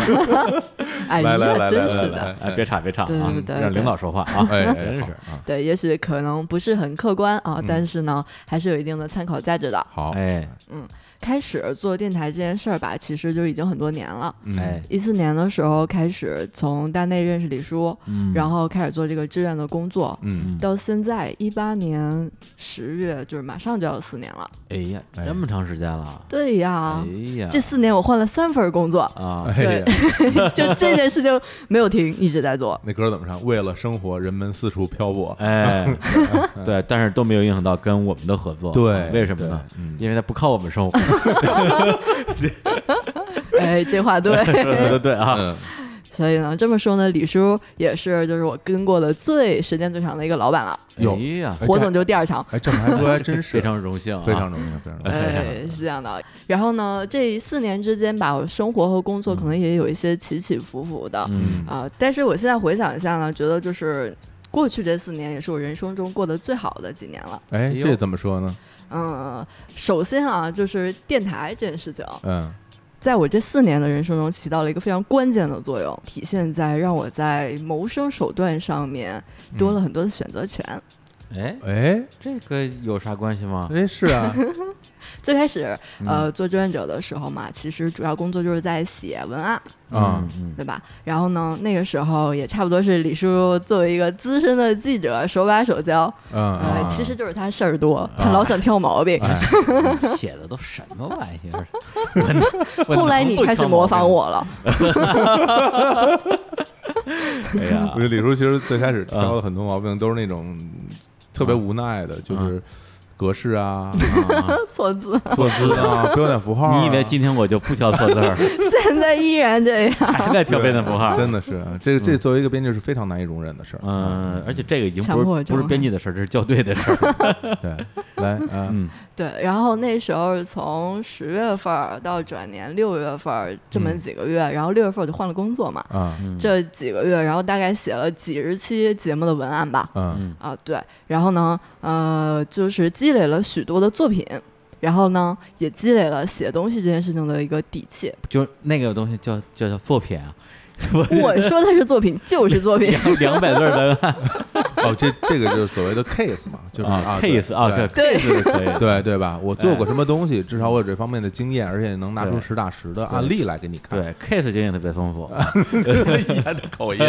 Speaker 5: 哎，
Speaker 2: 来
Speaker 5: 你
Speaker 2: 来来
Speaker 5: 可真
Speaker 2: 来
Speaker 5: 是
Speaker 2: 来
Speaker 5: 的。
Speaker 2: 来
Speaker 1: 哎，别插别插
Speaker 5: 对
Speaker 1: 啊
Speaker 5: 对，对
Speaker 1: 让
Speaker 5: 对
Speaker 1: 领导说话啊！
Speaker 2: 哎，
Speaker 1: 真
Speaker 2: 真
Speaker 1: 是
Speaker 2: 啊，
Speaker 5: 对，也许可能不是很客观
Speaker 2: 嗯
Speaker 5: 啊，但是呢，还是有一定的参考价值的。
Speaker 2: 好，
Speaker 1: 哎
Speaker 5: 开始做电台这件事儿吧，其实就已经很多年了。
Speaker 2: 嗯
Speaker 1: 哎，
Speaker 5: 一四年的时候开始从大内认识李叔，
Speaker 1: 嗯，
Speaker 5: 然后开始做这个志愿的工作，
Speaker 2: 嗯，
Speaker 5: 到现在一八年十月，就是马上就要四年了。
Speaker 1: 哎呀，这么长时间了，
Speaker 5: 对呀，
Speaker 1: 哎呀，
Speaker 5: 啊这四年我换了三份工作，
Speaker 1: 啊，
Speaker 2: 哎呀，
Speaker 5: 就这件事情没有停，一直在做。
Speaker 2: 那歌怎么唱？为了生活，人们四处漂泊。
Speaker 1: 哎，对，但是都没有影响到跟我们的合作，
Speaker 2: 对
Speaker 1: 为什么呢
Speaker 2: 对嗯？
Speaker 1: 因为他不靠我们生 活，
Speaker 5: 哎，这话对。
Speaker 1: 对对对啊，
Speaker 2: 嗯，
Speaker 5: 所以呢，这么说呢，李叔也是就是我跟过的最时间最长的一个老板了，
Speaker 2: 有
Speaker 1: 哎呀，
Speaker 5: 火总就第二长。
Speaker 2: 哎，这么还说还真是
Speaker 1: 非常荣幸啊，
Speaker 2: 非常荣幸，非常荣幸。
Speaker 5: 哎，是这样的。然后呢，这四年之间吧，我生活和工作可能也有一些起起伏伏的啊、
Speaker 1: 嗯
Speaker 5: 但是我现在回想一下呢，觉得就是过去这四年也是我人生中过得最好的几年了。
Speaker 2: 哎，
Speaker 1: 呦
Speaker 2: 这怎么说呢？
Speaker 5: 嗯，首先啊，就是电台这件事情，
Speaker 2: 嗯，
Speaker 5: 在我这四年的人生中起到了一个非常关键的作用，体现在让我在谋生手段上面多
Speaker 2: 嗯
Speaker 5: 了很多的选择权。
Speaker 1: 哎，
Speaker 2: 哎
Speaker 1: 这个有啥关系吗？
Speaker 2: 哎，是 啊，
Speaker 5: 最开始，
Speaker 2: 嗯
Speaker 5: 呃，做志愿者的时候嘛，其实主要工作就是在写文案，
Speaker 2: 啊，
Speaker 1: 嗯，
Speaker 5: 对吧？然后呢，那个时候也差不多是李叔作为一个资深的记者，手把手教，
Speaker 2: 嗯
Speaker 5: 呃，
Speaker 2: 啊，
Speaker 5: 其实就是他事儿多，他老想挑毛病。
Speaker 2: 哎
Speaker 1: 嗯写的都什么玩意 儿？
Speaker 5: 后来你开始模仿我了，
Speaker 1: 哎呀嗯
Speaker 2: 我觉，得李叔其实最开始挑的很多毛病都是那种特别无奈的，
Speaker 1: 嗯
Speaker 2: 就是格式 啊、
Speaker 5: 错字，
Speaker 2: 错字 啊、标点符号啊。
Speaker 1: 你以为今天我就不挑错字 儿，
Speaker 5: 现在依然这样。
Speaker 1: 还在挑
Speaker 2: 对
Speaker 1: 标点符号？
Speaker 2: 真的是啊这个这作为一个编辑是非常难以容忍的事儿。
Speaker 1: 嗯，而且这个已经
Speaker 5: 强
Speaker 1: 不
Speaker 5: 迫
Speaker 1: 是
Speaker 5: 症
Speaker 1: 不是编辑的事儿，这是校对的事儿。
Speaker 2: 对，来啊，
Speaker 1: 嗯
Speaker 5: 对，然后那时候从十月份儿到转年六月份儿
Speaker 2: 嗯
Speaker 5: 这么几个月，然后六月份我就换了工作嘛，
Speaker 2: 啊
Speaker 1: 嗯
Speaker 5: 这几个月，然后大概写了几十期节目的文案吧，
Speaker 2: 啊
Speaker 1: 嗯
Speaker 5: 啊对，然后呢，呃，就是积累了许多的作品，然后呢，也积累了写东西这件事情的一个底 气。
Speaker 1: 就那个东西叫叫叫作品啊，
Speaker 5: 我说它是作品，就是作品。
Speaker 1: 两两百字儿文案
Speaker 2: 哦，这这个就是所谓的 case 嘛， 就是
Speaker 1: 啊
Speaker 2: 对
Speaker 1: ，case 啊
Speaker 2: 对
Speaker 1: ，case 是可哎以的。
Speaker 2: 对对吧？我做过什么东西，至少我有这方面的经验，而且能拿出实打实的案例来给你看。
Speaker 1: 对，case 经验特别丰富，
Speaker 2: 啊对，的口音，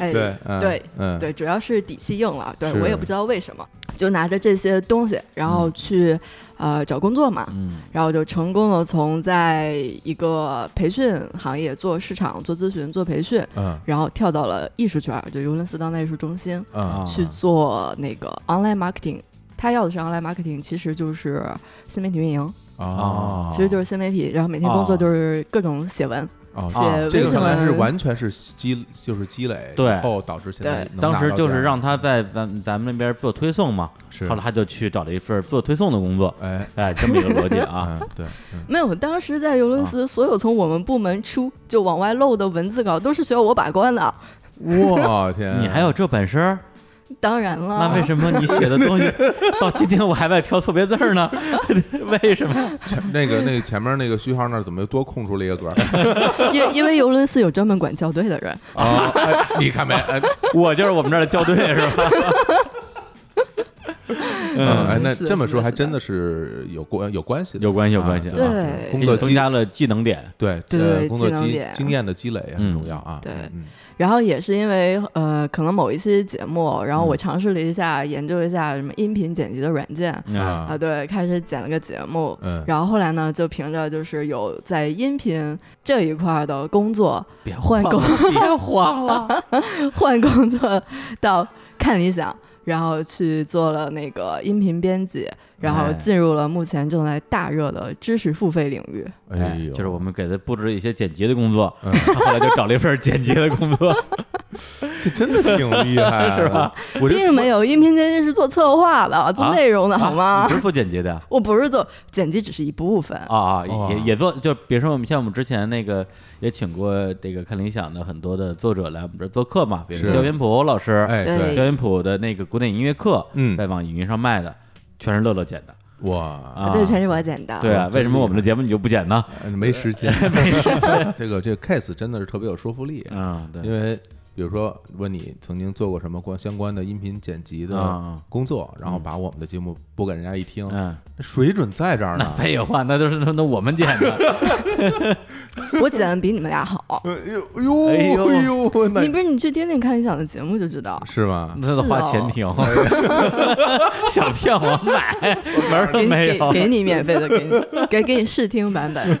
Speaker 5: 哎，
Speaker 2: 对嗯
Speaker 5: 对
Speaker 2: 嗯
Speaker 5: 对，主要是底气硬了。对
Speaker 2: 是嗯
Speaker 5: 我也不知道为什么，就拿着这些东西，然后去、呃找工作嘛，
Speaker 1: 嗯
Speaker 5: 然后就成功的从在一个培训行业做市场、做咨询、做培训，
Speaker 2: 嗯
Speaker 5: 然后跳到了艺术圈儿，就尤伦斯当代艺术中心、
Speaker 2: 嗯
Speaker 1: 啊
Speaker 5: 去做那个 online marketing。他要的是 online marketing，其实就是新媒体运营，
Speaker 1: 啊
Speaker 2: 哦，
Speaker 5: 其实就是新媒体，然后每天工作就是各种写文。
Speaker 2: 哦，
Speaker 1: 啊
Speaker 5: 写
Speaker 2: 这
Speaker 5: 微
Speaker 2: 个
Speaker 5: 信
Speaker 2: 看来是
Speaker 5: 文，
Speaker 2: 完全是积，就是积累，
Speaker 1: 对
Speaker 2: 然后导致现在能拿到
Speaker 1: 当时就
Speaker 2: 这
Speaker 1: 是
Speaker 2: 样
Speaker 1: 让他在咱咱们那边做推送嘛，
Speaker 2: 是
Speaker 1: 后来他就去找了一份做推送的工作，
Speaker 2: 哎
Speaker 1: 哎，这么一个逻辑 啊，
Speaker 2: 嗯对嗯
Speaker 5: 没有，当时在尤伦斯，所有从我们部门出就往外漏的文字稿都是需要我把关的。
Speaker 2: 我天，啊
Speaker 1: 你还有这本事儿，
Speaker 5: 当然了，
Speaker 1: 那为什么你写的东
Speaker 2: 啊
Speaker 1: 西到今天我还在挑错别字儿呢？ 为什么？
Speaker 2: 前那个那个前面那个序号那儿怎么又多空出了一个格儿？
Speaker 5: 因因为尤伦斯有专门管校对的人，
Speaker 2: 啊，哎你看没？哎，
Speaker 1: 我就是我们这儿的校对是吧？
Speaker 2: 嗯，哎，那
Speaker 5: 是的
Speaker 2: 这么说
Speaker 5: 是的
Speaker 2: 还真的是有关有关系的，
Speaker 1: 有关系有关系
Speaker 2: 啊
Speaker 1: 对
Speaker 2: 吧工
Speaker 1: 给
Speaker 2: 作
Speaker 1: 你增
Speaker 2: 积
Speaker 1: 加了技能点，
Speaker 2: 对
Speaker 5: 对
Speaker 2: 呃工作
Speaker 5: 技能
Speaker 2: 经
Speaker 5: 点
Speaker 2: 经验的积累也
Speaker 1: 嗯
Speaker 2: 很重要啊。
Speaker 5: 对
Speaker 2: 嗯
Speaker 5: 然后也是因为呃，可能某一期节目，然后
Speaker 1: 嗯
Speaker 5: 我尝试了一下，研究一下什么音频剪辑的软件
Speaker 2: 嗯
Speaker 1: 啊，
Speaker 5: 啊，
Speaker 2: 啊，
Speaker 5: 对，开始剪了个节目。
Speaker 2: 嗯，
Speaker 5: 然后后来呢，就凭着就是有在音频这一块儿的 工作，
Speaker 1: 别
Speaker 5: 换
Speaker 1: 了
Speaker 5: 工
Speaker 1: 别慌 了，
Speaker 5: 换工作到看理想，然后去做了那个音频编辑，然后
Speaker 1: 哎
Speaker 5: 进入了目前正在大热的知识付费领域。
Speaker 2: 哎呦，
Speaker 1: 就是我们给他布置一些剪辑的工作，
Speaker 2: 嗯
Speaker 1: 他后来就找了一份剪辑的工作，
Speaker 2: 这真的挺厉害的，
Speaker 1: 是吧？
Speaker 2: 我这
Speaker 5: 并没有音频编辑是做策划的，做内容 的、好吗？
Speaker 1: 啊 啊你不是做剪辑的啊
Speaker 5: 我不是做剪辑，只是一部分。
Speaker 1: 啊，
Speaker 2: 哦
Speaker 1: 也也做，就比如说我们像我们之前那个也请过这个看理想的很多的作者来我们这儿做客嘛，比如
Speaker 2: 是
Speaker 1: 焦元溥老师，
Speaker 2: 哎
Speaker 5: 对
Speaker 1: 焦元溥的那个古典音乐课，
Speaker 2: 嗯
Speaker 1: 在网易云上卖的，全是乐乐剪的
Speaker 2: 哇，
Speaker 1: 啊，
Speaker 5: 对，全是我剪的。
Speaker 1: 对啊，
Speaker 2: 真
Speaker 1: 为什么
Speaker 2: 厉
Speaker 1: 我们的
Speaker 2: 害
Speaker 1: 节目你就不剪呢？
Speaker 2: 哎没时 间，没时间， 这个这个 case 真的是特别有说服力，啊
Speaker 1: 嗯，对
Speaker 2: 因，为比如说问你曾经做过什么关相关的音频剪辑的
Speaker 1: 啊
Speaker 2: 工作，然后把我们的节目播给人家一听，
Speaker 1: 嗯，
Speaker 2: 水准在这儿
Speaker 1: 那
Speaker 2: 呢。
Speaker 1: 废话，那就是那那我们剪的，
Speaker 5: 我剪的比你们 俩好。
Speaker 2: 哎呦哎呦
Speaker 1: 哎呦
Speaker 2: 哎呦，那
Speaker 5: 你不是你去听听看理想的节目就知道，
Speaker 2: 是吗？
Speaker 1: 那得花钱听， 想骗我买，门儿都
Speaker 5: 给
Speaker 1: 没
Speaker 5: 给
Speaker 1: 有。
Speaker 5: 给你免费 的，给你给给你试听版本。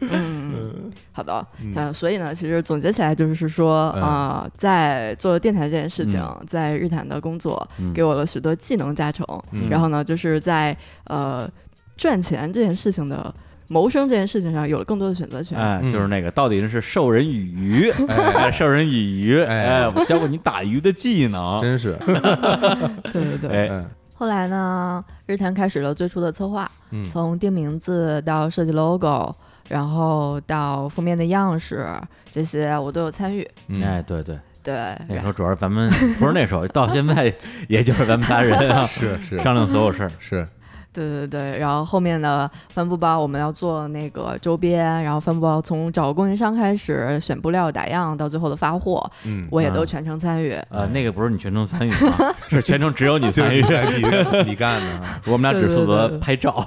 Speaker 5: 嗯，好的。嗯，所以呢，其实总结起来就是说
Speaker 2: 嗯
Speaker 5: 啊、在做电台这件事情，
Speaker 1: 嗯
Speaker 5: 在日坛的工作，给我了许多技能加成。
Speaker 2: 嗯
Speaker 5: 然后呢，就是在呃赚钱这件事情的
Speaker 6: 谋生这件事情上有了更多的选择权。
Speaker 1: 哎，
Speaker 2: 嗯
Speaker 1: 就是那个，到底是授人以鱼，
Speaker 2: 哎
Speaker 1: 哎，授人以渔，
Speaker 2: 哎
Speaker 1: 哎，我教过你打鱼的技能，
Speaker 2: 真是，
Speaker 6: 对对对，
Speaker 1: 哎，
Speaker 2: 嗯
Speaker 5: 后来呢，日坛开始了最初的策划，
Speaker 2: 嗯
Speaker 5: 从定名字到设计 logo，然后到封面的样式，这些我都有参与。
Speaker 2: 嗯，
Speaker 1: 哎，对对，
Speaker 5: 对，
Speaker 1: 那时
Speaker 5: 然
Speaker 1: 候主要是咱们不是那时候，到现在也就是咱们仨人啊，
Speaker 2: 是是
Speaker 1: 商量所有事儿，
Speaker 2: 是，
Speaker 5: 对对对，然后后面的帆布包我们要做那个周边，然后帆布包从找供应商开始选布料打样到最后的发货，
Speaker 2: 嗯，
Speaker 5: 我也
Speaker 1: 啊
Speaker 5: 都全程参与。
Speaker 1: 呃，那个不是你全程参与啊，是全程只有你
Speaker 2: 就是
Speaker 1: 参
Speaker 2: 你
Speaker 1: 与，
Speaker 2: 干你干的 啊，
Speaker 1: 我们俩只负
Speaker 5: 对对
Speaker 1: 责
Speaker 5: 对
Speaker 1: 拍照，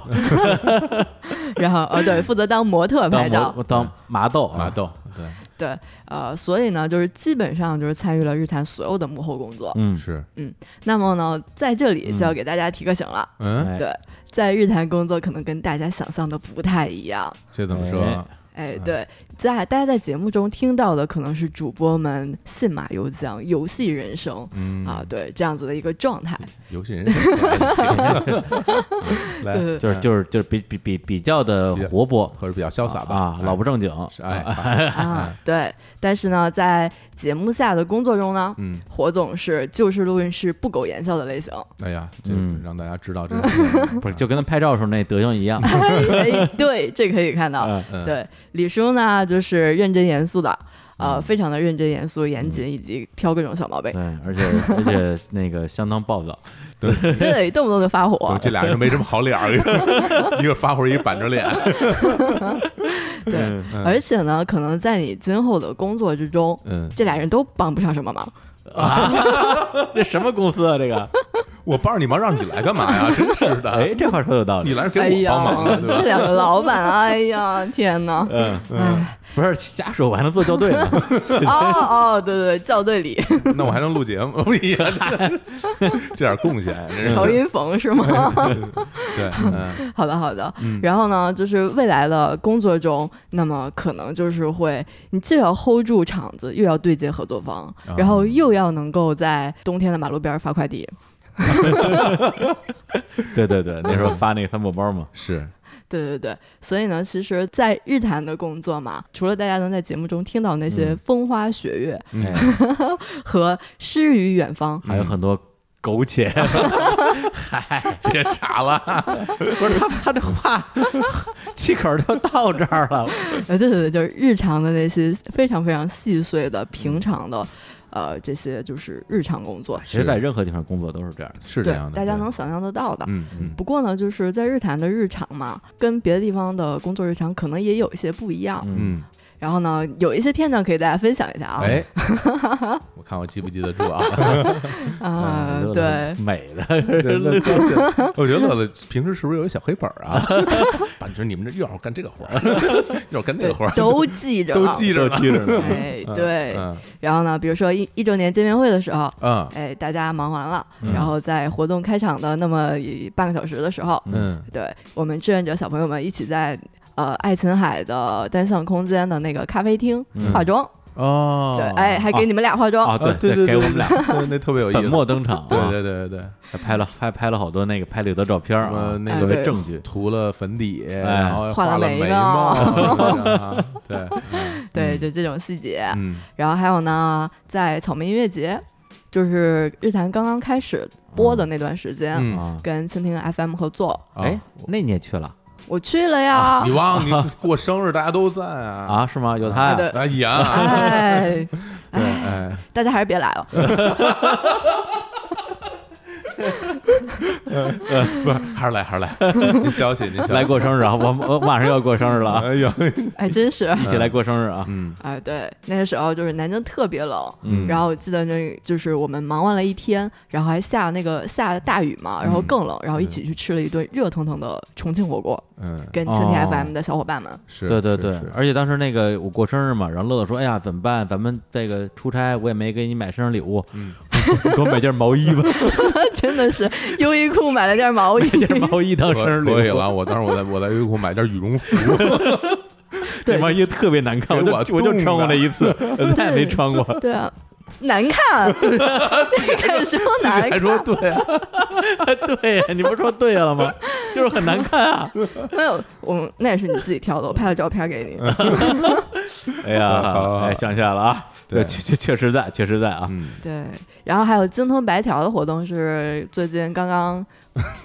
Speaker 5: 然后呃，对，负责当模特
Speaker 1: 当
Speaker 5: 拍照，
Speaker 1: 模当麻豆啊，
Speaker 2: 麻豆，对，
Speaker 5: 对，呃，所以呢，就是基本上就是参与了日坛所有的幕后工作。
Speaker 1: 嗯，
Speaker 2: 是，
Speaker 5: 那么呢，在这里就要
Speaker 1: 嗯
Speaker 5: 给大家提个醒了，
Speaker 2: 嗯，
Speaker 1: 哎
Speaker 5: 对在日坛工作可能跟大家想象的不太一样。
Speaker 2: 这怎么说
Speaker 1: 哎
Speaker 2: 啊？
Speaker 5: 哎，
Speaker 2: 嗯
Speaker 5: 对，在大家在节目中听到的可能是主播们信马由缰、游戏人生
Speaker 2: 嗯
Speaker 5: 啊，，对这样子的一个状态。
Speaker 2: 游戏人生还行，来，
Speaker 5: 对对
Speaker 1: 就是就是比比比比较的
Speaker 2: 比较
Speaker 1: 活泼
Speaker 2: 或者比较潇洒吧，
Speaker 1: 啊，
Speaker 2: 哎
Speaker 1: 老不正经，
Speaker 2: 是哎，哎
Speaker 5: 啊， 对。但是呢，在节目下的工作中呢，
Speaker 2: 嗯，
Speaker 5: 火总是就事论事、不苟言笑的类型。
Speaker 2: 哎呀，这
Speaker 1: 嗯
Speaker 2: 让大家知道这是
Speaker 1: 不是就跟他拍照的时候那德行一样，
Speaker 5: 哎，对，这可以看到。
Speaker 1: 嗯
Speaker 2: 嗯
Speaker 5: 对，李叔呢就是认真严肃的，呃，
Speaker 1: 嗯
Speaker 5: 非常的认真严肃、严谨，以及挑各种小毛 病，
Speaker 1: 对，而且而且那个相当暴躁，
Speaker 5: 对，动不动就发火
Speaker 2: 对， 这俩人没什么好脸儿，一个一个发火，一个 板着脸，
Speaker 5: 对。
Speaker 2: 嗯
Speaker 5: 而且呢，可能在你今后的工作之中，
Speaker 2: 嗯，
Speaker 5: 这俩人都帮不上什么忙。
Speaker 1: 这什么公司啊？这个，
Speaker 2: 我帮着你忙，让你来干嘛呀？真是的，
Speaker 1: 哎，这话说有道
Speaker 2: 你
Speaker 1: 理。
Speaker 2: 来是
Speaker 5: 哎
Speaker 2: 给我
Speaker 5: 呀
Speaker 2: 帮忙的，，对
Speaker 5: 这
Speaker 2: 吧？
Speaker 5: 两个老 板，哎呀，天哪！
Speaker 1: 嗯，
Speaker 5: 哎，
Speaker 1: 不是瞎说，我还能做校对呢。
Speaker 5: 哦哦，对对对，校对里
Speaker 2: 那我还能录节目？哎呀，这这点贡献，真是
Speaker 5: 调音缝是 吗？
Speaker 2: 对，嗯
Speaker 5: 好的好的。
Speaker 2: 哎嗯
Speaker 5: 然后呢，就是未来的工作中，那么可能就是会，你既要 hold 住场子，又要对接合作
Speaker 2: 啊
Speaker 5: 方，然后又要能够在冬天的马路边儿发快递。
Speaker 1: 对对对，那时候发那个帆布包嘛，
Speaker 2: 是，
Speaker 5: 对对对，所以呢，其实，在日坛的工作嘛，除了大家能在节目中听到那些
Speaker 1: 嗯
Speaker 5: 风花雪月
Speaker 1: 哎，
Speaker 5: 和诗与远方，
Speaker 1: 还有很多苟且。
Speaker 2: 别查了，
Speaker 1: 不是他他这话气口就到这儿了，
Speaker 5: 呃，对对对，就是日常的那些非常非常细碎的、平常的，呃，这些就是日常工作，
Speaker 1: 其实在任何地方工作都是这样的。
Speaker 2: 是这
Speaker 5: 对
Speaker 2: 样的，，
Speaker 5: 大家
Speaker 2: 对
Speaker 5: 能，想象得到的。
Speaker 2: 嗯嗯，
Speaker 5: 不过呢，就是在日坛的日常嘛，跟别的地方的工作日常可能也有一些不一样。
Speaker 1: 嗯，
Speaker 2: 嗯，
Speaker 5: 然后呢，有一些片段可以大家分享一下啊。
Speaker 2: 哎，我看我记不记得住啊？
Speaker 5: 啊、
Speaker 1: 乐
Speaker 5: 对
Speaker 1: 得，美的，
Speaker 2: 对乐乐我觉得乐乐平时是不是有一小黑本儿啊？反正你们这一会儿干这个活儿，一会儿干那个活儿，
Speaker 5: 都记着，啊
Speaker 2: 都。记着
Speaker 1: 都
Speaker 2: 呢。
Speaker 1: 记着 呢。
Speaker 5: 哎，对。
Speaker 2: 嗯
Speaker 5: 然后呢，比如说一一周年见面会的时候，
Speaker 2: 嗯
Speaker 5: 哎，大家忙完了，
Speaker 1: 嗯
Speaker 5: 然后在活动开场的那么一半个小时的时候，
Speaker 2: 嗯
Speaker 5: 对我们志愿者小朋友们一起在呃爱琴海的单向空间的那个咖啡厅
Speaker 1: 嗯
Speaker 5: 化妆，
Speaker 2: 哦，
Speaker 5: 对，哎，还给你们俩化妆，
Speaker 1: 啊，
Speaker 2: 啊对
Speaker 1: 对，给我们俩
Speaker 2: 俩，对那特别有意思，
Speaker 1: 粉墨登场啊，
Speaker 2: 对对对对对，
Speaker 1: 还拍了还拍了好多那个拍立得照片
Speaker 2: 什
Speaker 1: 啊哎
Speaker 2: 么，那
Speaker 5: 哎
Speaker 1: 作
Speaker 2: 个
Speaker 1: 为
Speaker 5: 对
Speaker 1: 证据。
Speaker 2: 涂了粉底，然后
Speaker 5: 画了
Speaker 2: 了
Speaker 5: 眉
Speaker 2: 眉
Speaker 5: 毛
Speaker 2: 毛， 对，
Speaker 5: 对，
Speaker 1: 嗯
Speaker 5: 就这种细节。
Speaker 2: 嗯
Speaker 5: 然后还有呢，在草莓音乐节，就是日坛刚刚开始播的那段时间，
Speaker 2: 嗯，
Speaker 1: 啊，
Speaker 5: 跟蜻蜓 FM 合作，
Speaker 1: 哎，那你也去了
Speaker 5: 我去了呀。
Speaker 2: 啊你忘了你过生日大家都在啊
Speaker 1: 啊？是吗？有他
Speaker 5: 啊对
Speaker 1: 呀，
Speaker 2: 哎呀，
Speaker 5: 哎，
Speaker 2: 对，哎，
Speaker 5: 大家还是别来了。
Speaker 2: 不是，还是来还是 来，您消息您消息
Speaker 1: 来，过 生日啊，我我马上要过生日了啊，
Speaker 2: 哎呦，
Speaker 5: 哎，真是，
Speaker 1: 一起来过生日啊，
Speaker 2: 嗯
Speaker 5: 哎，对，那个时候就是南京特别冷，
Speaker 1: 嗯
Speaker 5: 然后我记得那就是我们忙完了一天，然后还下那个下大雨嘛，
Speaker 1: 嗯
Speaker 5: 然后更冷，然后一起去吃了一顿热腾腾的重庆火锅，
Speaker 2: 嗯，
Speaker 5: 跟蜻蜓
Speaker 1: 哦
Speaker 5: FM 的小伙伴们，
Speaker 2: 是，
Speaker 1: 对对
Speaker 2: 是
Speaker 1: 对，
Speaker 2: 是
Speaker 1: 而且当时那个我过生日嘛，然后乐乐说：“哎呀，怎么办？咱们这个出差，我也没给你买生日礼 物，
Speaker 2: 嗯
Speaker 1: 你给我买件毛衣吧，
Speaker 5: 真的是优衣库买了件毛衣，
Speaker 1: 件毛衣当生日礼
Speaker 2: 可
Speaker 1: 物。”
Speaker 2: 可以了，我当时我在我在优衣库买件羽绒服，
Speaker 1: 这毛衣特别难看，我
Speaker 2: 给
Speaker 1: 就
Speaker 2: 我
Speaker 1: 我就
Speaker 2: 冻
Speaker 1: 穿过
Speaker 2: 的
Speaker 1: 那一 次，呃再也没穿过。
Speaker 5: 对啊，难 看，啊你敢说难
Speaker 2: 还
Speaker 5: 看？
Speaker 2: 说对啊，
Speaker 1: 对呀，你不说对了吗？就是很难看啊！
Speaker 5: 那我我那也是你自己挑的，我拍了照片给
Speaker 1: 嗯
Speaker 5: 你。
Speaker 1: 哎
Speaker 2: 好
Speaker 1: 呀，哎，想起来了啊，
Speaker 2: 对
Speaker 1: 确确确实在，确实在啊。
Speaker 2: 嗯，
Speaker 5: 对，然后还有精通白条的活动是最近刚刚，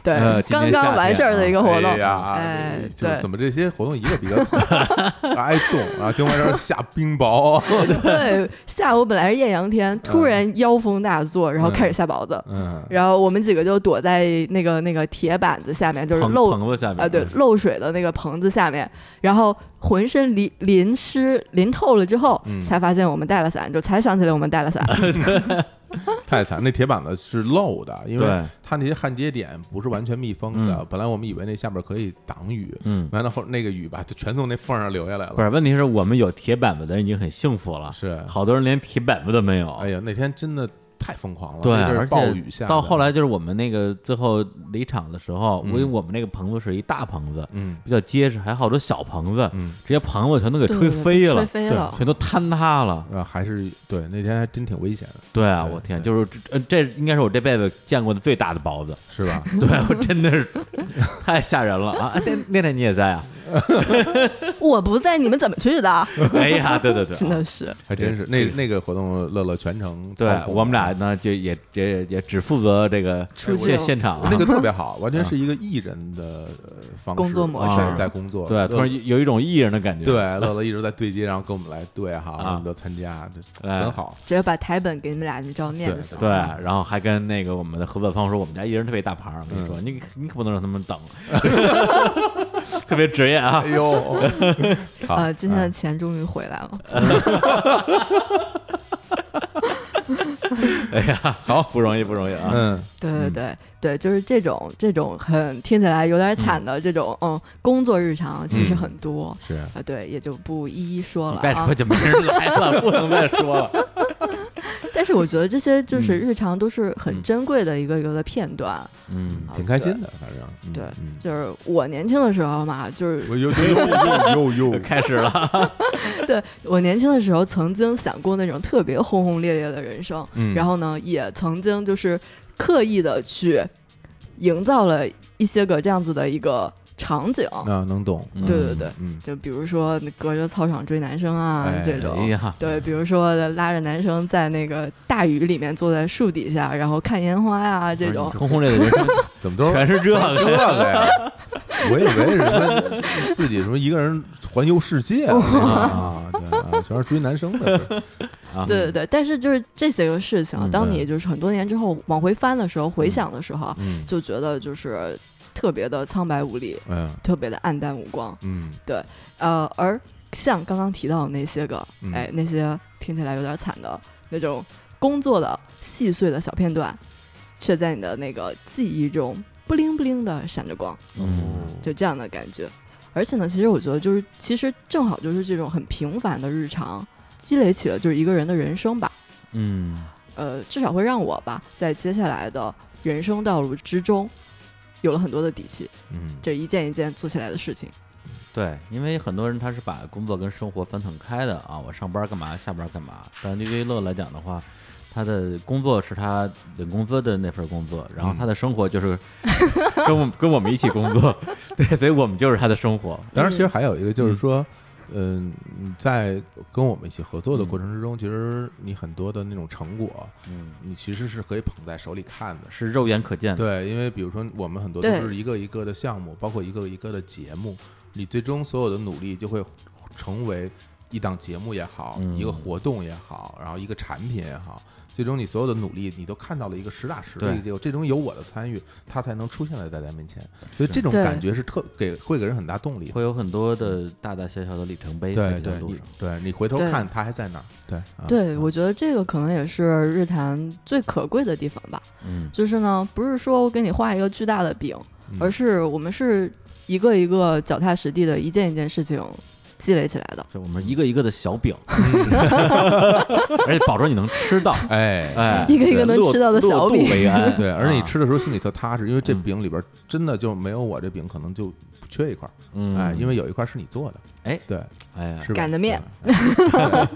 Speaker 5: 对
Speaker 1: 呃，今
Speaker 5: 刚
Speaker 1: 年夏
Speaker 5: 刚
Speaker 1: 天啊
Speaker 5: 完事儿的一个活动
Speaker 2: 哎。呀，
Speaker 5: 哎
Speaker 2: 这就
Speaker 5: 对
Speaker 2: 怎么这些活动一个比一个惨， 挨冻，然后经过这儿下冰雹，
Speaker 5: 对，下午本来是艳阳天，突然妖风大作，然后开始下雹子，
Speaker 2: 嗯，
Speaker 5: 然后我们几个就躲在那个那个铁板子下面，就是
Speaker 1: 棚
Speaker 5: 漏
Speaker 1: 棚子下面嗯
Speaker 5: 啊，对，漏水的那个棚子下面，然后浑身淋淋湿、淋透了之后，
Speaker 2: 嗯
Speaker 5: 才发现我们带了伞，就才想起来我们带 了伞。
Speaker 2: 太惨。那铁板子是漏的，因为
Speaker 1: 对，
Speaker 2: 它那些焊接点不是完全密封的。
Speaker 1: 嗯
Speaker 2: 本来我们以为那下边可以挡雨，
Speaker 1: 嗯，
Speaker 2: 完了后那个雨吧，就全从那缝儿上流下来了。
Speaker 1: 不是，问题是我们有铁板子的人已经很幸福了，
Speaker 2: 是
Speaker 1: 好多人连铁板子都没有。
Speaker 2: 哎呀，那天真的太疯狂了，
Speaker 1: 对，
Speaker 2: 那阵
Speaker 1: 而
Speaker 2: 儿
Speaker 1: 且
Speaker 2: 暴雨下的，
Speaker 1: 到后来就是我们那个最后离场的时候，
Speaker 2: 嗯
Speaker 1: 因为我们那个棚子是一大棚子，
Speaker 2: 嗯，
Speaker 1: 比较结实，还有好多小棚子，
Speaker 2: 嗯
Speaker 1: 这些棚子全都给
Speaker 5: 对
Speaker 1: 吹飞了，
Speaker 5: 吹飞
Speaker 2: 对
Speaker 5: 了。
Speaker 1: 全都坍塌了。
Speaker 2: 啊，还是对那天还真挺危险的，
Speaker 1: 对啊，
Speaker 2: 对
Speaker 1: 我天，
Speaker 2: 对
Speaker 1: 就是这呃这应该是我这辈子见过的最大的雹 子，
Speaker 2: 是 吧？
Speaker 1: 对我真的是太吓人了啊！啊那那天你也在啊？
Speaker 5: 我不在，你们怎么去 的？
Speaker 1: 哎 呀，对对对，
Speaker 5: 真的是，
Speaker 2: 还真是那那个活动，乐乐全程
Speaker 1: 对
Speaker 2: 操控
Speaker 1: 我们俩呢，就也也也只负责这个
Speaker 5: 出
Speaker 1: 现
Speaker 5: 镜
Speaker 1: 现场啊
Speaker 2: 那个特 别好，完全是一个艺人的呃方式
Speaker 5: 工作模
Speaker 1: 式
Speaker 2: 在在工作，
Speaker 1: 对，突然
Speaker 2: 乐
Speaker 1: 有有一种艺人的感觉。
Speaker 2: 对乐乐一直在对接，然后跟我们来对哈，
Speaker 1: 啊
Speaker 2: 我们都参加，这
Speaker 1: 哎
Speaker 2: 很好，
Speaker 5: 只要把台本给你们俩，你们照念就行
Speaker 1: 对，
Speaker 5: 了。
Speaker 1: 然后还跟那个我们的合作方说，我们家艺人特别大牌儿，我跟你说，你你可不能让他们等， 特别职业啊
Speaker 2: 哎。呦，好
Speaker 5: 呃，今天
Speaker 1: 嗯
Speaker 5: 的钱终于回来了。
Speaker 1: 哎呀，好不容易，不容易啊。
Speaker 2: 嗯
Speaker 5: 对对对对，就是这种这种很听起来有点惨的这种嗯工作日常，其实
Speaker 2: 嗯
Speaker 5: 很多。
Speaker 2: 是
Speaker 5: 啊，对，也就不一一说
Speaker 1: 你
Speaker 5: 了
Speaker 1: 再
Speaker 5: 啊
Speaker 1: 说。就没人来 了，不能再说了。
Speaker 5: 但是我觉得这些就是
Speaker 1: 嗯
Speaker 5: 日常都是很
Speaker 1: 嗯
Speaker 5: 珍贵的一个一个的片段。
Speaker 1: 嗯，
Speaker 2: 挺开心的，反正嗯
Speaker 5: 对
Speaker 2: 嗯
Speaker 5: 就是我年轻的时候嘛，就是
Speaker 2: 我又又又又又
Speaker 1: 嗯开始了。
Speaker 5: 对我年轻的时候曾经想过那种特别轰轰烈烈的人生，
Speaker 2: 嗯
Speaker 5: 然后呢，也曾经就是刻意的去营造了一些个这样子的一个场景，
Speaker 2: 那啊能懂，
Speaker 1: 嗯
Speaker 5: 对对对，
Speaker 2: 嗯，
Speaker 5: 就比如说隔着操场追男生啊、
Speaker 2: 哎
Speaker 5: 这
Speaker 1: 哎
Speaker 5: 种。
Speaker 1: 呀，
Speaker 5: 对，比如说拉着男生在那个大雨里面坐在树底下，然后看烟花呀、这种，
Speaker 1: 轰轰烈烈的人生
Speaker 2: 怎么都是
Speaker 1: 全是这
Speaker 2: 这
Speaker 1: 个。
Speaker 2: 个呀？我以为是说自己什么一个人环游世界啊，啊对啊，全是追男生的，不是
Speaker 1: 啊
Speaker 5: 对对对。但是就是这些个事情啊，
Speaker 1: 嗯
Speaker 5: 当
Speaker 2: 嗯
Speaker 5: 你就是很多年之后往回翻的时候，回想的时候啊，
Speaker 2: 嗯
Speaker 5: 就觉得就是特别的苍白无力，
Speaker 2: 哎呀，
Speaker 5: 特别的暗淡无光。
Speaker 2: 嗯
Speaker 5: 呃，而像刚刚提到的那些个，
Speaker 2: 嗯
Speaker 5: 哎，那些听起来有点惨的那种工作的细碎的小片段，却在你的那个记忆中不灵不灵的闪着光，
Speaker 2: 哦
Speaker 1: 嗯
Speaker 5: 就这样的感觉。而且呢，其实我觉得就是，其实正好就是这种很平凡的日常，积累起了就是一个人的人生吧。
Speaker 1: 嗯
Speaker 5: 呃，至少会让我吧，在接下来的人生道路之中，有了很多的底气。
Speaker 2: 嗯，
Speaker 5: 这一件一件做起来的事情，
Speaker 1: 对，因为很多人他是把工作跟生活分很开的啊，我上班干嘛，下班干嘛。但对于乐来讲的话，他的工作是他领工资的那份工作，然后他的生活就是跟我们、 跟我们一起工作， 对，所以我们就是他的生活。
Speaker 2: 当然，
Speaker 5: 嗯
Speaker 2: 其实还有一个就是说，嗯，在跟我们一起合作的过程之中，其实你很多的那种成果，
Speaker 1: 嗯，
Speaker 2: 你其实是可以捧在手里看的。
Speaker 1: 是肉眼可见的。
Speaker 2: 对，因为比如说我们很多都
Speaker 5: 对
Speaker 2: 是一个一个的项目，包括一个一个的节目，你最终所有的努力就会成为一档节目也好，
Speaker 1: 嗯
Speaker 2: 一个活动也好，然后一个产品也好，最终你所有的努力你都看到了一个实打实的
Speaker 1: 对
Speaker 2: 一个结果。最终有我的参与，它才能出现在大家面前，所
Speaker 1: 是
Speaker 2: 以这种
Speaker 5: 对
Speaker 2: 感觉是特给会给人很大动力的。
Speaker 1: 会有很多的大大小小的里程碑在
Speaker 2: 对
Speaker 1: 这条
Speaker 2: 对，
Speaker 1: 路
Speaker 2: 你
Speaker 1: 上。
Speaker 2: 对你回头
Speaker 5: 对
Speaker 2: 看，它还在那儿。对啊
Speaker 5: 对
Speaker 1: 嗯
Speaker 5: 我觉得这个可能也是日坛最可贵的地方吧。
Speaker 1: 嗯，
Speaker 5: 就是呢，不是说我给你画一个巨大的饼，
Speaker 2: 嗯
Speaker 5: 而是我们是一个一个脚踏实地的一件一件事情积累起来的。
Speaker 1: 是我们一个一个的小 饼，而且保证你能吃到。
Speaker 2: 哎
Speaker 1: 哎，
Speaker 5: 一个一个能
Speaker 1: 对
Speaker 5: 吃到的
Speaker 1: 落
Speaker 5: 小
Speaker 1: 落肚
Speaker 5: 饼
Speaker 1: 为安。
Speaker 2: 对，而且你
Speaker 1: 啊，
Speaker 2: 吃的时候心里特踏实，因为这
Speaker 1: 嗯
Speaker 2: 饼里边真的就没有我这饼，可能就缺一块儿。
Speaker 1: 嗯，
Speaker 2: 哎，因为有一块是你做的，
Speaker 1: 哎
Speaker 2: 对，
Speaker 1: 哎呀，
Speaker 2: 是吧
Speaker 5: 擀的面，
Speaker 2: 对哎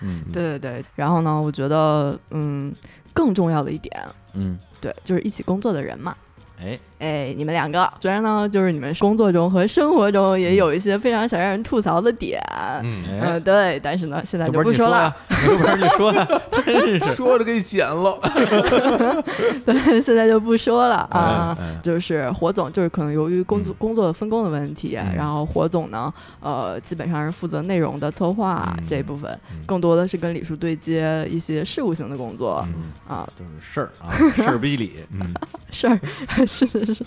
Speaker 1: 嗯
Speaker 5: 对对对。然后呢，我觉得嗯，更重要的一点，
Speaker 1: 嗯，
Speaker 5: 对，就是一起工作的人嘛。
Speaker 1: 哎，
Speaker 5: 哎，你们两个虽然呢，就是你们工作中和生活中也有一些非常想让人吐槽的点，
Speaker 2: 嗯，
Speaker 1: 哎
Speaker 5: 嗯、对，但是呢，现在
Speaker 1: 这
Speaker 5: 就
Speaker 1: 不是
Speaker 5: 不
Speaker 1: 你说
Speaker 5: 了，
Speaker 1: 呀，这不是你说的，真是
Speaker 2: 说着给剪了。
Speaker 5: 对，现在就不说了
Speaker 1: 嗯
Speaker 5: 啊。
Speaker 2: 哎哎
Speaker 5: 就是火总，就是可能由于工作工作分工的问题，
Speaker 1: 嗯
Speaker 5: 然后火总呢，呃，基本上是负责内容的策划
Speaker 1: 嗯
Speaker 5: 这一部分，
Speaker 1: 嗯
Speaker 5: 更多的是跟李叔对接一些事务性的工作
Speaker 1: 嗯，
Speaker 5: 啊，
Speaker 1: 就是事儿 啊，事儿逼理，嗯，
Speaker 5: 事儿 是 是是，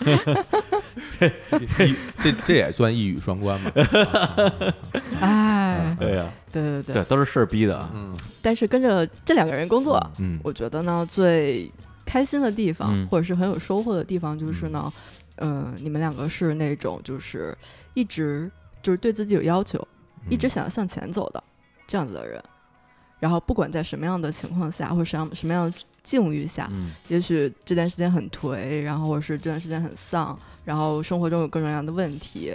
Speaker 2: 一这这也算一语双关 嘛？
Speaker 5: 哎，
Speaker 1: 对呀，
Speaker 5: 对对
Speaker 1: 嗯
Speaker 5: 对，
Speaker 1: 对，都是事儿逼的啊，
Speaker 2: 嗯
Speaker 5: 但是跟着这两个人工作，
Speaker 1: 嗯，
Speaker 5: 我觉得呢，最开心的地方，
Speaker 1: 嗯
Speaker 5: 或者是很有收获的地方，就是呢，嗯、你们两个是那种就是一直就是对自己有要求，一
Speaker 1: 嗯
Speaker 5: 直想要向前走的这样子的人。然后不管在什么样的情况下，或者什么样什么样的境遇下，
Speaker 1: 嗯
Speaker 5: 也许这段时间很颓，然后或者是这段时间很丧，然后生活中有各种各样的问题，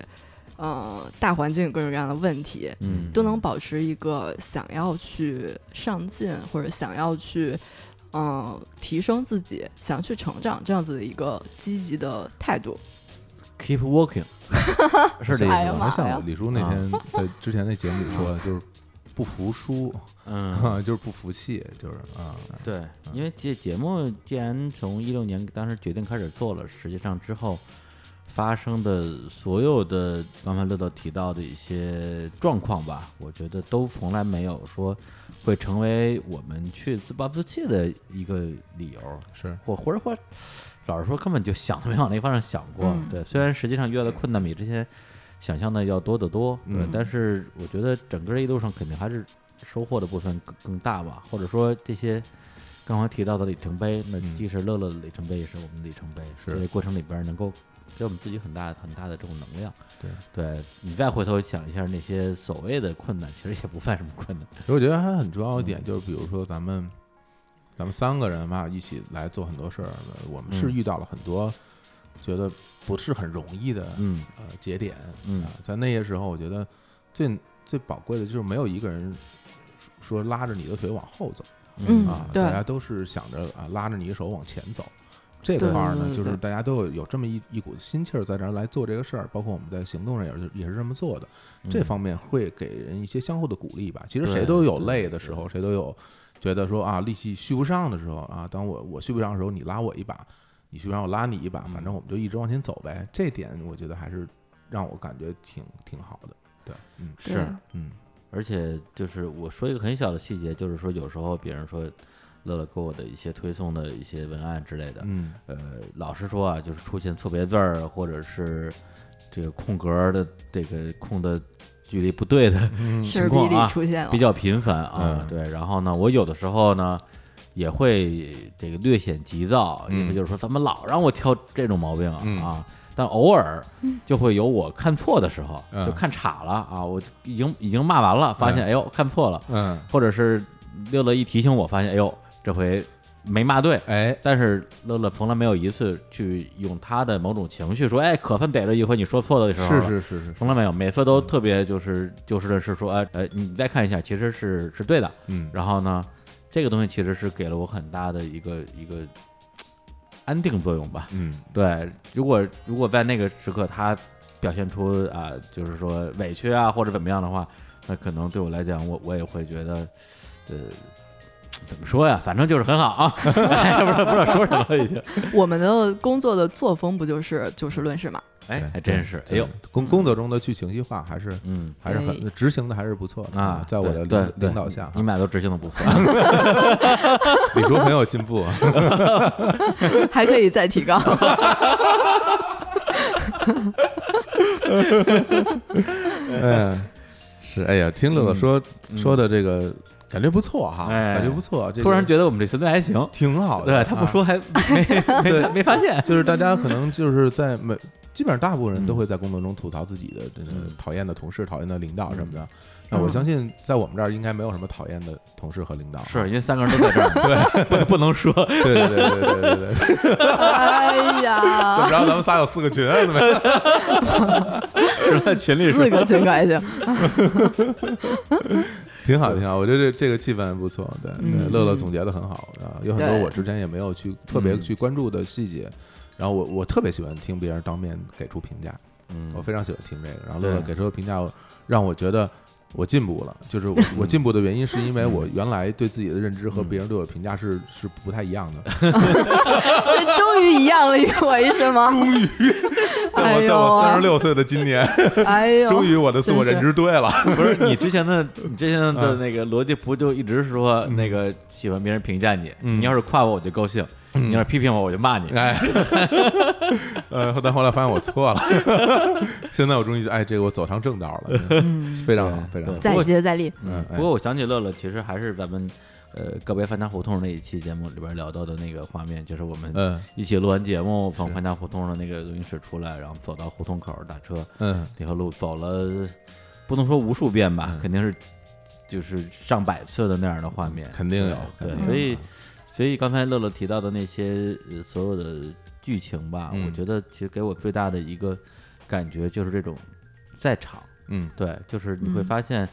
Speaker 5: 嗯、大环境有各种各样的问题，
Speaker 1: 嗯，
Speaker 5: 都能保持一个想要去上进或者想要去嗯、呃提升自己、想要去成长这样子的一个积极的态度。
Speaker 1: keep walking，是 这意
Speaker 5: 哎
Speaker 1: 思
Speaker 5: 呀
Speaker 1: 吧
Speaker 5: 妈
Speaker 2: 好像李叔那
Speaker 1: 啊
Speaker 2: 天在之前那节目里说，就是不服输，
Speaker 1: 嗯，
Speaker 2: 就是不服气，就是啊，
Speaker 1: 对，因为这节目既然从一六年当时决定开始做了，实际上之后发生的所有的刚才乐乐提到的一些状况吧，我觉得都从来没有说会成为我们去自暴自弃的一个理由，
Speaker 2: 是
Speaker 1: 或或者或老实说根本就想都没往那个方向想过。
Speaker 5: 嗯
Speaker 1: 对，虽然实际上遇到的困难比之前想象的要多得多，对
Speaker 2: 嗯
Speaker 1: 但是我觉得整个一路上肯定还是收获的部分更更大吧，或者说这些。刚刚提到的里程碑，那
Speaker 2: 嗯
Speaker 1: 既是乐乐的里程碑，也是我们的里程碑。
Speaker 2: 是
Speaker 1: 这个过程里边能够给我们自己很大很大的这种能量。
Speaker 2: 对，
Speaker 1: 对你再回头想一下那些所谓的困难，其实也不算什么困难。
Speaker 2: 其实我觉得还很重要一
Speaker 5: 嗯
Speaker 2: 点，就是比如说咱们咱们三个人嘛，一起来做很多事儿，我们是
Speaker 1: 嗯
Speaker 2: 遇到了很多觉得不是很容易的
Speaker 1: 嗯
Speaker 2: 呃节点，
Speaker 1: 嗯
Speaker 2: 啊，在那些时候，我觉得最最宝贵的就是没有一个人说拉着你的腿往后走。
Speaker 5: 嗯
Speaker 2: 啊，
Speaker 5: 对
Speaker 2: 大家都是想着啊拉着你的手往前走。这
Speaker 5: 对
Speaker 2: 块儿呢，
Speaker 5: 对
Speaker 2: 就是大
Speaker 5: 对
Speaker 2: 家都有有这么一一股心气儿在这儿来做这个事儿，包括我们在行动上也是也是这么做的。这方面会给人一些相互的鼓励吧。其实
Speaker 1: 嗯对
Speaker 2: 谁都有
Speaker 1: 对
Speaker 2: 累的时候，谁都有觉得说啊力气续不上的时候啊，当我我续不上的时候，你拉我一把，你续不上我拉你一把，
Speaker 1: 嗯
Speaker 2: 反正我们就一直往前走呗。这点我觉得还是让我感觉挺挺好的。对，嗯
Speaker 1: 是，
Speaker 2: 嗯
Speaker 1: 而且就是我说一个很小的细节，就是说有时候别人说乐乐给我的一些推送的一些文案之类的，
Speaker 2: 嗯
Speaker 1: 呃，老实说啊，就是出现错别字儿啊或者是这个空格儿的这个空的距离不对的
Speaker 2: 嗯
Speaker 5: 事儿
Speaker 1: 情况
Speaker 5: 逼
Speaker 1: 啊
Speaker 5: 里出现了，
Speaker 1: 比较频繁啊，
Speaker 2: 嗯
Speaker 1: 对。然后呢，我有的时候呢也会这个略显急躁，意思
Speaker 2: 嗯
Speaker 1: 就是说怎么老让我挑这种毛病啊、
Speaker 2: 嗯
Speaker 1: 啊。但偶尔就会有我看错的时候，
Speaker 2: 嗯
Speaker 1: 就看岔了啊！我已经已经骂完了，发现、哎呦看错了，
Speaker 2: 嗯，
Speaker 1: 或者是乐乐一提醒我，发现哎呦这回没骂对，
Speaker 2: 哎，
Speaker 1: 但是乐乐从来没有一次去用他的某种情绪说，哎，可算逮着一回你说错的时候
Speaker 2: 是
Speaker 1: 了。
Speaker 2: 是是是，
Speaker 1: 从来没有，每次都特别就是就事论事说，哎，呃，你再看一下，其实是是对的。
Speaker 2: 嗯
Speaker 1: 然后呢，这个东西其实是给了我很大的一个一个嘖安定作用吧。
Speaker 2: 嗯
Speaker 1: 对，如果如果在那个时刻他表现出啊、就是说委屈啊或者怎么样的话，那可能对我来讲，我我也会觉得，呃，怎么说呀？反正就是很好 啊，哎、不知道不知道说什么了已经。
Speaker 5: 我们的工作的作风不就是就事论事嘛？
Speaker 1: 哎
Speaker 2: 对，
Speaker 1: 还真是，哎
Speaker 2: 对
Speaker 1: 呦，
Speaker 2: 工工作中的去情绪化还是
Speaker 1: 嗯
Speaker 2: 还是很
Speaker 5: 对
Speaker 2: 执行的还是不错的
Speaker 1: 啊，
Speaker 2: 嗯在我的
Speaker 1: 对
Speaker 2: 领
Speaker 1: 对
Speaker 2: 领导下，啊
Speaker 1: 你们俩都执行的不啊 错，
Speaker 2: 李叔很有进步啊。
Speaker 5: 还可以再提高。
Speaker 2: 嗯，是，哎呀，听乐乐说、说的这个感觉不错哈，
Speaker 1: 哎
Speaker 2: 感觉不错，这个
Speaker 1: 嗯突然觉得我们这团队还行。
Speaker 2: 挺好的。
Speaker 1: 对他不说
Speaker 2: 啊，
Speaker 1: 还没没没没发 现，
Speaker 2: 就是大家可能就是在每。基本上大部分人都会在工作中吐槽自己的这个
Speaker 1: 嗯
Speaker 2: 讨厌的同事、讨厌的领导什么的。那
Speaker 5: 嗯
Speaker 2: 我相信，在我们这儿应该没有什么讨厌的同事和领导。
Speaker 1: 是因为三个人都在这儿，对，不不能说，
Speaker 2: 对对对对对对对。 怎
Speaker 5: 哎呀，
Speaker 2: 么着？咱们仨有四个群啊，怎么样？
Speaker 1: 是在群里说
Speaker 5: 四，个情感性，
Speaker 2: 挺好，挺好。我觉得这这个气氛还不错。对，对
Speaker 5: 嗯
Speaker 2: 乐乐总结的很好啊，有很多
Speaker 5: 对
Speaker 2: 我之前也没有去特别
Speaker 1: 嗯
Speaker 2: 去关注的细节。然后我我特别喜欢听别人当面给出评价，
Speaker 1: 嗯，
Speaker 2: 我非常喜欢听这个。然后
Speaker 1: 对
Speaker 2: 乐乐给出的评价，让我觉得我进步了。就是 我我进步的原因是因
Speaker 1: 嗯
Speaker 2: 为我原来对自己的认知和别人对我的评价是是不太一样的。
Speaker 6: 这终于一样了我一身吗？
Speaker 2: 终 于，在
Speaker 6: 哎
Speaker 2: 我
Speaker 6: 呦
Speaker 2: 在我三十 六岁的今年，
Speaker 6: 哎呦，
Speaker 2: 终于我的自我认知对了。
Speaker 1: 不是你之前的
Speaker 2: 嗯
Speaker 1: 你之前的那个逻辑不就一直说那个喜欢别人评价你，
Speaker 2: 嗯
Speaker 1: 你要是夸我我就高兴，你要是批评我我就骂你。
Speaker 2: 哎， 呃，但后来发现我错了， 现在我终于哎，这个我走上正道 了，嗯非常好，非常好。
Speaker 1: 对
Speaker 6: 再接再厉，
Speaker 2: 嗯，哎
Speaker 1: 不过我想起乐乐，其实还是咱们呃告别翻塔胡同那一期节目里边聊到的那个画面，就是我们
Speaker 2: 嗯
Speaker 1: 一起录完节目从
Speaker 2: 是
Speaker 1: 翻塔胡同的那个录音室出来，然后走到胡同口打车
Speaker 2: 嗯，
Speaker 1: 那条路走了，不能说无数遍吧，肯定是就是上百次的那样的画面，
Speaker 2: 肯定有
Speaker 1: 对
Speaker 2: 肯定，有
Speaker 1: 所以所以刚才乐乐提到的那些呃所有的剧情吧，
Speaker 2: 嗯
Speaker 1: 我觉得其实给我最大的一个感觉就是这种在场，
Speaker 2: 嗯
Speaker 1: 对，就是你会
Speaker 5: 嗯
Speaker 1: 发现，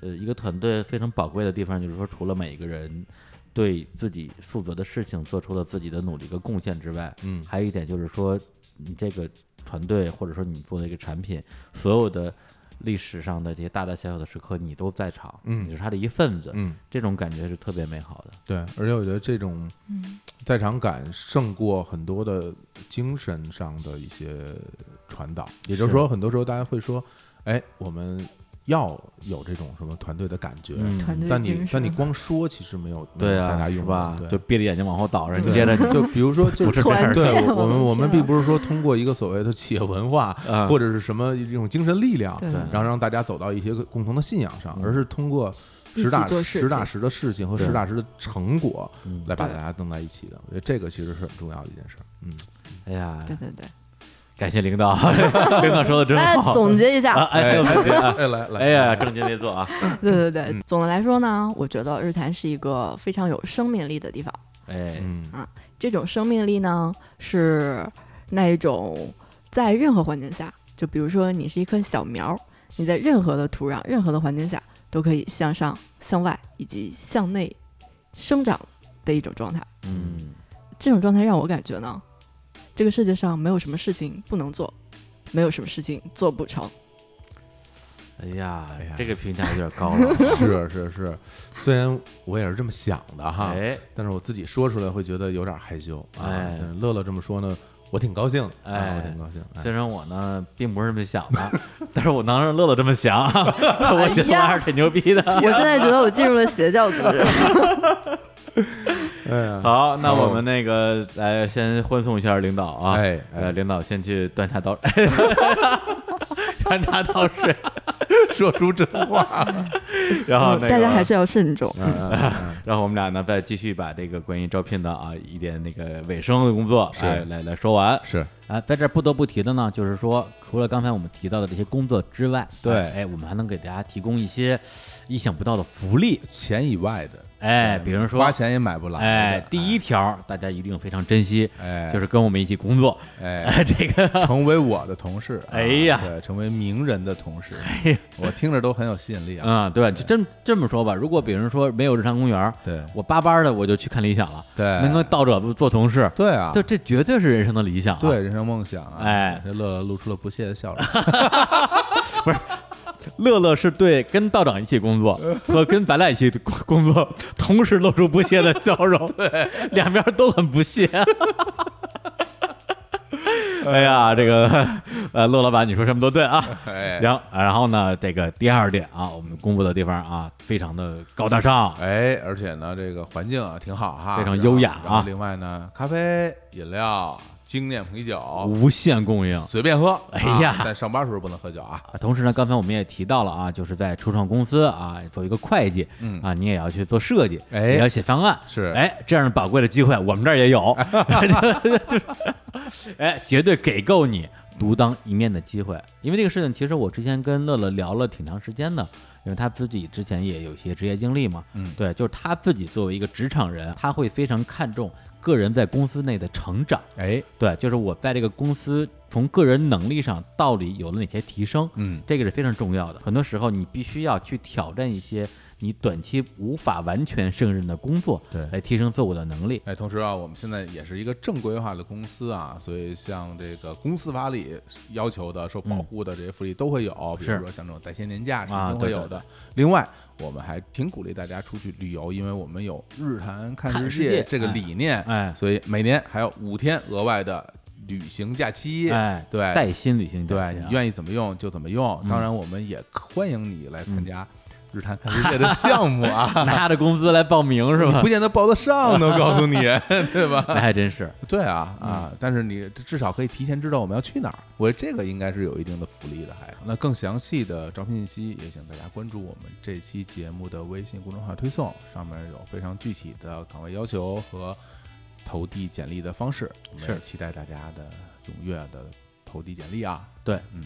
Speaker 1: 呃，一个团队非常宝贵的地方就是说，除了每一个人对自己负责的事情做出了自己的努力和贡献之外，
Speaker 2: 嗯
Speaker 1: 还有一点就是说，你这个团队或者说你做的一个产品，所有的历史上的这些大大小小的时刻，你都在场，
Speaker 2: 嗯
Speaker 1: 你是他的一份子，
Speaker 2: 嗯，
Speaker 1: 这种感觉是特别美好的。
Speaker 2: 对，而且我觉得这种
Speaker 5: 嗯
Speaker 2: 在场感胜过很多的精神上的一些传导，也就是
Speaker 1: 是
Speaker 2: 说，很多时候大家会说，哎，我们要有这种什么团队的感觉，
Speaker 6: 团队
Speaker 2: 但
Speaker 6: 精
Speaker 2: 你
Speaker 6: 神
Speaker 2: 但你光说其实没有
Speaker 1: 嗯对
Speaker 2: 嗯没有大家
Speaker 1: 啊，是
Speaker 2: 用
Speaker 1: 吧？
Speaker 2: 对
Speaker 1: 就闭着眼睛往后倒，然后
Speaker 2: 对
Speaker 1: 接着你
Speaker 2: 就比 如说，就
Speaker 1: 不是这样的
Speaker 2: 对
Speaker 6: 团建
Speaker 2: 我
Speaker 6: 我的
Speaker 2: 们 我们
Speaker 6: 天
Speaker 2: 并
Speaker 6: 啊
Speaker 2: 不是说通过一个所谓的企业文化
Speaker 1: 嗯
Speaker 2: 或者是什么一种精神力量，
Speaker 6: 对
Speaker 2: 然后让大家走到一些共同的信仰上，
Speaker 1: 嗯
Speaker 2: 而是通过
Speaker 6: 一
Speaker 2: 实
Speaker 6: 起
Speaker 2: 打
Speaker 6: 做事
Speaker 2: 实打
Speaker 6: 情
Speaker 2: 实的事情和
Speaker 1: 对
Speaker 2: 实打实的成果
Speaker 1: 嗯
Speaker 2: 来把大
Speaker 6: 对
Speaker 2: 家弄在一起的。我觉得这个其实是很重要的一件事儿。嗯，
Speaker 1: 哎呀，
Speaker 6: 对对对，
Speaker 1: 感谢领 导，领导说的真
Speaker 6: 来
Speaker 1: 好。
Speaker 6: 总结一下，
Speaker 1: 啊， 哎，没有问题啊。
Speaker 2: 哎，来来，
Speaker 1: 哎呀，正襟危坐啊！
Speaker 6: 对对对，总的来说呢，我觉得日坛是一个非常有生命力的地方。
Speaker 1: 哎，
Speaker 2: 嗯
Speaker 6: 这种生命力呢，是那一种在任何环境下，就比如说你是一棵小苗儿，你在任何的土壤、任何的环境下都可以向上、向外以及向内生长的一种状态。
Speaker 1: 嗯，
Speaker 6: 这种状态让我感觉呢，这个世界上没有什么事情不能做，没有什么事情做不成。
Speaker 1: 哎呀
Speaker 2: 哎呀，
Speaker 1: 这个评价有点高 了。
Speaker 2: 是是是，虽然我也是这么想的哈，
Speaker 1: 哎
Speaker 2: 但是我自己说出来会觉得有点害羞啊。
Speaker 1: 哎
Speaker 2: 但是乐乐这么说呢，我挺高兴的，啊
Speaker 1: 哎
Speaker 2: 我挺高兴。哎
Speaker 1: 虽然我呢并不是这么想 的，但是我能让乐乐这么 想，我觉得我还是挺牛逼的。
Speaker 6: 我现在觉得我进入了邪教组 织。
Speaker 2: 哎呀，
Speaker 1: 好，那我们那个来先欢送一下领导啊，
Speaker 2: 哎哎
Speaker 1: 呃，领导先去端茶倒， 端茶倒水，
Speaker 2: 说出真话了。
Speaker 1: 然啊后那 个
Speaker 6: 大家还是要慎重。
Speaker 2: 嗯嗯嗯
Speaker 1: 然后我们俩呢，再继续把这个关于招聘的啊一点那个尾声的工作啊
Speaker 2: 是
Speaker 1: 来来来说完。
Speaker 2: 是，
Speaker 1: 啊，在这儿不得不提的呢，就是说，除了刚才我们提到的这些工作之外，
Speaker 2: 对
Speaker 1: 哎，我们还能给大家提供一些意想不到的福利。
Speaker 2: 钱以外的，
Speaker 1: 哎，比如说
Speaker 2: 花，钱也买不来的。
Speaker 1: 哎，第一条大家一定非常珍惜，
Speaker 2: 哎，
Speaker 1: 就是跟我们一起工作。
Speaker 2: 哎，
Speaker 1: 哎，这 个，
Speaker 2: 成为我的同事，啊
Speaker 1: 哎呀哎
Speaker 2: 对，成为名人的 同事，
Speaker 1: 呀
Speaker 2: 我听着都很有吸引力啊。
Speaker 1: 嗯，对，就这么这么说吧。如果比如说没有日常公园，
Speaker 2: 对
Speaker 1: 我巴巴的我就去看理想了，
Speaker 2: 对
Speaker 1: 能跟道者做同事，
Speaker 2: 对啊，
Speaker 1: 就这绝对是人生的理想、啊。
Speaker 2: 对，人生梦想啊！
Speaker 1: 哎
Speaker 2: 这乐乐露出了不屑 的笑容。
Speaker 1: 乐乐是对跟道长一起工 作和跟咱俩一起工工作，同时露出不屑的笑 容，对，两边都很不屑。哎呀，这个呃，乐老板，你说什么都对啊。
Speaker 2: 哎
Speaker 1: 行，然后呢，这个第二点啊，我们工作的地方啊，非常的高大上，
Speaker 2: 哎，而且呢，这个环境啊挺好哈，
Speaker 1: 非常优雅
Speaker 2: 然后然后
Speaker 1: 啊
Speaker 2: 另外呢，咖啡、饮料、精酿啤酒
Speaker 1: 无限供应。
Speaker 2: 随便喝。
Speaker 1: 哎
Speaker 2: 啊
Speaker 1: 呀
Speaker 2: 但上班时候不能喝酒啊。
Speaker 1: 啊同时呢，刚才我们也提到了啊，就是在初创公司啊，做一个会计，
Speaker 2: 嗯
Speaker 1: 啊，你也要去做设计，
Speaker 2: 哎
Speaker 1: 也要写方案，
Speaker 2: 是
Speaker 1: 哎，这样的宝贵的机会，我们这儿也 有， 就是哎，绝对给够你独当一面的机会。因为这个事情，其实我之前跟乐乐聊了挺长时间的，因为他自己之前也有一些职业经历嘛，
Speaker 2: 嗯
Speaker 1: 对，就是他自己作为一个职场人，他会非常看重个人在公司内的成长。
Speaker 2: 哎，
Speaker 1: 对，就是我在这个公司从个人能力上到底有了哪些提升，
Speaker 2: 嗯，
Speaker 1: 这个是非常重要的。很多时候你必须要去挑战一些你短期无法完全胜任的工作，
Speaker 2: 对
Speaker 1: 来提升自我的能力。
Speaker 2: 哎，同时啊，我们现在也是一个正规化的公司啊，所以像这个公司法里要求的、受保
Speaker 1: 嗯
Speaker 2: 护的这些福利都会有，比
Speaker 1: 是
Speaker 2: 如说像这种带薪年假是
Speaker 1: 啊
Speaker 2: 一定会
Speaker 1: 对
Speaker 2: 有
Speaker 1: 对
Speaker 2: 的。另外，我们还挺鼓励大家出去旅游，因为我们有日韩看
Speaker 1: 看
Speaker 2: 世
Speaker 1: 世界
Speaker 2: 这个
Speaker 1: 哎
Speaker 2: 理念，
Speaker 1: 哎
Speaker 2: 所以每年还有五天额外的旅行假期。
Speaker 1: 哎，
Speaker 2: 对
Speaker 1: 带薪旅行
Speaker 2: 对
Speaker 1: 家庭啊
Speaker 2: 你愿意怎么用就怎么用，当
Speaker 1: 嗯
Speaker 2: 然我们也欢迎你来参加日坛看世界 的项目啊。
Speaker 1: 拿着工资来报名是吧
Speaker 2: 不？见得报得上呢，我告诉你， 对吧？
Speaker 1: 那还真是，
Speaker 2: 对啊，啊，但是你至少可以提前知道我们要去哪儿，我觉得这个应该是有一定的福利的。还那更详细的招聘信息，也请大家关注我们这期节目的微信公众号推送，上面有非常具体的岗位要求和投递简历的方式。我们也
Speaker 1: 是
Speaker 2: 期待大家的踊跃的投递简历啊。
Speaker 1: 对，
Speaker 2: 嗯，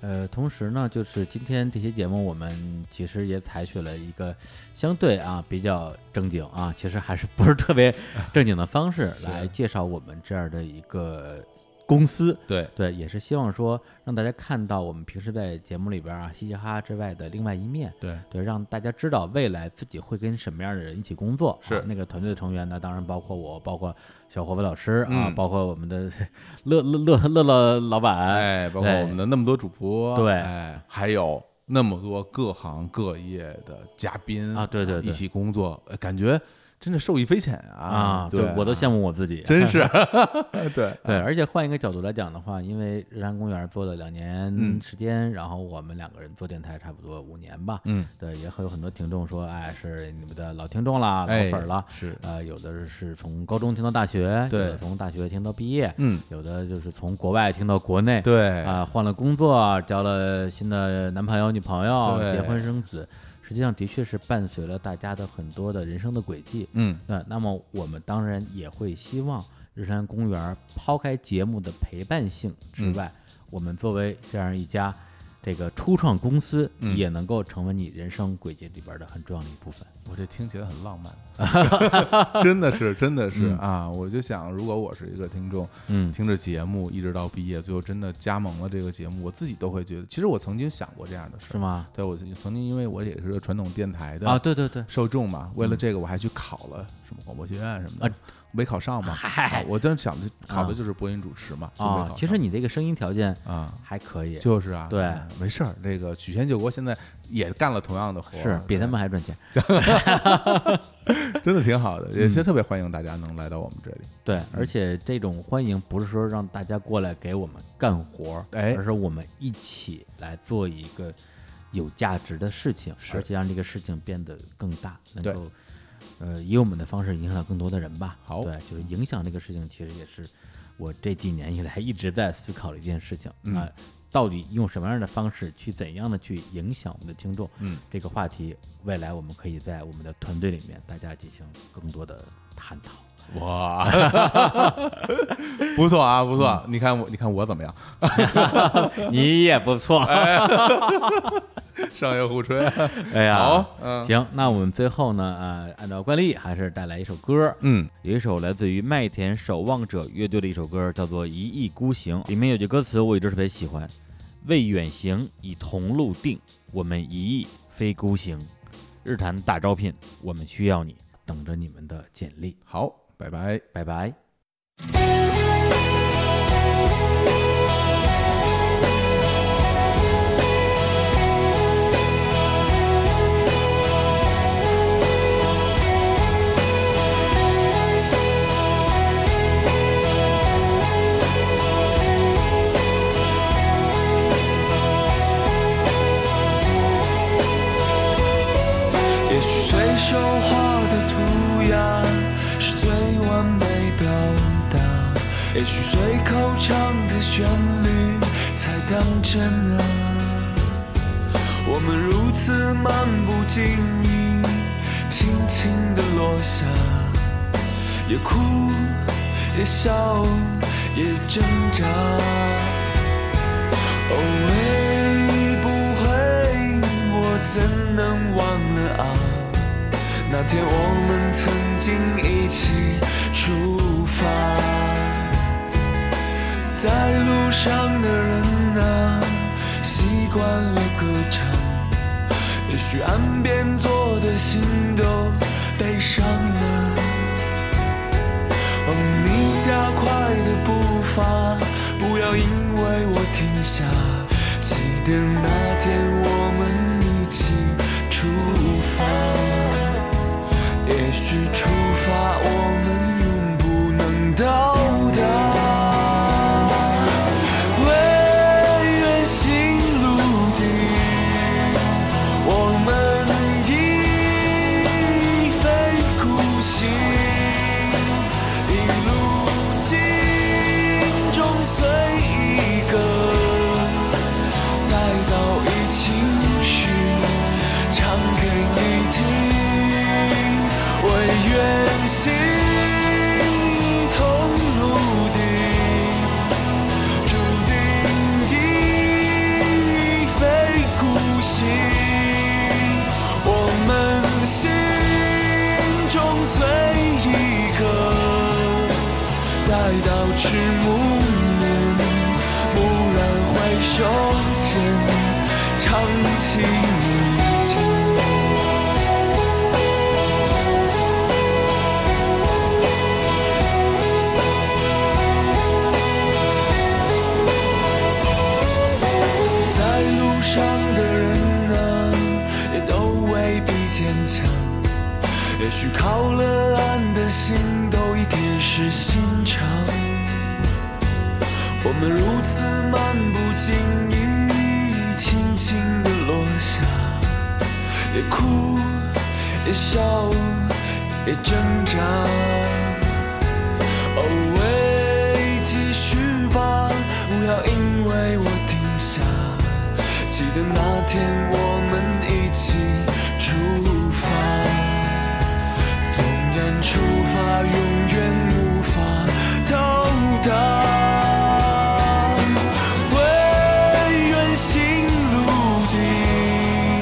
Speaker 1: 呃，同时呢，就是今天这期节目，我们其实也采取了一个相对啊比较正经啊，其实还是不是特别正经的方式
Speaker 2: 是
Speaker 1: 来介绍我们这样的一个公司。
Speaker 2: 对，
Speaker 1: 对，也是希望说让大家看到我们平时在节目里边啊嘻嘻哈哈之外的另外一面，
Speaker 2: 对，
Speaker 1: 对，让大家知道未来自己会跟什么样的人一起工作。
Speaker 2: 是
Speaker 1: 啊那个团队的成员呢，当然包括我，包括小伙伴老师啊，
Speaker 2: 嗯
Speaker 1: 包括我们的 乐乐乐乐乐老板，
Speaker 2: 哎，包括我们的那么多主播，
Speaker 1: 对
Speaker 2: 哎，还有那么多各行各业的嘉宾
Speaker 1: 啊对对对
Speaker 2: 一起工作，呃感觉真的受益匪浅啊！
Speaker 1: 啊，
Speaker 2: 对
Speaker 1: 我都羡慕我自己，
Speaker 2: 真 是，对
Speaker 1: 对，而且换一个角度来讲的话，因为日坛公园做了两年
Speaker 2: 嗯
Speaker 1: 时间，然后我们两个人做电台差不多五年吧，
Speaker 2: 嗯，
Speaker 1: 对，也会有很多听众说，哎，是你们的老听众啦，老
Speaker 2: 哎
Speaker 1: 粉儿啦，
Speaker 2: 是
Speaker 1: 呃，有的是从高中听到大学，有
Speaker 2: 对
Speaker 1: 的从大学听到毕业，
Speaker 2: 嗯
Speaker 1: 有的就是从国外听到国内，
Speaker 2: 对
Speaker 1: 啊、换了工作，交了新的男朋友、女朋友，
Speaker 2: 对
Speaker 1: 结婚生子，实际上的确是伴随了大家的很多的人生的轨迹，
Speaker 2: 嗯，
Speaker 1: 那那么我们当然也会希望日山公园抛开节目的陪伴性之
Speaker 2: 嗯
Speaker 1: 外，我们作为这样一家这个初创公司，
Speaker 2: 嗯
Speaker 1: 也能够成为你人生轨迹里边的很重要的一部分。
Speaker 2: 我这听起来很浪漫， 真的是，真的是
Speaker 1: 嗯
Speaker 2: 啊！我就想，如果我是一个听众，
Speaker 1: 嗯
Speaker 2: 听着节目一直到毕业，最后真的加盟了这个节目，我自己都会觉得，其实我曾经想过这样的事
Speaker 1: 是
Speaker 2: 儿。
Speaker 1: 吗？
Speaker 2: 对，我曾经因为我也是个传统电台的
Speaker 1: 啊，对对对，
Speaker 2: 受众嘛。为了这个，我还去考了什么广播学院什么的
Speaker 1: 啊，
Speaker 2: 没考上嘛。
Speaker 1: 嗨
Speaker 2: 啊我当时想的考的
Speaker 1: 啊
Speaker 2: 就是播音主持嘛，就没考
Speaker 1: 啊
Speaker 2: 上，
Speaker 1: 其实你这个声音条件
Speaker 2: 啊，
Speaker 1: 还可以，
Speaker 2: 就是啊，
Speaker 1: 对
Speaker 2: 嗯，没事儿。这个曲线救国现在也干了同样的活儿，
Speaker 1: 是比
Speaker 2: 对
Speaker 1: 他们还赚钱。
Speaker 2: 真的挺好的，也是
Speaker 1: 嗯
Speaker 2: 特别欢迎大家能来到我们这里。
Speaker 1: 对，
Speaker 2: 嗯
Speaker 1: 而且这种欢迎不是说让大家过来给我们干活儿，
Speaker 2: 哎
Speaker 1: 而是我们一起来做一个有价值的事情，
Speaker 2: 是
Speaker 1: 而且让这个事情变得更大，能
Speaker 2: 对
Speaker 1: 够呃以我们的方式影响到更多的人吧。
Speaker 2: 好
Speaker 1: 对，就是影响这个事情，其实也是我这几年以来一直在思考的一件事情啊、
Speaker 2: 嗯
Speaker 1: 到底用什么样的方式去怎样的去影响我们的听众？
Speaker 2: 嗯，
Speaker 1: 这个话题未来我们可以在我们的团队里面大家进行更多的探讨。
Speaker 2: 哇，不错啊，不错！你看我，你看我怎么样？
Speaker 1: 你也不错，
Speaker 2: 商业互吹，
Speaker 1: 哎呀，
Speaker 2: 好嗯
Speaker 1: 行，那我们最后呢，呃，按照惯例还是带来一首歌，
Speaker 2: 嗯，
Speaker 1: 有一首来自于麦田守望者乐队的一首歌，叫做《一意孤行》，里面有句歌词我一直特别喜欢：“为远行以同路定，我们一意非孤行。日坛大招聘，我们需要你，等着你们的简历。
Speaker 2: 好，拜拜。”
Speaker 1: 拜拜。
Speaker 4: 也许随手画的涂鸦是最完美表达，也许随口唱的旋律才当真啊。我们如此漫不经意，轻轻地落下，也哭，也笑，也挣扎。哦，会不会我怎能忘了啊？那天我们曾经一起出发。在路上的人啊，习惯了歌唱，也许岸边坐的心都悲伤了。往你加快的步伐，不要因为我停下。记得那天我们一起出发，也许出发我们永不能到达。为远行陆地，我们已非孤行。一路心中随一个，待到疫情时唱给你听。我愿心同路敌，注定已非孤行。我们心中随一个，待到迟暮年，蓦然回首间，唱起你听。在路上的人啊，也都未必坚强。也许靠了岸的心都已铁石心肠。我们如此漫不经意，轻轻地落下，也哭，也笑，也挣扎。哦，喂，继续吧，不要因为我停下。记得那天我们一起出发。纵然出发，永远无法到达。为远行陆地，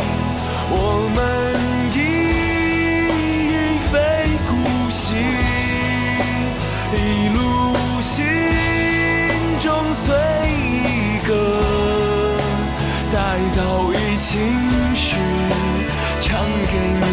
Speaker 4: 我们已非孤行，一路心中随一个，待到疫情时，唱给你。